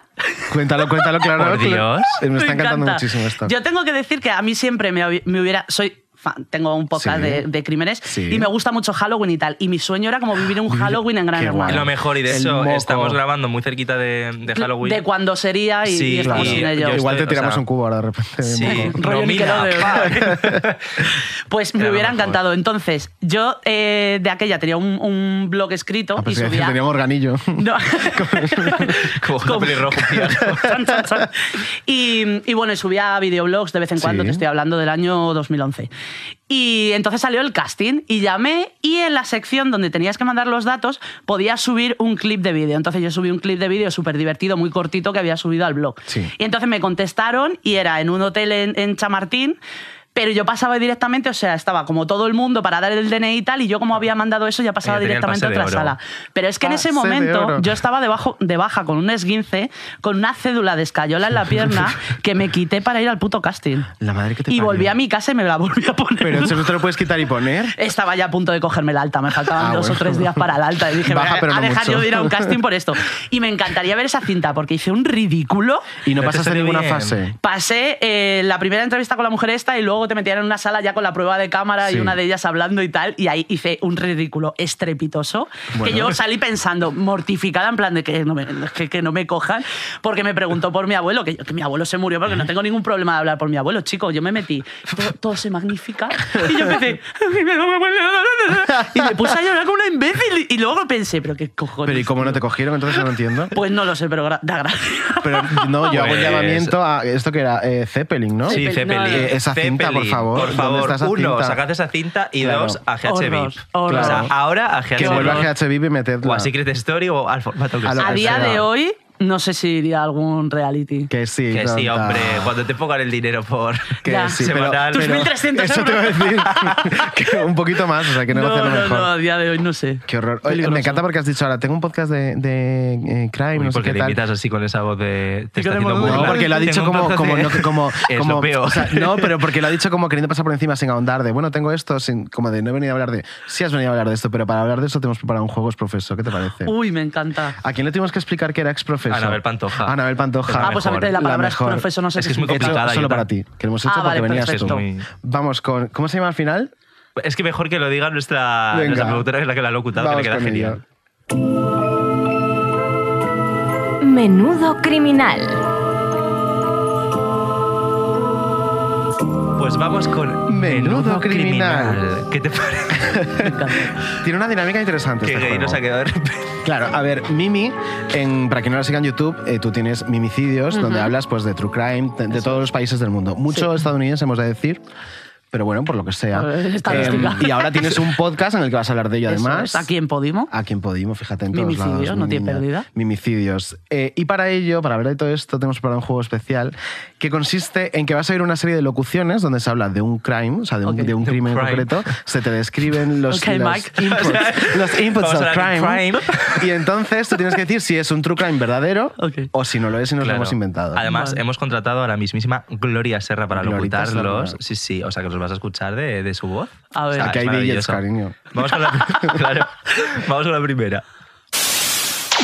[SPEAKER 1] Cuéntalo, cuéntalo, claro.
[SPEAKER 2] Por
[SPEAKER 1] que le-
[SPEAKER 2] Dios.
[SPEAKER 1] Me está
[SPEAKER 6] Me
[SPEAKER 1] encantando
[SPEAKER 6] encanta.
[SPEAKER 1] muchísimo esto.
[SPEAKER 6] Yo tengo que decir que a mí siempre me, hubi- me hubiera. Soy fan, tengo un podcast
[SPEAKER 1] Sí.
[SPEAKER 6] de, de crímenes
[SPEAKER 1] Sí.
[SPEAKER 6] y me gusta mucho Halloween y tal. Y mi sueño era como vivir un Halloween en Gran
[SPEAKER 2] Qué guay.
[SPEAKER 6] Hermano.
[SPEAKER 2] Lo mejor, y de
[SPEAKER 1] El
[SPEAKER 2] eso
[SPEAKER 1] moco.
[SPEAKER 2] estamos grabando muy cerquita de, de Halloween.
[SPEAKER 6] De cuando sería y, y estamos
[SPEAKER 2] y
[SPEAKER 6] en ello.
[SPEAKER 2] yo
[SPEAKER 1] Igual
[SPEAKER 2] estoy-
[SPEAKER 1] te tiramos
[SPEAKER 2] o sea,
[SPEAKER 1] un cubo ahora de repente. de
[SPEAKER 2] Sí,
[SPEAKER 1] moco.
[SPEAKER 6] Rollo
[SPEAKER 2] Romina,
[SPEAKER 6] Nickelodeon. Pues me
[SPEAKER 1] Era lo
[SPEAKER 6] hubiera
[SPEAKER 1] mejor.
[SPEAKER 6] encantado. Entonces, yo eh, de aquella tenía un, un blog escrito
[SPEAKER 1] Ah,
[SPEAKER 6] y
[SPEAKER 1] pues iba a decir,
[SPEAKER 6] subía.
[SPEAKER 1] Tenía un organillo.
[SPEAKER 2] como una pelirroja, tía.
[SPEAKER 6] Chan, chan, chan. Y, y bueno, y subía videoblogs de vez en cuando,
[SPEAKER 1] Sí.
[SPEAKER 6] te estoy hablando del año 2011. Y entonces salió el casting y llamé y en la sección donde tenías que mandar los datos podías subir un clip de vídeo. Entonces yo subí un clip de vídeo súper divertido, muy cortito que había subido al blog.
[SPEAKER 1] Sí.
[SPEAKER 6] Y entonces me contestaron y era en un hotel en, en Chamartín. Pero yo pasaba directamente, o sea, estaba como todo el mundo para dar el DNI y tal, y yo como había mandado eso, ya pasaba
[SPEAKER 2] Ella tenía el
[SPEAKER 6] directamente a
[SPEAKER 2] pase de
[SPEAKER 6] otra
[SPEAKER 2] oro.
[SPEAKER 6] sala. Pero es que
[SPEAKER 1] Ah,
[SPEAKER 6] en ese
[SPEAKER 2] Pase de oro.
[SPEAKER 6] momento yo estaba debajo, de baja con un esguince, con una cédula de escayola en la pierna que me quité para ir al puto casting.
[SPEAKER 1] La madre que te
[SPEAKER 6] Y
[SPEAKER 1] parió.
[SPEAKER 6] volví a mi casa y me la volví a poner.
[SPEAKER 1] Pero eso no te lo puedes quitar y poner.
[SPEAKER 6] Estaba ya a punto de cogerme la alta, me faltaban
[SPEAKER 1] Ah,
[SPEAKER 6] dos
[SPEAKER 1] bueno.
[SPEAKER 6] o tres días para la alta y dije,
[SPEAKER 1] Baja,
[SPEAKER 6] "Me voy
[SPEAKER 1] pero no
[SPEAKER 6] a dejar
[SPEAKER 1] mucho".
[SPEAKER 6] yo de ir a un casting por esto. Y me encantaría ver esa cinta porque hice un ridículo.
[SPEAKER 1] Y no
[SPEAKER 2] Pero
[SPEAKER 1] pasaste
[SPEAKER 2] te salió
[SPEAKER 1] ninguna
[SPEAKER 2] bien.
[SPEAKER 1] fase.
[SPEAKER 6] Pasé eh, la primera entrevista con la mujer esta y luego te metían en una sala ya con la prueba de cámara
[SPEAKER 1] Sí.
[SPEAKER 6] y una de ellas hablando y tal. Y ahí hice un ridículo estrepitoso
[SPEAKER 1] Bueno.
[SPEAKER 6] que yo salí pensando, mortificada, en plan de que no me, que, que no me cojan, porque me preguntó por mi abuelo, que, yo- que mi abuelo se murió, porque no tengo ningún problema de hablar por mi abuelo, chico. Yo me metí, todo, todo se magnifica. Y yo empecé, y me puse a llorar como una imbécil. Y luego pensé, pero qué cojones.
[SPEAKER 1] Pero ¿y cómo no te cogieron? Entonces no lo entiendo.
[SPEAKER 6] Pues no lo sé, pero gra- da gracia.
[SPEAKER 1] Pero no, yo hago un
[SPEAKER 2] Pues-
[SPEAKER 1] llamamiento a esto que era eh, Zeppelin, ¿no?
[SPEAKER 2] Sí, Zeppelin.
[SPEAKER 1] Eh, esa cinta, por
[SPEAKER 2] Zeppelin,
[SPEAKER 1] favor.
[SPEAKER 2] Por
[SPEAKER 1] ¿Dónde
[SPEAKER 2] favor,
[SPEAKER 1] está esa
[SPEAKER 2] uno,
[SPEAKER 1] cinta?
[SPEAKER 2] sacad esa cinta y
[SPEAKER 1] Claro.
[SPEAKER 2] dos, a GHB.
[SPEAKER 6] Horror, horror.
[SPEAKER 2] O sea, ahora a GHB.
[SPEAKER 1] Que vuelva a GHB y
[SPEAKER 2] O a
[SPEAKER 1] metedla.
[SPEAKER 2] Secret Story o al formato que
[SPEAKER 1] A lo
[SPEAKER 2] sea.
[SPEAKER 6] A día de hoy, no sé si iría a algún reality.
[SPEAKER 1] Que sí.
[SPEAKER 2] Que sí,
[SPEAKER 1] tonta.
[SPEAKER 2] hombre, cuando te pongan el dinero por
[SPEAKER 1] Que
[SPEAKER 6] Ya.
[SPEAKER 1] sí, pero,
[SPEAKER 2] semanal.
[SPEAKER 1] pero-
[SPEAKER 6] 2.300
[SPEAKER 1] Eso te iba a decir. Que un poquito más, o sea, que
[SPEAKER 6] No,
[SPEAKER 1] negociar
[SPEAKER 6] no,
[SPEAKER 1] mejor.
[SPEAKER 6] no, a día de hoy no sé.
[SPEAKER 1] Qué horror. Oye,
[SPEAKER 6] Peligroso.
[SPEAKER 1] me encanta porque has dicho ahora, tengo un podcast de, de, eh, crime,
[SPEAKER 2] Uy,
[SPEAKER 1] no sé
[SPEAKER 2] porque
[SPEAKER 1] qué
[SPEAKER 2] te
[SPEAKER 1] tal.
[SPEAKER 2] invitas así con esa voz de. Te
[SPEAKER 6] Sí,
[SPEAKER 2] está
[SPEAKER 6] que
[SPEAKER 2] haciendo
[SPEAKER 6] le mola.
[SPEAKER 1] No,
[SPEAKER 2] burla.
[SPEAKER 1] porque lo ha dicho
[SPEAKER 2] Tengo un
[SPEAKER 1] como,
[SPEAKER 2] plazo
[SPEAKER 1] como,
[SPEAKER 2] de-
[SPEAKER 1] no, que como,
[SPEAKER 2] Es
[SPEAKER 1] como-
[SPEAKER 2] lo peor.
[SPEAKER 1] o sea, no, pero porque lo ha dicho como queriendo pasar por encima sin ahondar de, bueno, tengo esto, sin, como de no he venido a hablar de, sí has venido a hablar de esto, pero para hablar de eso te hemos preparado un juego es profesor, ¿qué te parece?
[SPEAKER 6] Uy, me encanta.
[SPEAKER 1] ¿A quién le tuvimos que explicar que era ex profesor?
[SPEAKER 2] Anabel Pantoja.
[SPEAKER 1] Anabel Pantoja.
[SPEAKER 2] Es la
[SPEAKER 6] Ah, pues a mí
[SPEAKER 2] mejor.
[SPEAKER 6] la palabra
[SPEAKER 1] mejor.
[SPEAKER 6] exprofeso no sé
[SPEAKER 2] Es
[SPEAKER 6] qué
[SPEAKER 2] que es muy
[SPEAKER 1] Hecho
[SPEAKER 2] complicada. yo
[SPEAKER 1] solo para
[SPEAKER 2] también.
[SPEAKER 1] ti, que lo hemos hecho
[SPEAKER 6] Ah,
[SPEAKER 1] porque
[SPEAKER 6] vale,
[SPEAKER 1] venías
[SPEAKER 6] perfecto.
[SPEAKER 1] tú. Vamos con, ¿cómo se llama al final?
[SPEAKER 2] Es que mejor que lo diga nuestra,
[SPEAKER 1] Venga.
[SPEAKER 2] nuestra productora, que es la que la ha locutado, que
[SPEAKER 1] Vamos
[SPEAKER 2] le queda
[SPEAKER 1] con ello.
[SPEAKER 2] genial.
[SPEAKER 13] Menudo criminal.
[SPEAKER 2] Pues vamos con
[SPEAKER 1] Menudo criminal.
[SPEAKER 2] ¿Qué te parece?
[SPEAKER 1] Tiene una dinámica interesante.
[SPEAKER 2] Que
[SPEAKER 1] este
[SPEAKER 2] gay
[SPEAKER 1] juego.
[SPEAKER 2] nos ha quedado de repente.
[SPEAKER 1] Claro, a ver, Mimi, en- para quien no la siga en YouTube, eh, tú tienes Mimicidios, donde hablas pues, de true crime, de, de todos los países del mundo. Mucho estadounidense, hemos de decir, pero bueno, por lo que sea. Em,
[SPEAKER 6] Eh, estadística.
[SPEAKER 1] y ahora tienes un podcast en el que vas a hablar de ello,
[SPEAKER 6] Eso
[SPEAKER 1] además. Ah,
[SPEAKER 6] es, ¿a quién Podimo?
[SPEAKER 1] A quién Podimo, fíjate en todos
[SPEAKER 6] Mimicidios,
[SPEAKER 1] lados,
[SPEAKER 6] no
[SPEAKER 1] mi
[SPEAKER 6] tiene
[SPEAKER 1] niña.
[SPEAKER 6] pérdida.
[SPEAKER 1] Mimicidios. Eh, y para ello, para hablar de todo esto, tenemos preparado un juego especial que consiste en que vas a oír una serie de locuciones donde se habla de un crime, o sea, de un,
[SPEAKER 2] Ok.
[SPEAKER 1] de un
[SPEAKER 2] De un
[SPEAKER 1] crimen en
[SPEAKER 2] crime.
[SPEAKER 1] concreto, se te describen los,
[SPEAKER 2] Ok,
[SPEAKER 1] los
[SPEAKER 2] Mike.
[SPEAKER 1] inputs,
[SPEAKER 2] O sea,
[SPEAKER 1] los inputs
[SPEAKER 2] vamos a
[SPEAKER 1] del
[SPEAKER 2] hablar de
[SPEAKER 1] crime, Y entonces tú tienes que decir si es un true crime verdadero o si no lo es y nos lo
[SPEAKER 2] Claro.
[SPEAKER 1] hemos inventado.
[SPEAKER 2] Además, hemos contratado a la mismísima Gloria Serra para
[SPEAKER 1] Glorita
[SPEAKER 2] locutarlos. Sí, sí, o sea que los vas a escuchar de, de su voz.
[SPEAKER 6] A ver.
[SPEAKER 2] O sea,
[SPEAKER 1] Aquí
[SPEAKER 2] es
[SPEAKER 1] hay billetes,
[SPEAKER 2] maravilloso.
[SPEAKER 1] cariño.
[SPEAKER 2] Vamos con la, claro, vamos con la primera.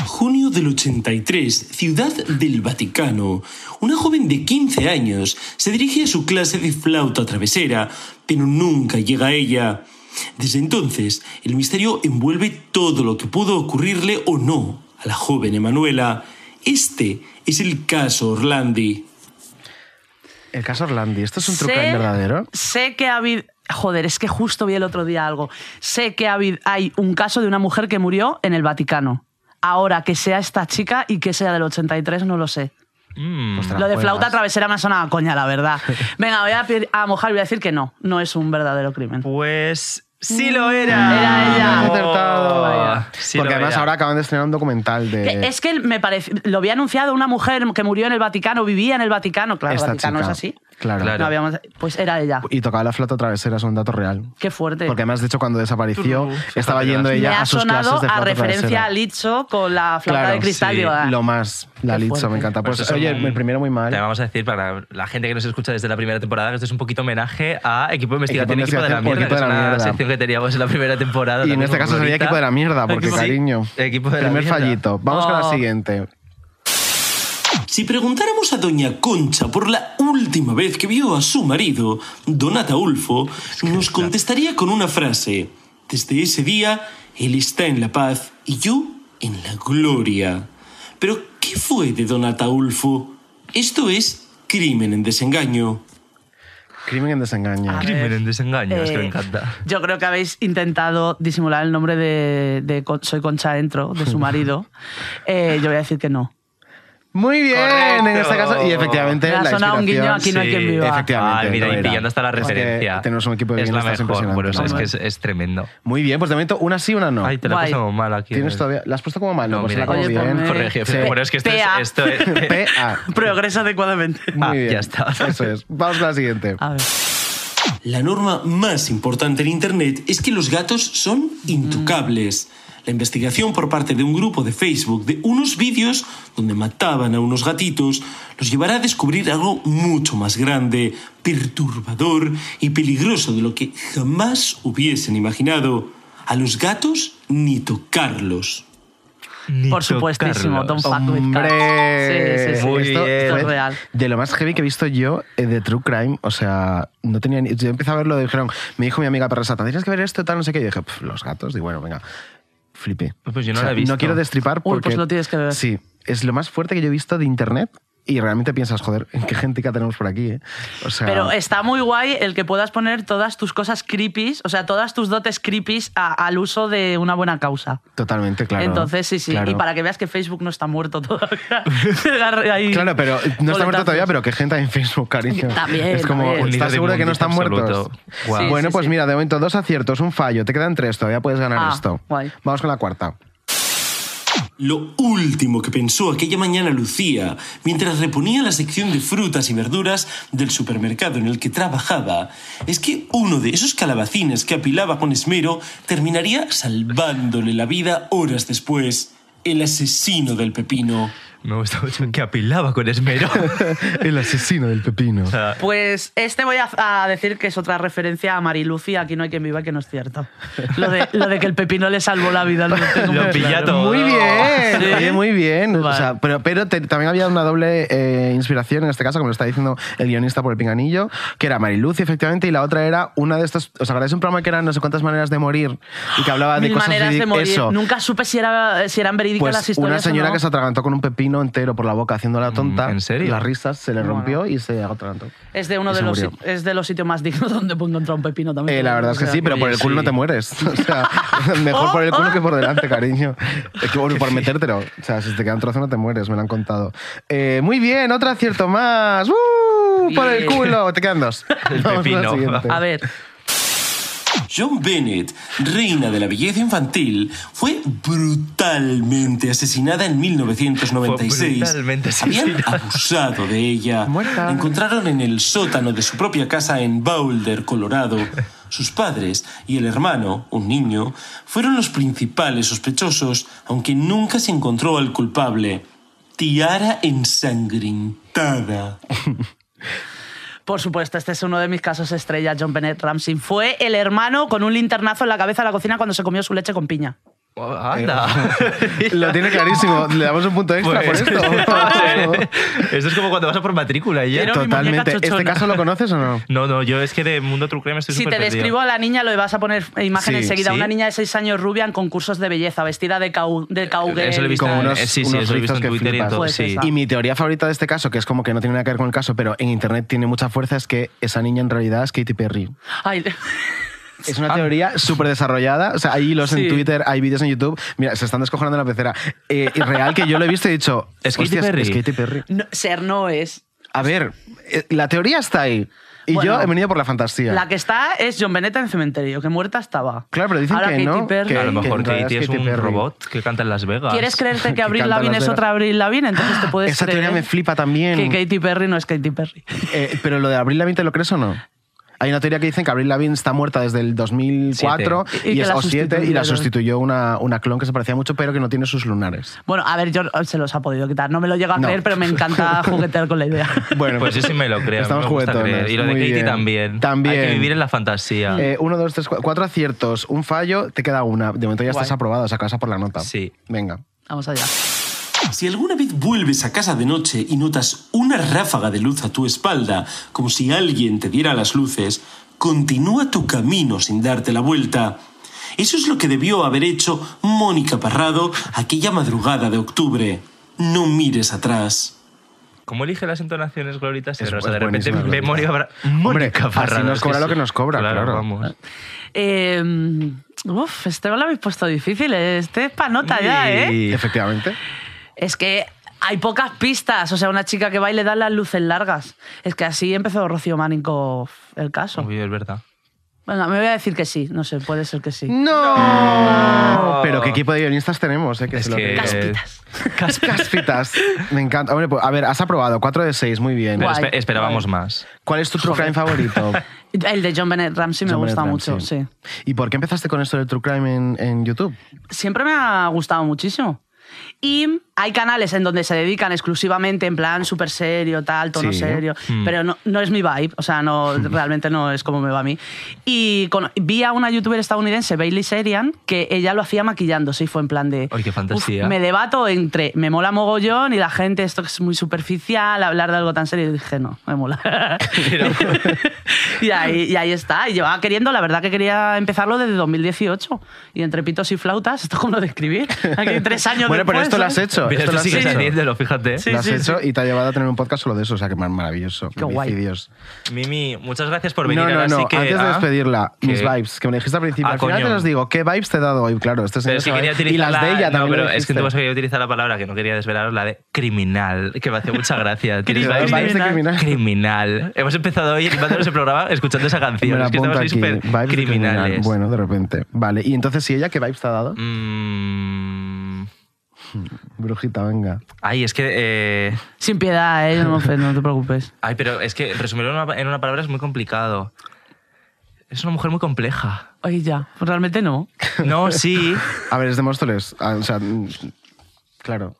[SPEAKER 15] Junio del 83, Ciudad del Vaticano. Una joven de 15 años se dirige a su clase de flauta travesera, pero nunca llega a ella. Desde entonces, el misterio envuelve todo lo que pudo ocurrirle o no a la joven Emanuela. Este es el caso Orlandi.
[SPEAKER 1] El caso Orlandi, ¿esto es un true
[SPEAKER 6] Sé-
[SPEAKER 1] crime verdadero?
[SPEAKER 6] Sé que ha habido. Joder, es que justo vi el otro día algo. Sé que ha habido- hay un caso de una mujer que murió en el Vaticano. Ahora, que sea esta chica y que sea del 83, no lo sé.
[SPEAKER 2] Mm.
[SPEAKER 1] Pues
[SPEAKER 6] Lo de flauta travesera me ha sonado a coña, la verdad. Venga, voy a, pi- a mojar y voy a decir que no, no es un verdadero crimen.
[SPEAKER 2] Pues sí lo era.
[SPEAKER 6] Era ella.
[SPEAKER 1] Has Ah, acertado.
[SPEAKER 2] Oh, Vaya. Sí,
[SPEAKER 1] Porque
[SPEAKER 2] lo
[SPEAKER 1] además
[SPEAKER 2] era.
[SPEAKER 1] ahora acaban de estrenar un documental de.
[SPEAKER 6] Que Es que me parece, lo había anunciado una mujer que murió en el Vaticano, vivía en el Vaticano, claro, el
[SPEAKER 1] Esta
[SPEAKER 6] Vaticano
[SPEAKER 1] chica.
[SPEAKER 6] es así.
[SPEAKER 1] Claro.
[SPEAKER 6] No habíamos, pues era ella.
[SPEAKER 1] Y tocaba la flauta travesera, es un dato real.
[SPEAKER 6] Qué fuerte.
[SPEAKER 1] Porque además, de hecho, cuando desapareció,
[SPEAKER 6] Tururú.
[SPEAKER 1] estaba yendo
[SPEAKER 6] me
[SPEAKER 1] ella
[SPEAKER 6] ha
[SPEAKER 1] a sus
[SPEAKER 6] sonado
[SPEAKER 1] clases de
[SPEAKER 6] a
[SPEAKER 1] flauta
[SPEAKER 6] referencia
[SPEAKER 1] travesera.
[SPEAKER 6] a Licho con la flauta
[SPEAKER 1] Claro,
[SPEAKER 6] de cristal.
[SPEAKER 1] sí,
[SPEAKER 6] digo, ah.
[SPEAKER 1] lo más, la
[SPEAKER 6] Qué
[SPEAKER 1] Litzo,
[SPEAKER 6] fuerte.
[SPEAKER 1] me encanta. Pues,
[SPEAKER 2] Esto es
[SPEAKER 1] oye,
[SPEAKER 2] un-
[SPEAKER 1] el primero muy mal.
[SPEAKER 2] También vamos a decir para la gente que nos escucha desde la primera temporada que esto es un poquito homenaje a Equipo de Investigación, y
[SPEAKER 1] Equipo
[SPEAKER 2] Equipo
[SPEAKER 1] de
[SPEAKER 2] de la
[SPEAKER 1] Investigación o
[SPEAKER 2] Mierda,
[SPEAKER 1] Equipo
[SPEAKER 2] que
[SPEAKER 1] de
[SPEAKER 2] es
[SPEAKER 1] la
[SPEAKER 2] una
[SPEAKER 1] Mierda.
[SPEAKER 2] sección que teníamos en la primera temporada.
[SPEAKER 1] Y en
[SPEAKER 2] también
[SPEAKER 1] este
[SPEAKER 2] con
[SPEAKER 1] caso sería
[SPEAKER 2] Glorita.
[SPEAKER 1] equipo de la mierda, porque
[SPEAKER 2] Sí,
[SPEAKER 1] cariño.
[SPEAKER 2] Equipo de la
[SPEAKER 1] Primer
[SPEAKER 2] Mierda.
[SPEAKER 1] fallito. Vamos con
[SPEAKER 6] Oh.
[SPEAKER 1] la siguiente.
[SPEAKER 15] Si preguntáramos a Doña Concha por la última vez que vio a su marido, Don Ataulfo, nos contestaría con una frase. Desde ese día, él está en la paz y yo en la gloria. Pero, ¿qué fue de Don Ataulfo? Esto es crimen en desengaño.
[SPEAKER 1] Crimen en desengaño.
[SPEAKER 6] Ah.
[SPEAKER 2] A Crimen ver. en desengaño, es que me
[SPEAKER 6] Eh,
[SPEAKER 2] encanta.
[SPEAKER 6] Yo creo que habéis intentado disimular el nombre de, de Con- Soy Concha Dentro, de su marido. Eh, yo voy a decir que no.
[SPEAKER 1] Muy bien, en este caso. Y efectivamente,
[SPEAKER 6] Me ha
[SPEAKER 1] la
[SPEAKER 6] sonado un
[SPEAKER 1] inspiración-
[SPEAKER 6] guiño, aquí no hay quien viva.
[SPEAKER 1] Efectivamente.
[SPEAKER 2] Ay, mira,
[SPEAKER 1] no
[SPEAKER 2] y
[SPEAKER 1] era.
[SPEAKER 2] pillando hasta la
[SPEAKER 1] Es que
[SPEAKER 2] referencia.
[SPEAKER 1] tenemos un equipo de
[SPEAKER 2] Es la
[SPEAKER 1] guionistas
[SPEAKER 2] mejor. Bueno, es
[SPEAKER 1] impresionante.
[SPEAKER 2] que es, es tremendo.
[SPEAKER 1] Muy bien, pues de momento, una sí, una no.
[SPEAKER 2] Ay, te la he
[SPEAKER 1] Guay.
[SPEAKER 2] puesto como mal aquí. eh.
[SPEAKER 1] Tienes todavía. ¿La has puesto como mal? No, pues
[SPEAKER 2] mira,
[SPEAKER 1] la como
[SPEAKER 2] oye,
[SPEAKER 1] bien.
[SPEAKER 6] eh,
[SPEAKER 2] ponme- Corrige,
[SPEAKER 1] Sí.
[SPEAKER 2] bueno, es que esto es-
[SPEAKER 6] PA.
[SPEAKER 2] esto es- eh,
[SPEAKER 1] PA.
[SPEAKER 6] Progresa adecuadamente.
[SPEAKER 1] Muy bien.
[SPEAKER 2] ya está.
[SPEAKER 1] Eso es. Vamos con la siguiente.
[SPEAKER 15] La norma más importante en Internet es que los gatos son intocables. La investigación por parte de un grupo de Facebook de unos vídeos donde mataban a unos gatitos los llevará a descubrir algo mucho más grande, perturbador y peligroso de lo que jamás hubiesen imaginado. A los gatos ni tocarlos.
[SPEAKER 6] Por supuestísimo,
[SPEAKER 15] Carlos.
[SPEAKER 6] don't fuck with cats.
[SPEAKER 1] Hombre,
[SPEAKER 6] Sí, sí, sí.
[SPEAKER 1] Muy
[SPEAKER 6] esto,
[SPEAKER 1] bien. ¿eh?
[SPEAKER 6] esto es real.
[SPEAKER 1] De lo más heavy que he visto yo eh, de True Crime, o sea, no tenía ni. Yo empecé a verlo, dijeron, me dijo mi amiga Perra Satan, tienes que ver esto, tal, no sé qué. Y dije, "Pf, los gatos, digo, bueno, venga, flipé.
[SPEAKER 2] Pues yo no
[SPEAKER 1] O sea,
[SPEAKER 2] la he visto.
[SPEAKER 1] No quiero destripar porque.
[SPEAKER 2] pues lo
[SPEAKER 6] tienes que ver.
[SPEAKER 1] Sí, es lo más fuerte que yo he visto de internet y realmente piensas, joder, ¿en qué gente que tenemos por aquí, eh? O sea.
[SPEAKER 6] Pero está muy guay el que puedas poner todas tus cosas creepies, o sea, todas tus dotes creepies a- al uso de una buena causa.
[SPEAKER 1] Totalmente, claro.
[SPEAKER 6] Entonces, sí, sí.
[SPEAKER 1] claro.
[SPEAKER 6] Y para que veas que Facebook no está muerto todavía. Agarra ahí
[SPEAKER 1] Claro, pero no está muerto
[SPEAKER 6] boletazos.
[SPEAKER 1] todavía, pero qué gente hay en Facebook, cariño.
[SPEAKER 6] También,
[SPEAKER 1] Es como,
[SPEAKER 6] también.
[SPEAKER 1] ¿estás
[SPEAKER 2] Unidos de
[SPEAKER 1] seguro de que no están
[SPEAKER 2] inmundicia
[SPEAKER 1] muertos?
[SPEAKER 2] absoluto. Guau. Sí,
[SPEAKER 1] bueno,
[SPEAKER 2] sí,
[SPEAKER 1] pues mira, de momento dos aciertos, un fallo. Te quedan tres, todavía puedes ganar
[SPEAKER 15] Ah,
[SPEAKER 1] esto. Vamos con la cuarta.
[SPEAKER 15] Lo último que pensó aquella mañana Lucía, mientras reponía la sección de frutas y verduras del supermercado en el que trabajaba, es que uno de esos calabacines que apilaba con esmero terminaría salvándole la vida horas después. El asesino del pepino.
[SPEAKER 2] Me gusta mucho que apilaba con esmero.
[SPEAKER 1] El asesino del pepino.
[SPEAKER 6] Pues este voy a, a decir que es otra referencia a Mariluci, aquí no hay quien viva que no es cierto. Lo de, lo de que el pepino le salvó la vida. Lo, tengo muy claro.
[SPEAKER 1] Muy bien,
[SPEAKER 6] Sí.
[SPEAKER 1] oye, muy bien. O sea, pero pero te- también había una doble eh, inspiración en este caso, como lo está diciendo el guionista por el pinganillo, que era Mariluz, efectivamente, y la otra era una de estas. ¿Os acordáis de un programa que era no sé cuántas maneras de morir? Y que hablaba de
[SPEAKER 6] Mil
[SPEAKER 1] cosas
[SPEAKER 6] maneras
[SPEAKER 1] ridi-
[SPEAKER 6] de morir.
[SPEAKER 1] Eso.
[SPEAKER 6] Nunca supe si, era, si eran verídicas
[SPEAKER 1] Pues
[SPEAKER 6] las historias.
[SPEAKER 1] una señora
[SPEAKER 6] o no.
[SPEAKER 1] que se atragantó con un pepino entero por la boca haciendo la tonta. Mm, ¿En serio? Las risas se le
[SPEAKER 6] Bueno.
[SPEAKER 1] rompió y se atragantó.
[SPEAKER 6] Es de uno
[SPEAKER 1] y
[SPEAKER 6] de
[SPEAKER 1] se
[SPEAKER 6] los,
[SPEAKER 1] murió.
[SPEAKER 6] sit- es de los sitios más dignos donde puedo encontrar un pepino también.
[SPEAKER 1] Eh, la verdad es que
[SPEAKER 6] O sea,
[SPEAKER 1] sí, pero por el culo no te mueres. O sea, mejor por el culo que por delante, cariño. Es que, bueno, por metértelo. O sea, si te quedan trozos no te mueres, me lo han contado. Eh, muy bien, otro acierto más. ¡Uh! ¡Uh, por el culo! Te quedan dos. Vamos con la siguiente.
[SPEAKER 6] ver.
[SPEAKER 15] John Bennett, reina de la belleza infantil, fue brutalmente asesinada en 1996.
[SPEAKER 2] Fue brutalmente
[SPEAKER 15] Habían
[SPEAKER 2] asesinada.
[SPEAKER 15] abusado de ella. La encontraron en el sótano de su propia casa en Boulder, Colorado. Sus padres y el hermano, un niño, fueron los principales sospechosos, aunque nunca se encontró al culpable. Tiara ensangrentada.
[SPEAKER 6] Por supuesto, este es uno de mis casos estrella, John Bennett Ramsey. Fue el hermano con un linternazo en la cabeza de la cocina cuando se comió su leche con piña.
[SPEAKER 2] Anda.
[SPEAKER 1] Eh, Lo tiene clarísimo. Le damos un punto extra
[SPEAKER 2] Pues-
[SPEAKER 1] por esto.
[SPEAKER 2] Esto es como cuando vas a por matrícula y ya.
[SPEAKER 1] Totalmente. ¿Este caso lo conoces o no?
[SPEAKER 2] No, no, yo es que de Mundo True Crime estoy
[SPEAKER 6] Si te
[SPEAKER 2] súper perdido.
[SPEAKER 6] describo a la niña, lo vas a poner imagen
[SPEAKER 2] Sí,
[SPEAKER 6] enseguida.
[SPEAKER 2] sí.
[SPEAKER 6] Una niña de 6 años rubia en concursos de belleza, vestida de, cau de cowgirl.
[SPEAKER 2] Eh, Eso lo he visto
[SPEAKER 1] Con
[SPEAKER 2] en-
[SPEAKER 1] unos,
[SPEAKER 2] eh, sí, sí,
[SPEAKER 1] unos
[SPEAKER 2] eso lo he visto
[SPEAKER 1] rizos
[SPEAKER 2] en
[SPEAKER 1] que
[SPEAKER 2] Twitter y en
[SPEAKER 1] flipas.
[SPEAKER 2] todo, Pues sí. esa.
[SPEAKER 1] Y mi teoría favorita de este caso, que es como que no tiene nada que ver con el caso, pero en internet tiene mucha fuerza, es que esa niña en realidad es Katy Perry.
[SPEAKER 6] Ay,
[SPEAKER 1] Es
[SPEAKER 2] Ah.
[SPEAKER 1] una teoría súper desarrollada. O sea, hay hilos
[SPEAKER 6] Sí.
[SPEAKER 1] en Twitter, hay vídeos en YouTube. Mira, se están descojonando la pecera. Eh, y real que yo lo he visto y he dicho.
[SPEAKER 2] ¿Es Katy
[SPEAKER 1] "Hostias,
[SPEAKER 2] Perry?".
[SPEAKER 1] Es Katy Perry.
[SPEAKER 6] no, ser no es.
[SPEAKER 1] A ver, eh, la teoría está ahí. Y
[SPEAKER 6] Bueno,
[SPEAKER 1] yo he venido por la fantasía.
[SPEAKER 6] La que está es John Bennett en el cementerio, que muerta estaba.
[SPEAKER 1] Claro, pero dicen
[SPEAKER 6] Ahora
[SPEAKER 1] que
[SPEAKER 6] Katy
[SPEAKER 1] no,
[SPEAKER 6] Perry.
[SPEAKER 1] que-
[SPEAKER 2] a lo
[SPEAKER 1] que
[SPEAKER 2] mejor
[SPEAKER 1] en realidad
[SPEAKER 2] Katy
[SPEAKER 1] es
[SPEAKER 2] es
[SPEAKER 1] Katy
[SPEAKER 2] un
[SPEAKER 1] Perry.
[SPEAKER 2] robot que canta en Las Vegas.
[SPEAKER 6] ¿Quieres creerte que Abril
[SPEAKER 1] canta
[SPEAKER 6] Lavigne
[SPEAKER 1] Las
[SPEAKER 6] es
[SPEAKER 1] Vegas.
[SPEAKER 6] otra Abril Lavigne? Entonces te puedes
[SPEAKER 1] Esa
[SPEAKER 6] creer
[SPEAKER 1] teoría me flipa también.
[SPEAKER 6] que Katy Perry no es Katy Perry.
[SPEAKER 1] Eh, pero lo de Abril Lavigne, ¿te lo crees o no? Hay una teoría que dicen que Abril Lavigne está muerta desde el 2004
[SPEAKER 6] Siete. Y
[SPEAKER 1] y
[SPEAKER 6] que
[SPEAKER 1] es,
[SPEAKER 6] la
[SPEAKER 1] o siete, y la
[SPEAKER 6] sustituyeron.
[SPEAKER 1] sustituyó una, una clon que se parecía mucho, pero que no tiene sus lunares.
[SPEAKER 6] Bueno, a ver, yo se los ha podido quitar. No me lo llego a
[SPEAKER 1] No.
[SPEAKER 6] creer, pero me encanta juguetear con la idea.
[SPEAKER 1] Bueno,
[SPEAKER 2] Pues yo sí me lo creo. a mí
[SPEAKER 1] Estamos
[SPEAKER 2] me gusta
[SPEAKER 1] juguetones,
[SPEAKER 2] creer. Y lo de
[SPEAKER 1] muy
[SPEAKER 2] Katie
[SPEAKER 1] bien.
[SPEAKER 2] también.
[SPEAKER 1] También.
[SPEAKER 2] Hay que vivir en la fantasía.
[SPEAKER 1] Eh, uno, dos, tres, cua- cuatro aciertos, un fallo, te queda una. De momento ya
[SPEAKER 6] Guay.
[SPEAKER 1] estás aprobado, o sea, casa por la nota.
[SPEAKER 2] Sí.
[SPEAKER 1] Venga.
[SPEAKER 6] Vamos allá.
[SPEAKER 15] Si alguna vez vuelves a casa de noche y notas una ráfaga de luz a tu espalda, como si alguien te diera las luces, continúa tu camino sin darte la vuelta. Eso es lo que debió haber hecho Mónica Parrado aquella madrugada de octubre. No mires atrás.
[SPEAKER 2] ¿Cómo elige las entonaciones Glorita
[SPEAKER 1] Es-
[SPEAKER 2] Serra? O sea,
[SPEAKER 1] es
[SPEAKER 2] de repente
[SPEAKER 1] buenísima,
[SPEAKER 2] ve
[SPEAKER 1] Glorita.
[SPEAKER 2] Mónica Parra-
[SPEAKER 1] Hombre,
[SPEAKER 2] Mónica Parra,
[SPEAKER 1] así nos
[SPEAKER 2] es
[SPEAKER 1] cobra lo
[SPEAKER 2] sí.
[SPEAKER 1] que nos cobra, claro.
[SPEAKER 2] vamos.
[SPEAKER 6] Eh, uf, este me lo habéis puesto difícil. eh. Este es pa' nota ya, ¿eh?
[SPEAKER 1] Efectivamente.
[SPEAKER 6] Es que hay pocas pistas. O sea, una chica que va y le da las luces largas. Es que así empezó Rocío Mánico el caso.
[SPEAKER 2] Uy, es verdad.
[SPEAKER 6] Venga, me voy a decir que sí. No sé, puede ser que sí.
[SPEAKER 1] Mm. ¡No! Pero qué equipo de guionistas tenemos, ¿eh? Que se lo
[SPEAKER 2] que-
[SPEAKER 1] creen.
[SPEAKER 2] Caspitas.
[SPEAKER 1] Caspitas. Me encanta. Hombre, pues, a ver, has aprobado 4 de 6, muy bien.
[SPEAKER 2] Pero
[SPEAKER 6] Guay.
[SPEAKER 2] espe- esperábamos más.
[SPEAKER 1] ¿Cuál es tu true crime favorito?
[SPEAKER 6] El de John Bennett Ramsey me
[SPEAKER 1] John
[SPEAKER 6] gusta
[SPEAKER 1] Bennett
[SPEAKER 6] mucho,
[SPEAKER 1] Ramsey.
[SPEAKER 6] sí.
[SPEAKER 1] ¿Y por qué empezaste con esto del true crime en, en YouTube?
[SPEAKER 6] siempre me ha gustado muchísimo. Y hay canales en donde se dedican exclusivamente en plan súper serio, tal, tono
[SPEAKER 16] Sí.
[SPEAKER 6] serio,
[SPEAKER 16] Mm.
[SPEAKER 6] pero no, no es mi vibe, o sea, no, realmente no es como me va a mí. Y con- vi a una youtuber estadounidense, Bailey Serian, que ella lo hacía maquillándose y fue en plan de...
[SPEAKER 2] Ay, qué fantasía.
[SPEAKER 6] "Uf, me debato entre me mola mogollón y la gente, esto es muy superficial, hablar de algo tan serio. Y dije, no, me mola. y, ahí, y ahí está. Y llevaba queriendo, la verdad que quería empezarlo desde 2018. Y entre pitos y flautas, esto es como lo de escribir. Aquí tres años
[SPEAKER 1] Bueno, pero
[SPEAKER 6] después, ¿eh?
[SPEAKER 1] esto lo has
[SPEAKER 6] ¿sabes?
[SPEAKER 1] hecho.
[SPEAKER 2] Mira,
[SPEAKER 1] esto
[SPEAKER 2] tú
[SPEAKER 1] lo has
[SPEAKER 2] sigues
[SPEAKER 1] hecho.
[SPEAKER 2] haciéndolo, fíjate.
[SPEAKER 1] lo has hecho y te ha llevado a tener un podcast solo de eso, o sea, que mar- maravilloso.
[SPEAKER 6] Qué guay.
[SPEAKER 1] Vicidios.
[SPEAKER 2] Mimi, muchas gracias por venir.
[SPEAKER 1] No, no,
[SPEAKER 2] ahora sí
[SPEAKER 1] no.
[SPEAKER 2] que,
[SPEAKER 1] Antes de
[SPEAKER 2] ah,
[SPEAKER 1] despedirla, mis
[SPEAKER 2] que-
[SPEAKER 1] vibes, que me lo dijiste al principio.
[SPEAKER 2] Ah,
[SPEAKER 1] al final
[SPEAKER 2] coño.
[SPEAKER 1] te los digo, ¿qué vibes te he dado hoy? Claro, este señor
[SPEAKER 2] Pero es que
[SPEAKER 1] se va-
[SPEAKER 2] quería
[SPEAKER 1] Y
[SPEAKER 2] utilizar
[SPEAKER 1] las
[SPEAKER 2] la-
[SPEAKER 1] de ella
[SPEAKER 2] no,
[SPEAKER 1] también.
[SPEAKER 2] pero
[SPEAKER 1] lo
[SPEAKER 2] es que tú
[SPEAKER 1] dijiste.
[SPEAKER 2] vas a querer utilizar la palabra que no quería desvelaros, la de criminal, que me hace mucha gracia. Tienes
[SPEAKER 1] Criminal.
[SPEAKER 2] vibes
[SPEAKER 1] Vibes de
[SPEAKER 2] criminal. Criminal. Hemos empezado hoy empezando ese programa escuchando esa
[SPEAKER 1] Me
[SPEAKER 2] canción.
[SPEAKER 1] la
[SPEAKER 2] Es que estamos
[SPEAKER 1] apunto
[SPEAKER 2] ahí
[SPEAKER 1] aquí.
[SPEAKER 2] súper
[SPEAKER 1] Vibes de criminal.
[SPEAKER 2] criminales.
[SPEAKER 1] Bueno, de repente. Vale. Y entonces, ¿y ella qué vibes te ha dado? Brujita, venga.
[SPEAKER 2] Mm, Ay, es que. eh,
[SPEAKER 6] Sin piedad, ¿eh? no, no te preocupes.
[SPEAKER 2] Ay, pero es que resumirlo en una, en una palabra es muy complicado. Es una mujer muy compleja.
[SPEAKER 6] Oye, ya, pues realmente no.
[SPEAKER 2] No, sí.
[SPEAKER 1] A ver, es de Móstoles. Ah, O sea, mm, claro.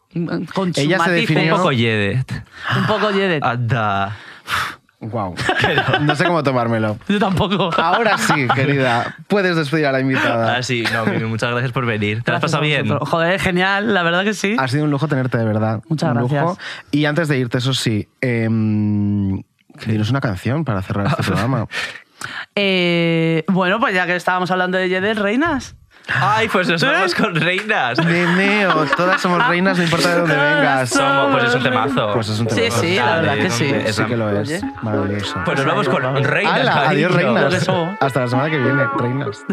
[SPEAKER 6] Con su
[SPEAKER 1] Ella se
[SPEAKER 6] matiz,
[SPEAKER 1] definió- Ah.
[SPEAKER 2] Un poco Yedet.
[SPEAKER 6] Un poco Yedet.
[SPEAKER 2] Anda.
[SPEAKER 1] Wow. No sé cómo tomármelo.
[SPEAKER 6] Yo tampoco.
[SPEAKER 1] Ahora sí, querida. Puedes despedir a la invitada.
[SPEAKER 2] Ah, sí. No, Mimi, muchas gracias por venir. ¿Te lo
[SPEAKER 6] Gracias
[SPEAKER 2] has pasado
[SPEAKER 6] a
[SPEAKER 2] bien?
[SPEAKER 6] vosotros. Joder, genial, la verdad que sí.
[SPEAKER 1] Ha sido un lujo tenerte, de verdad.
[SPEAKER 6] Muchas
[SPEAKER 1] Un lujo.
[SPEAKER 6] gracias.
[SPEAKER 1] Y antes de irte, eso sí, em, dinos una canción para cerrar este programa.
[SPEAKER 6] Eh, bueno, pues ya que estábamos hablando de Yedet, reinas.
[SPEAKER 2] Ay, pues
[SPEAKER 6] ¿Eh?
[SPEAKER 2] nos vamos con reinas.
[SPEAKER 1] Meneo, todas somos reinas, no importa de dónde vengas.
[SPEAKER 2] Somos, pues es un temazo.
[SPEAKER 1] Pues es un
[SPEAKER 2] Sí,
[SPEAKER 1] temazo.
[SPEAKER 2] sí, la verdad que sí.
[SPEAKER 1] Sí que lo es.
[SPEAKER 2] Oye.
[SPEAKER 1] Maravilloso.
[SPEAKER 2] Pues nos vamos con reinas,
[SPEAKER 1] Hala, adiós,
[SPEAKER 2] cariño.
[SPEAKER 1] reinas. Hasta la semana que viene, reinas.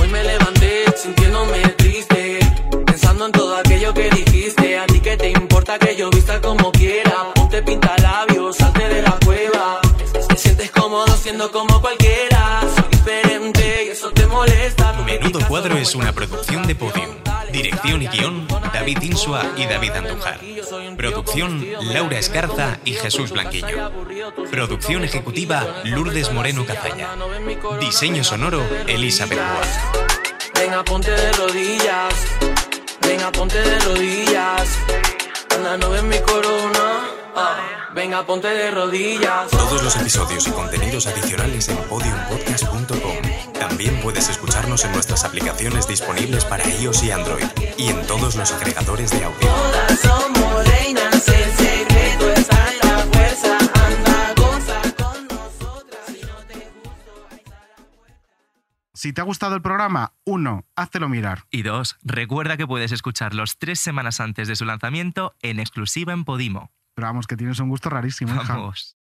[SPEAKER 16] Hoy me levanté sintiéndome triste, pensando en todo aquello que dijiste. A ti que te importa que yo vista como quiera, ponte pinta labios, salte de la siendo como cualquiera. Soy diferente y eso te molesta. Tú me
[SPEAKER 2] Menudo Cuadro es una producción de Podium. Dirección y guión, David Insua y David Andújar. Producción, Laura Escarza y Jesús Blanquillo. Producción ejecutiva, Lourdes Moreno Cazaña. Diseño sonoro, Elisa Bengoa.
[SPEAKER 16] Venga, ponte de rodillas. Venga, ponte de rodillas. Anda, no ves mi corona. Ah, venga, ponte de rodillas.
[SPEAKER 2] Todos los episodios y contenidos adicionales en podiumpodcast.com. También puedes escucharnos en nuestras aplicaciones disponibles para iOS y Android y en todos los agregadores de audio.
[SPEAKER 16] Todas somos reinas, el secreto está en la fuerza. Anda, goza con
[SPEAKER 1] Si te ha gustado el programa, uno, háztelo mirar.
[SPEAKER 17] Y dos, recuerda que puedes escucharlos tres semanas antes de su lanzamiento en exclusiva en Podimo.
[SPEAKER 1] Pero vamos, que tienes un gusto rarísimo. hija.
[SPEAKER 17] Vamos.